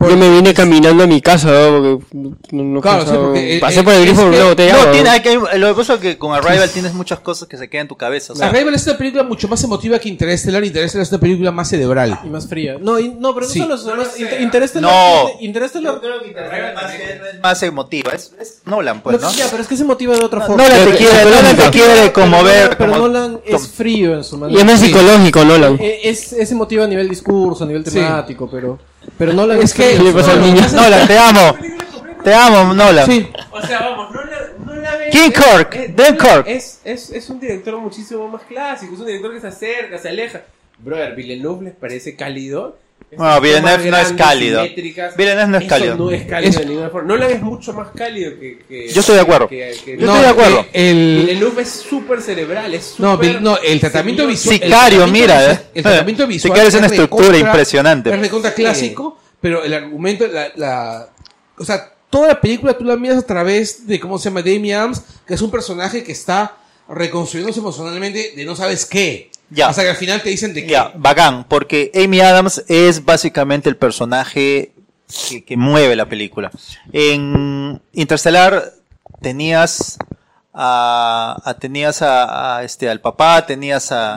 Speaker 3: Yo me vine caminando a mi casa, ¿no? porque no, no
Speaker 1: Claro, sí,
Speaker 3: pensaba-
Speaker 1: porque, eh,
Speaker 3: pasé
Speaker 1: eh,
Speaker 3: por el grifo
Speaker 1: es
Speaker 3: por
Speaker 1: que-
Speaker 3: una botella.
Speaker 2: No,
Speaker 3: ¿no?
Speaker 2: tiene, hay que, lo que pasa es que con Arrival tienes muchas cosas que se quedan en tu cabeza. O
Speaker 1: O sea,
Speaker 2: sea,
Speaker 1: Arrival es una película mucho más emotiva que Interestelar. Interestelar es una película más cerebral.
Speaker 5: Y más fría. No, y- no pero
Speaker 1: Sí.
Speaker 5: no solo son los. Inter- Interstellar.
Speaker 2: No.
Speaker 5: tiene- Interstellar.
Speaker 2: es más emotiva. Es, es Nolan, pues, ¿no?
Speaker 5: No, Ya, pero es que se motiva de otra
Speaker 2: No,
Speaker 5: forma.
Speaker 2: Nolan te quiere,
Speaker 3: pero-
Speaker 2: Nolan te
Speaker 3: pero-
Speaker 2: quiere conmover.
Speaker 5: Pero
Speaker 2: como-
Speaker 5: Nolan
Speaker 2: como-
Speaker 5: es frío en
Speaker 3: Y
Speaker 5: su
Speaker 3: es
Speaker 5: manera.
Speaker 3: más
Speaker 1: Sí.
Speaker 3: psicológico, Nolan.
Speaker 5: Eh, Es, es emotivo a nivel discurso, a nivel
Speaker 1: Sí.
Speaker 5: temático, pero. Pero Nolan
Speaker 1: Es que-
Speaker 5: frío en
Speaker 3: ¿Qué <laughs>
Speaker 5: su
Speaker 3: le pasa al
Speaker 5: manera.
Speaker 3: niño?
Speaker 2: <laughs> Nolan, te amo. Te amo, Nolan.
Speaker 1: Sí,
Speaker 6: O sea, vamos, no la, no la ves.
Speaker 2: King
Speaker 6: Es-
Speaker 2: Cork,
Speaker 6: es-
Speaker 2: Dan Cork.
Speaker 6: Es, es, es un director muchísimo más clásico, es un director que se acerca, se aleja. Brother, Villeneuve les parece cálido. Es
Speaker 2: No, Villeneuve
Speaker 6: más
Speaker 2: no es
Speaker 6: grande,
Speaker 2: cálido.
Speaker 6: simétricas.
Speaker 2: Villeneuve no es
Speaker 6: Eso
Speaker 2: cálido.
Speaker 6: No es cálido
Speaker 1: Es-
Speaker 6: de ninguna forma. Nolan es mucho más cálido que. que-
Speaker 2: Yo estoy de acuerdo.
Speaker 6: que- que-
Speaker 2: Yo estoy de acuerdo.
Speaker 1: eh, el,
Speaker 6: Villeneuve es súper cerebral, es
Speaker 1: no,
Speaker 6: súper
Speaker 1: Vil- no, el tratamiento
Speaker 6: semioso.
Speaker 1: visual. el
Speaker 2: Sicario,
Speaker 1: tratamiento
Speaker 2: mira,
Speaker 1: visual-
Speaker 2: eh.
Speaker 1: El tratamiento visual.
Speaker 2: Sicario es una estructura
Speaker 1: recontra-
Speaker 2: impresionante.
Speaker 1: Es recontra clásico, pero el argumento, la, la- O sea, toda la película tú la miras a través de, ¿cómo se llama? Jamie Adams, que es un personaje que está reconstruyéndose emocionalmente de no sabes qué.
Speaker 2: Ya.
Speaker 1: Hasta que al final te dicen de qué.
Speaker 2: Ya, bacán, porque Amy Adams es básicamente el personaje que, que mueve la película. En Interstellar tenías a, a- tenías a, a, este al papá, tenías a,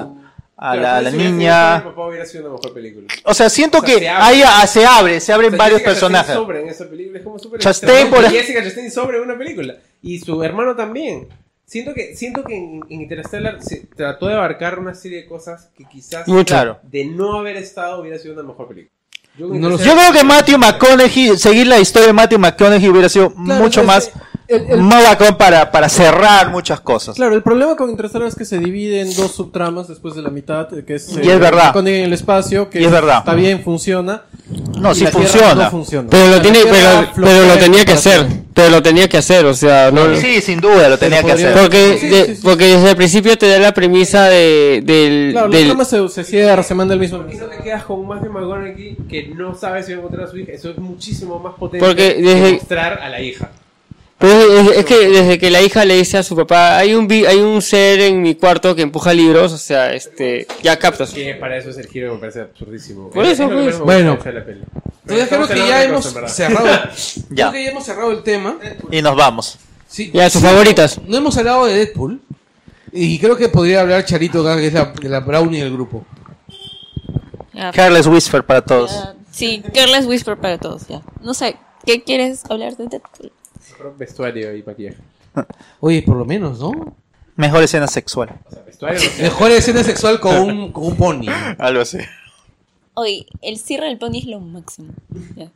Speaker 2: a
Speaker 6: Claro,
Speaker 2: la, a la
Speaker 6: si hubiera sido
Speaker 2: niña.
Speaker 6: Solo el papá hubiera sido una mejor película.
Speaker 2: O sea, siento
Speaker 6: O sea,
Speaker 2: que
Speaker 6: se abre.
Speaker 2: ahí ah, se abre, se abren
Speaker 6: O sea,
Speaker 2: varios
Speaker 6: Jessica Chastain
Speaker 2: personajes.
Speaker 6: sobra en esa película, es como súper
Speaker 2: Chastain,
Speaker 6: extraño
Speaker 2: por
Speaker 6: que
Speaker 2: ej-
Speaker 6: Jessica Chastain sobre una película. Y su hermano también. Siento que, siento que en, en Interstellar se trató de abarcar una serie de cosas que quizás
Speaker 3: Mucho.
Speaker 2: Claro.
Speaker 6: de no haber estado hubiera sido una mejor película. Yo,
Speaker 1: No lo sé.
Speaker 2: Yo creo que Matthew McConaughey, seguir la historia de Matthew McConaughey hubiera sido
Speaker 5: Claro,
Speaker 2: mucho
Speaker 5: es
Speaker 2: más,
Speaker 5: que el- el-
Speaker 2: más bacán para, para cerrar muchas cosas.
Speaker 5: Claro, el problema con Interstellar es que se divide en dos subtramas después de la mitad, eh, que es,
Speaker 2: Y es verdad.
Speaker 5: Con en el espacio, que
Speaker 2: Y es verdad.
Speaker 5: está bien, funciona.
Speaker 2: No,
Speaker 5: y
Speaker 2: sí
Speaker 5: la Tierra
Speaker 2: funciona.
Speaker 5: No funciona.
Speaker 3: Pero lo,
Speaker 5: La
Speaker 3: tiene,
Speaker 5: Tierra
Speaker 3: pero,
Speaker 5: flojea
Speaker 3: pero lo
Speaker 5: de
Speaker 3: tenía que hacer.
Speaker 5: explotación.
Speaker 3: Pero lo tenía que hacer, o sea, no.
Speaker 2: Sí, sin duda lo tenía que
Speaker 5: podría-
Speaker 2: hacer.
Speaker 3: Porque,
Speaker 5: Sí,
Speaker 3: de-
Speaker 5: sí, sí.
Speaker 3: porque desde el principio te da la premisa de, del.
Speaker 5: Claro,
Speaker 3: del-
Speaker 5: la trama se, se cierra, se manda el mismo.
Speaker 6: Imagino que quedas con un Matthew McConaughey que no sabe si va a encontrar a su hija. Eso es muchísimo más potente
Speaker 3: Porque
Speaker 6: que
Speaker 3: desde-
Speaker 6: mostrar a la hija.
Speaker 3: pero es, es- es que desde que la hija le dice a su papá, hay un, vi- hay un ser en mi cuarto que empuja libros, o sea, este. Ya captas.
Speaker 6: Que para eso es el giro que me parece absurdísimo.
Speaker 3: Por
Speaker 6: Es
Speaker 3: eso,
Speaker 6: lo que
Speaker 3: pues.
Speaker 6: menos me gusta
Speaker 1: Bueno.
Speaker 6: de la peli. Pero
Speaker 1: Entonces creo
Speaker 6: estamos
Speaker 1: que
Speaker 6: hablando
Speaker 1: ya
Speaker 6: de
Speaker 1: hemos
Speaker 6: cosas, ¿verdad?
Speaker 1: cerrado.
Speaker 5: <laughs>
Speaker 2: Ya.
Speaker 1: Creo que ya hemos cerrado el tema.
Speaker 2: Y nos vamos.
Speaker 1: Sí,
Speaker 3: Ya, sus
Speaker 1: sí,
Speaker 3: favoritas.
Speaker 1: No hemos hablado de Deadpool. Y creo que podría hablar Charito acá, que es la, la brownie del grupo.
Speaker 4: Ya,
Speaker 2: Carles Whisper para todos.
Speaker 4: ya. Sí, Careless Whisper para todos, ya. No sé, ¿qué quieres hablar de Deadpool?
Speaker 6: Vestuario y maquillaje.
Speaker 1: Oye, por lo menos, ¿no?
Speaker 2: Mejor escena sexual.
Speaker 6: O sea, vestuario no sé.
Speaker 1: Mejor escena sexual con un, con un pony.
Speaker 2: Algo así.
Speaker 4: Oye, el cierre del pony es lo máximo. ya.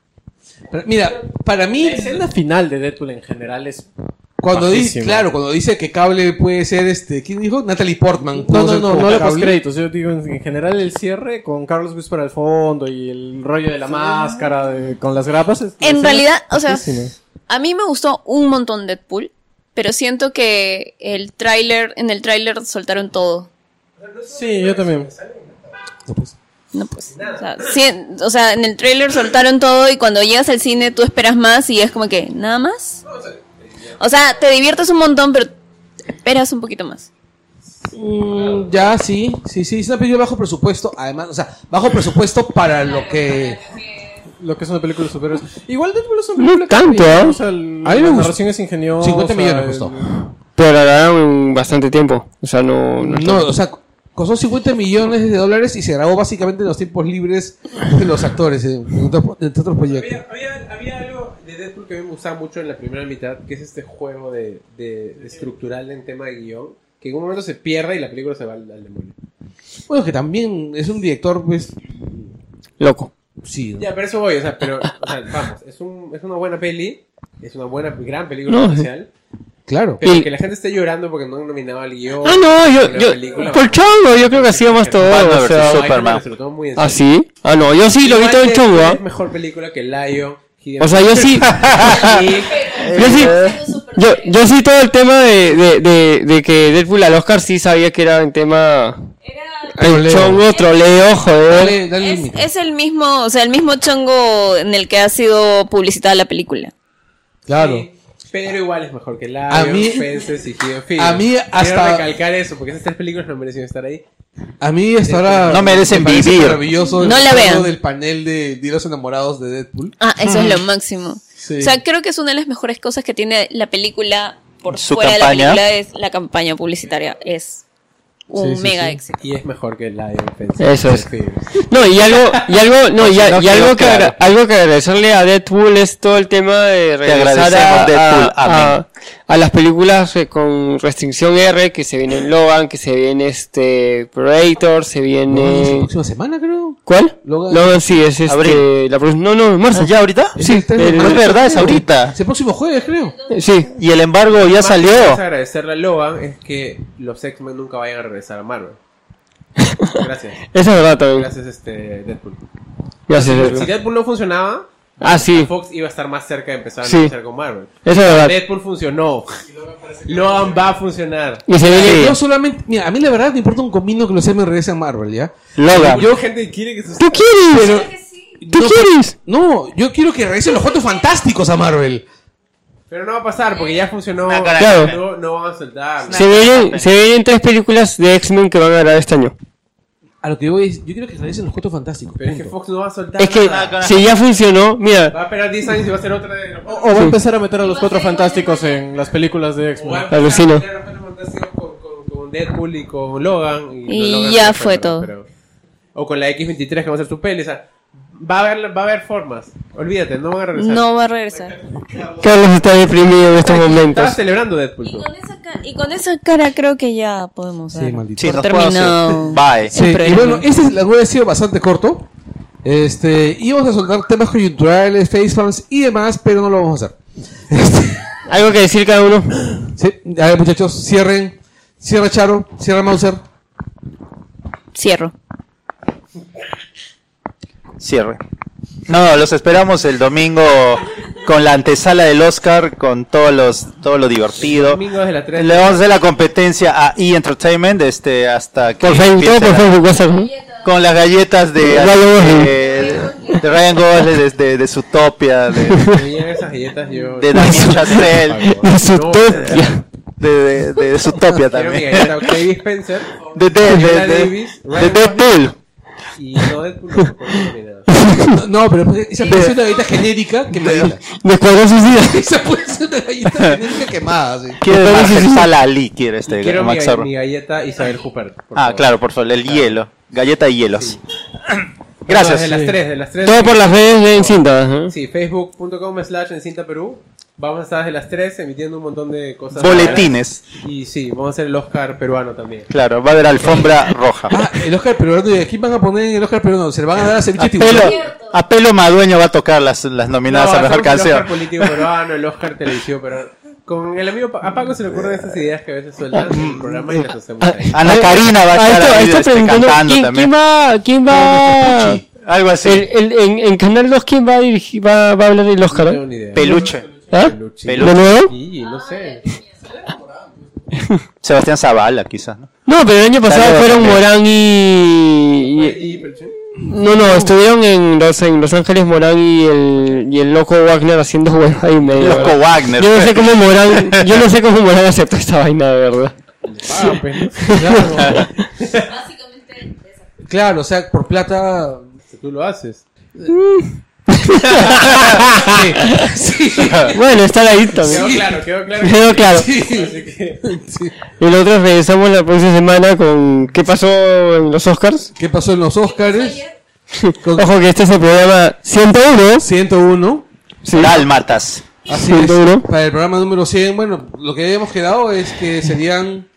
Speaker 1: Pero, Mira, para mí,
Speaker 5: La escena final de Deadpool en general es.
Speaker 1: cuando dice,
Speaker 5: bajísima.
Speaker 1: claro, cuando dice que cable puede ser este, ¿quién dijo? Natalie Portman.
Speaker 5: No,
Speaker 1: pudo
Speaker 5: no,
Speaker 1: ser
Speaker 5: no,
Speaker 1: como
Speaker 5: no le
Speaker 1: Cable.
Speaker 5: paso créditos. Yo digo en en general el cierre con Carlos Whisper al fondo y el rollo de la máscara de- con las grapas. es- la
Speaker 4: En
Speaker 5: escena
Speaker 4: realidad, o sea,
Speaker 5: bajísima.
Speaker 4: a mí me gustó un montón Deadpool, pero siento que el tráiler, en el tráiler soltaron todo.
Speaker 5: Sí, yo también.
Speaker 4: No, pues, o sea, sí, o sea, en el tráiler soltaron todo y cuando llegas al cine tú esperas más y es como que, ¿nada más? O sea, te diviertes un montón, pero esperas un poquito más.
Speaker 1: Mm, ya, sí, sí, sí, es una película bajo presupuesto, además, o sea, bajo presupuesto para lo que...
Speaker 5: Lo que es una película de superhéroes. Igual Deadpool es una película. que
Speaker 3: tanto,
Speaker 5: brilla,
Speaker 3: ¿eh?
Speaker 5: O sea, el-
Speaker 1: A mí me
Speaker 5: la
Speaker 1: gustó.
Speaker 5: narración es ingeniosa.
Speaker 1: 50 millones costó.
Speaker 5: el-
Speaker 3: Pero la ganaron bastante tiempo. O sea, no. no es
Speaker 1: No, o sea, costó 50 millones de dólares y se grabó básicamente en los tiempos libres de los actores en, en otro- en otros proyectos.
Speaker 6: Había, había, había algo de Deadpool que a mí me gustaba mucho en la primera mitad, que es este juego de, de- de estructural en tema de guión, que en un momento se pierde y la película se va al, al demonio.
Speaker 1: Bueno, que también es un director, pues,
Speaker 3: Loco.
Speaker 1: sí. ¿no?
Speaker 6: Ya, pero eso voy, o sea, pero o sea, vamos, es, un, es una buena peli, es una buena, gran película
Speaker 3: No,
Speaker 6: comercial,
Speaker 1: Claro.
Speaker 6: pero
Speaker 3: y-
Speaker 6: que la gente esté llorando porque no han nominado al guión.
Speaker 3: Ah, no, yo.
Speaker 6: la
Speaker 3: yo
Speaker 6: película-
Speaker 3: por chongo, yo creo que ha sido más todo.
Speaker 2: Batman
Speaker 3: o sea.
Speaker 2: versus
Speaker 6: No, hay
Speaker 2: Superman.
Speaker 6: gente que se lo tomó muy en
Speaker 3: ¿Ah,
Speaker 6: serio.
Speaker 3: sí? Ah, no, yo sí lo vi
Speaker 6: Igual
Speaker 3: todo en
Speaker 6: que
Speaker 3: chongo, ¿ah?
Speaker 6: Es mejor película que Lion. He-
Speaker 3: O sea, yo
Speaker 6: <laughs>
Speaker 3: sí.
Speaker 1: Ah,
Speaker 3: Yo sí, yo, yo sí todo el tema de, de, de, de que Deadpool al Oscar sí sabía que era un tema... El chongo, troleo, joder.
Speaker 1: Dale, dale
Speaker 4: Es,
Speaker 1: límite.
Speaker 4: es el mismo, o sea, el mismo chongo en el que ha sido publicitada la película.
Speaker 1: Claro.
Speaker 6: Eh, Pero igual es mejor que Lion,
Speaker 1: A mí-
Speaker 6: Fences y Hidden Figures.
Speaker 1: a mí
Speaker 6: Quiero
Speaker 1: hasta-
Speaker 6: recalcar eso, porque esas tres películas no merecen estar ahí.
Speaker 1: A mí hasta ahora...
Speaker 2: No merecen
Speaker 1: me parece
Speaker 2: vivir.
Speaker 1: Maravilloso el
Speaker 4: No la
Speaker 1: recuerdo
Speaker 4: vean.
Speaker 1: del panel de, de los enamorados de Deadpool.
Speaker 4: Ah, eso es lo máximo.
Speaker 1: Sí.
Speaker 4: O sea, creo que es una de las mejores cosas que tiene la película por
Speaker 2: Su
Speaker 4: fuera
Speaker 2: campaña.
Speaker 4: de la película es la campaña publicitaria. Es un
Speaker 1: Sí, sí,
Speaker 4: mega
Speaker 1: sí.
Speaker 4: éxito.
Speaker 6: Y es mejor que Lion, Fences
Speaker 3: Eso
Speaker 6: y
Speaker 3: es.
Speaker 6: Hidden Figures.
Speaker 3: No, y algo,
Speaker 2: <laughs>
Speaker 3: y algo, no, y, a-
Speaker 2: No
Speaker 3: y algo,
Speaker 2: quedó
Speaker 3: que
Speaker 2: claro.
Speaker 3: agra- algo que agradecerle a Deadpool es todo el tema de regresar a,
Speaker 2: agradecemos, Deadpool.
Speaker 3: a-
Speaker 2: Amén.
Speaker 3: a- a las películas eh, con restricción R, que se viene Logan, que se viene este Predator, se
Speaker 1: Es La
Speaker 3: viene...
Speaker 1: próxima semana, creo.
Speaker 3: ¿Cuál?
Speaker 1: Logan.
Speaker 3: Logan sí, es este...
Speaker 2: Abril.
Speaker 3: La, pro- no, no, en marzo.
Speaker 2: ¿Ya ahorita?
Speaker 1: este Es
Speaker 3: Sí,
Speaker 1: el tres de
Speaker 3: el-
Speaker 1: marzo,
Speaker 2: es verdad, es
Speaker 1: creo.
Speaker 2: ahorita.
Speaker 1: Es el próximo jueves, creo.
Speaker 2: Ah,
Speaker 3: Sí.
Speaker 2: Y el embargo ya
Speaker 6: Más que
Speaker 2: salió.
Speaker 6: quieres agradecerle a Logan es que los X-Men nunca vayan a regresar a Marvel.
Speaker 3: <laughs>
Speaker 6: Gracias.
Speaker 3: Esa es verdad también.
Speaker 6: Gracias, este Deadpool.
Speaker 3: Gracias.
Speaker 6: Si
Speaker 3: Deadpool.
Speaker 6: Deadpool no funcionaba,
Speaker 3: Ah, sí.
Speaker 6: Fox iba a estar más cerca de empezar a
Speaker 3: Sí.
Speaker 6: negociar con Marvel.
Speaker 3: Esa es verdad.
Speaker 6: Deadpool funcionó. Logan va a funcionar.
Speaker 3: Y se viene
Speaker 1: Yo Eh, solamente, mira, a mí la verdad me importa un comino que los me regresen a Marvel, ¿ya?
Speaker 3: Logan.
Speaker 6: Yo, gente, quiere que sus-
Speaker 3: ¿Tú quieres? ¿Tú
Speaker 1: No,
Speaker 3: quieres?
Speaker 1: No, yo quiero que regresen los Cuatro Fantásticos a Marvel.
Speaker 6: Pero no va a pasar porque ya funcionó.
Speaker 7: Ah, caray.
Speaker 3: Claro.
Speaker 6: No, no van a soltar.
Speaker 3: Se vienen, se vienen tres películas de X-Men que van a grabar este año.
Speaker 1: A lo que yo voy es, yo quiero que regresen los Cuatro Fantásticos.
Speaker 6: Pero es que
Speaker 1: punto.
Speaker 6: Fox no va a soltar.
Speaker 3: Es que
Speaker 2: Ah,
Speaker 6: nada.
Speaker 3: si
Speaker 2: <laughs>
Speaker 3: ya funcionó, mira,
Speaker 6: va a esperar 10 años y va a ser otra de.
Speaker 5: O, o va a empezar a meter a los cuatro fantásticos en las películas de
Speaker 6: o va a
Speaker 5: X-Men.
Speaker 6: empezar
Speaker 3: Alucino.
Speaker 6: a meter a Fantasy Fantasy con, con, con Deadpool y con Logan.
Speaker 4: Y
Speaker 6: con Logan
Speaker 4: ya
Speaker 6: no
Speaker 4: fue
Speaker 6: pero-
Speaker 4: todo.
Speaker 6: pero- o con la X23 que va a ser su peli. O sea, va a haber, va a haber formas. Olvídate, no van a regresar.
Speaker 4: No va a regresar.
Speaker 3: Carlos está deprimido en estos
Speaker 6: Estaba
Speaker 3: momentos.
Speaker 6: celebrando Deadpool.
Speaker 4: Y
Speaker 6: tú.
Speaker 4: con, esa ca- y con esa cara creo que ya podemos
Speaker 1: Sí,
Speaker 4: dar
Speaker 1: maldito.
Speaker 2: Sí,
Speaker 4: por
Speaker 2: nos
Speaker 4: terminado.
Speaker 2: podemos ir. Bye.
Speaker 1: Sí,
Speaker 4: el
Speaker 1: y
Speaker 4: programa.
Speaker 1: bueno, este es, la web ha sido bastante corto. Este, íbamos a soltar temas coyunturales, facepalms y demás, pero no lo vamos a hacer. Este,
Speaker 3: ¿Algo que decir cada uno?
Speaker 1: Sí, a ver, muchachos, cierren. Cierra Charo, cierra Mauser.
Speaker 4: Cierro.
Speaker 2: Cierre. No, los esperamos el domingo con la antesala del Oscar, con todos los, todo lo divertido.
Speaker 6: Domingo desde las 3.
Speaker 2: Le vamos a hacer la competencia a E Entertainment este, hasta que
Speaker 3: Por Facebook, todo
Speaker 2: empiece
Speaker 3: por
Speaker 2: la-
Speaker 3: Facebook, WhatsApp. ¿no? <laughs>
Speaker 2: con las galletas de,
Speaker 3: Ryan Gosling.
Speaker 2: de, de Ryan Gosling, de, de, de Zootopia, de,
Speaker 6: Me llegan esas galletas yo.
Speaker 2: de Daniel Chastel,
Speaker 3: De su topia.
Speaker 2: de, de, de Zootopia
Speaker 6: Quiero mi
Speaker 2: también,
Speaker 6: galleta Octavia Spencer.
Speaker 2: de, de,
Speaker 6: Viola
Speaker 2: de, de-
Speaker 6: Davis,
Speaker 2: de
Speaker 6: Ryan
Speaker 2: Deadpool.
Speaker 6: Y no Deadpool no fue nominado.
Speaker 1: No, no, pero pues, esa puede ser una galleta genérica quemadita.
Speaker 3: De
Speaker 2: <laughs>
Speaker 3: Escuadrón Suicida.
Speaker 1: Esa puede ser una galleta genérica quemada, sí.
Speaker 2: Quiere
Speaker 3: Entonces, sí,
Speaker 2: Marcel
Speaker 3: sí.
Speaker 2: Salali, quiere este
Speaker 6: Quiero mi,
Speaker 2: Max Zorro.
Speaker 6: mi galleta Isabel Hooper. por
Speaker 2: Ah,
Speaker 6: favor.
Speaker 2: claro, por favor, el hielo, galleta y hielos.
Speaker 6: No,
Speaker 2: Gracias.
Speaker 6: De las tres, de las tres.
Speaker 3: Todo por las redes de Encinta. ¿eh?
Speaker 6: Sí, facebook.com slash en cinta Perú. Vamos a estar desde las 3 emitiendo un montón de cosas.
Speaker 2: Boletines.
Speaker 6: Y sí, vamos a hacer el Oscar peruano también.
Speaker 2: Claro, va a haber alfombra roja.
Speaker 1: Ah, el Oscar peruano. ¿y ¿A quién van a poner en el Oscar peruano? ¿Se le van a dar a ceviche
Speaker 2: Apelo,
Speaker 1: tiburón?
Speaker 2: Apelo Madueño va a tocar las, las nominadas
Speaker 6: este No,
Speaker 2: a mejor
Speaker 6: hacemos El
Speaker 2: canción.
Speaker 6: Oscar político peruano, el Oscar televisivo peruano. Con el amigo Pa- a Paco se le ocurren esas ideas que a veces sueltan en el programa y las hacemos ahí.
Speaker 2: Ana Karina va a
Speaker 3: Ah,
Speaker 2: estar
Speaker 3: esto-
Speaker 2: ahí,
Speaker 3: esto
Speaker 2: este,
Speaker 3: preguntando,
Speaker 2: cantando
Speaker 3: ¿quién,
Speaker 2: también. pues,
Speaker 3: quién va, quién va,
Speaker 2: Algo así.
Speaker 3: el- el- en, en Canal 2 quién va a, dirigir, va, va a hablar del
Speaker 6: No
Speaker 3: Oscar?
Speaker 6: tengo
Speaker 3: ¿eh?
Speaker 6: ni idea.
Speaker 2: Peluche.
Speaker 3: ¿Ah?
Speaker 6: Peluche.
Speaker 3: ¿De
Speaker 2: Peluche.
Speaker 3: nuevo?
Speaker 6: Y no sé.
Speaker 2: Sebastián Zavala, quizás. ¿no?
Speaker 3: No, pero el año pasado
Speaker 2: Dale,
Speaker 3: fueron
Speaker 2: dale.
Speaker 3: Morán y, y-
Speaker 6: ¿Y Peluche?
Speaker 3: No, no, estuvieron en Los, en Los Ángeles Morán y el, y el loco Wagner haciendo hueva y medio.
Speaker 2: Loco Wagner.
Speaker 3: eh,
Speaker 2: pues.
Speaker 3: Yo no sé cómo Morán,
Speaker 2: <laughs>
Speaker 3: yo no sé cómo Morán aceptó esta vaina de verdad.
Speaker 6: Ah, pues, no sé.
Speaker 2: <laughs>
Speaker 1: Claro,
Speaker 4: Básicamente,
Speaker 1: claro, o sea, por plata.
Speaker 6: tú lo haces.
Speaker 1: Sí, <laughs>
Speaker 3: Bueno, está la hit también.
Speaker 6: Quedó claro, quedó claro.
Speaker 3: Quedó claro.
Speaker 1: sí.
Speaker 6: Así que-
Speaker 1: <laughs>
Speaker 3: Y nosotros regresamos la próxima semana con qué pasó en los Oscars.
Speaker 1: ¿Qué pasó en los Oscars? Con
Speaker 3: Ojo que este es el programa 101.
Speaker 1: 101.
Speaker 3: Sí.
Speaker 2: Dálmatas.
Speaker 1: Así es.
Speaker 3: 101.
Speaker 1: Para el programa número 100, bueno, lo que habíamos quedado es que serían.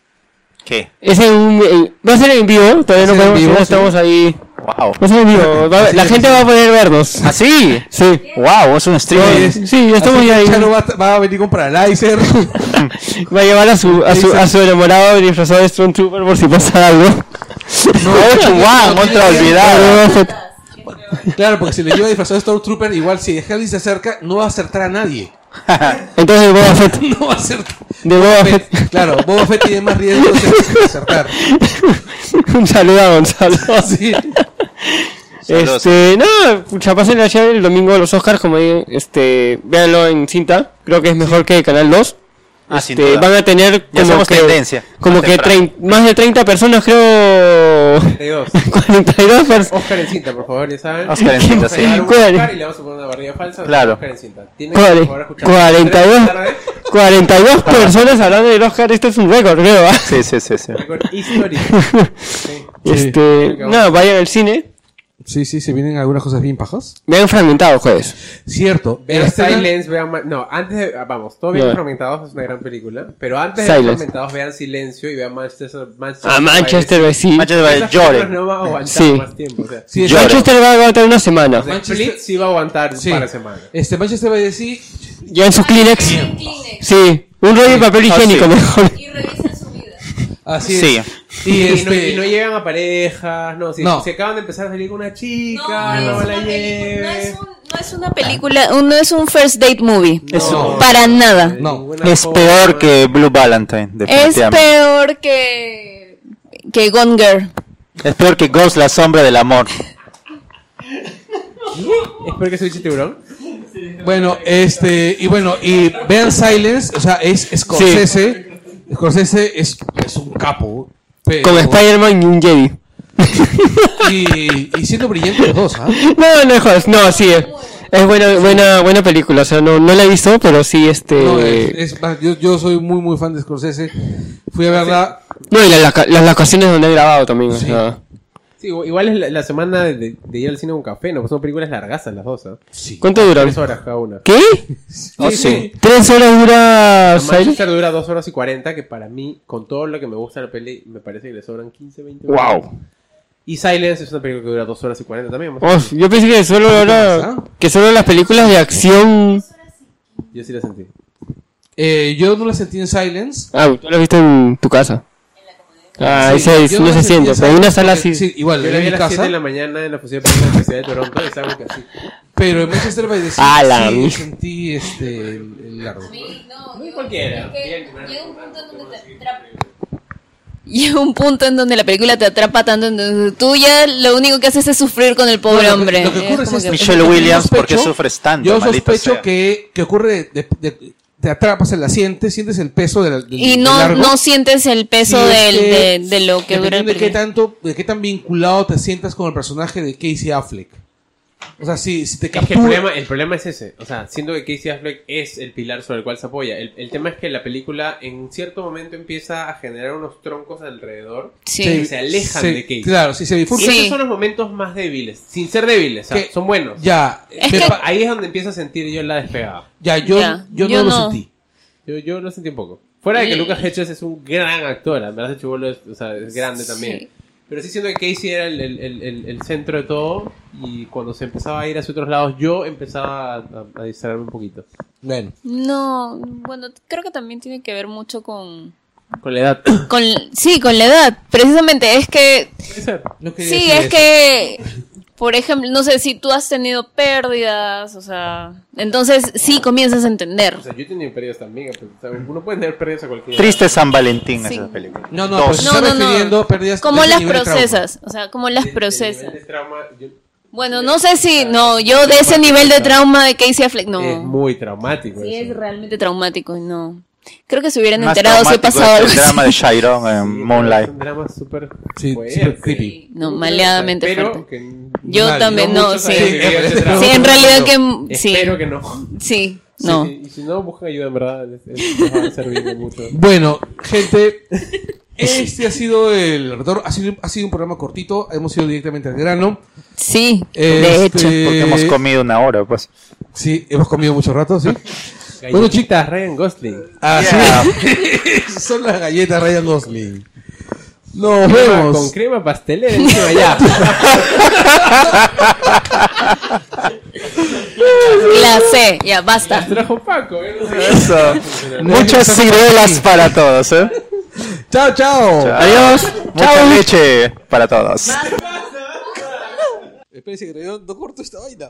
Speaker 2: ¿Qué?
Speaker 3: Es en un- en- va a ser en vivo, todavía
Speaker 1: Va a ser
Speaker 3: no
Speaker 1: en
Speaker 3: podemos,
Speaker 1: vivo,
Speaker 3: ya
Speaker 1: sí. Ah,
Speaker 3: estamos ahí.
Speaker 2: Wow.
Speaker 3: Va a ser en vivo, Pues va-
Speaker 1: Así
Speaker 3: la
Speaker 1: es.
Speaker 3: gente va a poder vernos.
Speaker 2: ¿Así?
Speaker 3: Sí.
Speaker 2: Wow, es un streaming.
Speaker 1: es.
Speaker 3: Sí, ya
Speaker 1: Ah,
Speaker 3: estamos
Speaker 1: Así que
Speaker 3: ya ahí.
Speaker 1: Charo va, a- va a venir con Paralyzer.
Speaker 3: Va a llevar a su, a su, a su enamorado disfrazado de Stormtrooper por si pasa algo.
Speaker 1: No, <laughs>
Speaker 2: Guau,
Speaker 1: no
Speaker 2: otra
Speaker 1: tiene- <laughs>
Speaker 2: olvidada.
Speaker 1: Claro, porque si le lleva disfrazado de Stormtrooper, igual si Harry se acerca, no va a acertar a nadie.
Speaker 3: Entonces Boba Fett,
Speaker 1: No va a acertar.
Speaker 3: de Boba Fett, <laughs>
Speaker 1: Fett- Claro, Boba Fett tiene más riesgos de acertar.
Speaker 3: un saludo
Speaker 2: <laughs>
Speaker 3: a Gonzalo.
Speaker 1: <laughs> Sí.
Speaker 2: Saludos.
Speaker 3: Este, no, pucha, pasen la llave el domingo de los Oscars, como digo, este, véanlo en cinta, creo que es mejor que Canal 2.
Speaker 2: Ah, sin
Speaker 3: Este,
Speaker 2: duda.
Speaker 3: van a tener
Speaker 2: Ya
Speaker 3: como
Speaker 2: somos
Speaker 3: que,
Speaker 2: tendencia,
Speaker 3: como
Speaker 2: más
Speaker 3: que
Speaker 2: temprano.
Speaker 3: trein- más de 30 personas, creo, <laughs>
Speaker 6: 32.
Speaker 3: 42 personas.
Speaker 6: Oscar en cinta, por favor, ya saben.
Speaker 2: Oscar en cinta,
Speaker 6: Vamos a
Speaker 2: sí.
Speaker 6: llevar un
Speaker 3: ¿Cuál?
Speaker 6: Oscar y le vamos a poner una barriga falsa.
Speaker 2: Claro.
Speaker 6: Oscar en cinta. Tiene que, por favor, escuchar.
Speaker 3: 42, 42 personas hablando del Oscar, este es un récord, creo. ¿ah?
Speaker 2: Sí, sí, sí, sí.
Speaker 6: Histórico. Sí.
Speaker 3: Este, no, vayan al cine.
Speaker 1: Sí, sí, se vienen algunas cosas bien pajas.
Speaker 3: Vean fragmentado jueves.
Speaker 1: Cierto.
Speaker 6: Vean
Speaker 1: Este-
Speaker 6: Silence, vean. Ma- No, antes de. ah, Vamos, todo bien
Speaker 3: Ya.
Speaker 6: Fragmentados es una gran película. Pero antes de
Speaker 3: Silence.
Speaker 6: Fragmentados, vean Silencio y vean Manchester. Ah, Manchester
Speaker 3: A Ah, Manchester by Sea.
Speaker 2: Manchester by
Speaker 6: Esas películas
Speaker 2: Lloren.
Speaker 6: No va a aguantar
Speaker 3: Sí.
Speaker 6: más tiempo. O sea,
Speaker 1: Sí,
Speaker 2: Yo-
Speaker 3: Manchester va a aguantar una semana.
Speaker 1: Manchester-
Speaker 6: Split sí va a aguantar
Speaker 1: sí.
Speaker 6: para semana.
Speaker 1: Este Manchester by the
Speaker 6: <laughs>
Speaker 1: Sea,
Speaker 3: Ya en su Kleenex.
Speaker 4: Kleenex.
Speaker 3: Sí, un rollo de papel
Speaker 2: Ah,
Speaker 3: higiénico
Speaker 2: sí.
Speaker 3: mejor.
Speaker 4: Y revisen su vida.
Speaker 1: así es.
Speaker 2: Sí.
Speaker 1: Y,
Speaker 6: Y, no,
Speaker 1: este,
Speaker 6: y no llegan a parejas, no, si,
Speaker 1: No.
Speaker 6: si acaban de empezar a salir con una
Speaker 4: No,
Speaker 6: chica,
Speaker 4: es
Speaker 6: no,
Speaker 4: una película-
Speaker 6: la
Speaker 4: no es
Speaker 6: lleves.
Speaker 4: un- no es una película, un- no es un first date movie.
Speaker 1: No.
Speaker 4: Para nada.
Speaker 1: No.
Speaker 6: Ninguna
Speaker 2: Es
Speaker 6: forma.
Speaker 2: peor que Blue Valentine,
Speaker 4: Es
Speaker 2: definitivamente.
Speaker 4: peor que, que Gone Girl.
Speaker 2: Es peor que Ghost, la sombra del amor.
Speaker 6: Es peor que Switch Tiburón.
Speaker 1: bueno, este, y bueno, y vean Silence, o sea, es Scorsese. Scorsese es, es un capo. pero-
Speaker 3: Con Spider-Man y un Jedi.
Speaker 1: y, y siendo brillante los dos, ¿ah?
Speaker 3: No, no, jodas, no, sí. Es es buena, buena, buena película. O sea, no, no la he visto, pero sí, este.
Speaker 1: No, es- es más, yo, yo soy muy, muy fan de Scorsese. Fui a verla.
Speaker 3: No, y la- la- las locaciones donde he grabado también. o sea.
Speaker 6: Sí, igu- igual es la, la semana de, de- de ir al cine con café, no, pues son películas largasas las dos, ¿ah?
Speaker 3: ¿Cuánto duran?
Speaker 6: Tres horas cada una.
Speaker 3: ¿Qué?
Speaker 2: Oh, sí.
Speaker 3: ¿Tres horas dura
Speaker 6: La
Speaker 3: Silence?
Speaker 6: Manchester dura dos horas y 40, que para mí, con todo lo que me gusta de la peli, me parece que le sobran 15, 20 minutos.
Speaker 3: Wow.
Speaker 6: Y Silence es una película que dura dos horas y 40 también. más o
Speaker 3: Oh,
Speaker 6: menos.
Speaker 3: yo pensé que solo
Speaker 1: más,
Speaker 3: era,
Speaker 1: ah?
Speaker 3: que solo las películas de acción.
Speaker 6: Yo sí la sentí.
Speaker 1: Eh, yo no la sentí en Silence.
Speaker 3: Ah, tú lo viste en tu casa. Ah,
Speaker 1: Sí,
Speaker 3: ese es-
Speaker 1: yo
Speaker 3: no se
Speaker 1: la sentí
Speaker 3: siente, pero en
Speaker 1: Silence
Speaker 3: una sala
Speaker 1: porque-
Speaker 3: sí.
Speaker 1: Sí, igual,
Speaker 6: Yo la
Speaker 1: en
Speaker 6: vi a
Speaker 1: mi
Speaker 6: las
Speaker 1: casa.
Speaker 6: 7 de la mañana en la fusión de películas de la Universidad de Toronto, es algo que así.
Speaker 1: Pero en Manchester by the
Speaker 3: A
Speaker 1: Sea
Speaker 3: la
Speaker 1: sí
Speaker 3: mierda.
Speaker 1: sentí este, el el largo.
Speaker 6: Cualquiera.
Speaker 4: Llega un punto en donde te atrapa. Llega un punto en donde la película te atrapa tanto, en donde tú ya lo único que haces es sufrir con el pobre
Speaker 1: No, lo que-
Speaker 4: hombre.
Speaker 1: lo que ocurre es
Speaker 4: como
Speaker 1: esto.
Speaker 4: que-
Speaker 2: Michelle
Speaker 1: yo
Speaker 2: Williams,
Speaker 1: sospecho-
Speaker 2: ¿por qué sufres tanto?
Speaker 1: Yo
Speaker 2: maldita
Speaker 1: sospecho
Speaker 2: sea?
Speaker 1: que, que ocurre, de, de- te atrapas en la siente, sientes el peso del, del-
Speaker 4: y
Speaker 1: del
Speaker 4: no,
Speaker 1: largo.
Speaker 4: no sientes el peso
Speaker 1: Y es
Speaker 4: del-
Speaker 1: que,
Speaker 4: de, de lo que dura
Speaker 1: dependiendo de
Speaker 4: el
Speaker 1: qué
Speaker 4: película.
Speaker 1: tanto, de qué tan vinculado te sientas con el personaje de Casey Affleck. O sea, si, si te
Speaker 6: Es que el
Speaker 1: captura...
Speaker 6: problema, el problema es ese. O sea, siento que Casey Affleck es el pilar sobre el cual se apoya. El, el tema es que la película en cierto momento empieza a generar unos troncos alrededor
Speaker 4: Sí.
Speaker 6: que se alejan
Speaker 1: se-
Speaker 6: de Casey.
Speaker 1: Claro, si se
Speaker 6: Y
Speaker 1: bifurca...
Speaker 4: Sí.
Speaker 6: esos son los momentos más débiles, sin ser débiles, o sea,
Speaker 1: Que-
Speaker 6: son buenos.
Speaker 1: Ya,
Speaker 4: Es
Speaker 1: pero
Speaker 4: que-
Speaker 1: pa-
Speaker 6: Ahí es donde empiezo a sentir yo la despegada.
Speaker 1: ya, yo,
Speaker 4: Ya,
Speaker 1: yo,
Speaker 4: yo
Speaker 1: no,
Speaker 4: no.
Speaker 1: lo sentí.
Speaker 6: Yo, yo lo sentí un poco. Fuera de que
Speaker 4: Y-
Speaker 6: Lucas Hedges es un gran actor, en verdad ese chivolo es, o sea, es grande
Speaker 4: Sí.
Speaker 6: también. Pero sí siento que Casey era el, el- el- el- el centro de todo y cuando se empezaba a ir hacia otros lados yo empezaba a, a- a distraerme un poquito.
Speaker 1: Bueno,
Speaker 4: No, bueno, creo que también tiene que ver mucho con,
Speaker 6: Con la edad.
Speaker 4: con sí, con la edad. Precisamente es que
Speaker 6: <coughs> Puede ser.
Speaker 1: no quería
Speaker 4: sí,
Speaker 1: decir
Speaker 4: es
Speaker 1: eso.
Speaker 4: que por ejemplo, no sé si tú has tenido pérdidas, o sea, entonces sí comienzas a entender.
Speaker 6: O sea, yo he tenido pérdidas también. pues, o sea, uno puede tener pérdidas a cualquier edad.
Speaker 2: Triste San Valentín es
Speaker 4: Sí.
Speaker 2: esa película.
Speaker 1: No, no,
Speaker 2: Dos.
Speaker 1: pero se está
Speaker 4: No, no, no.
Speaker 1: refiriendo a pérdidas
Speaker 4: ¿Cómo
Speaker 1: de ese
Speaker 4: las
Speaker 1: nivel de trauma.
Speaker 4: procesas? O sea, ¿cómo las
Speaker 6: El- el
Speaker 4: procesas?
Speaker 6: nivel de trauma, yo-
Speaker 4: Bueno, no sé si no, yo de ese nivel de trauma de Casey Affleck no.
Speaker 6: Es muy traumático.
Speaker 4: Sí,
Speaker 6: eso.
Speaker 4: es realmente traumático y no. Creo que se hubieran
Speaker 2: Más
Speaker 4: enterado si he
Speaker 2: traumático
Speaker 4: pasado
Speaker 2: es
Speaker 4: algo
Speaker 2: el
Speaker 4: así.
Speaker 2: drama de Chiron en
Speaker 6: Sí,
Speaker 2: Moonlight.
Speaker 6: Es un drama súper
Speaker 1: Sí,
Speaker 6: fuerte.
Speaker 1: súper creepy.
Speaker 4: No, maleadamente
Speaker 6: Pero
Speaker 4: fuerte.
Speaker 6: que
Speaker 4: Yo
Speaker 1: Nadie,
Speaker 4: también
Speaker 6: no
Speaker 4: no,
Speaker 6: muchos
Speaker 4: sí.
Speaker 6: hayan vivido ese
Speaker 4: Sí,
Speaker 6: trauma.
Speaker 4: en realidad que sí.
Speaker 6: Espero que no.
Speaker 4: Sí, no.
Speaker 6: Sí, sí, y si no, busquen ayuda, en verdad. es- es- les va a servir de mucho.
Speaker 1: Bueno, gente, este ha sido el retorno. Ha sido, ha sido un programa cortito. Hemos ido directamente al grano.
Speaker 4: Sí,
Speaker 1: Este,
Speaker 4: de hecho.
Speaker 2: Porque hemos comido una hora, pues.
Speaker 1: Sí, hemos comido mucho rato, sí.
Speaker 6: Bueno, chicas, Ryan Gosling.
Speaker 1: Así
Speaker 2: Yeah.
Speaker 1: <laughs> son las galletas Ryan Gosling. Nos
Speaker 6: Crema Con
Speaker 1: vemos.
Speaker 6: crema pastelera encima ya.
Speaker 4: La C, ya, basta.
Speaker 6: Trajo Paco. ¿eh? No sé.
Speaker 2: <laughs> Eso. Muchas ciruelas para todos, ¿eh?
Speaker 1: Chao, chao.
Speaker 2: Adiós. Mucha leche para todos.
Speaker 1: Espérense que todavía no corto esta vaina.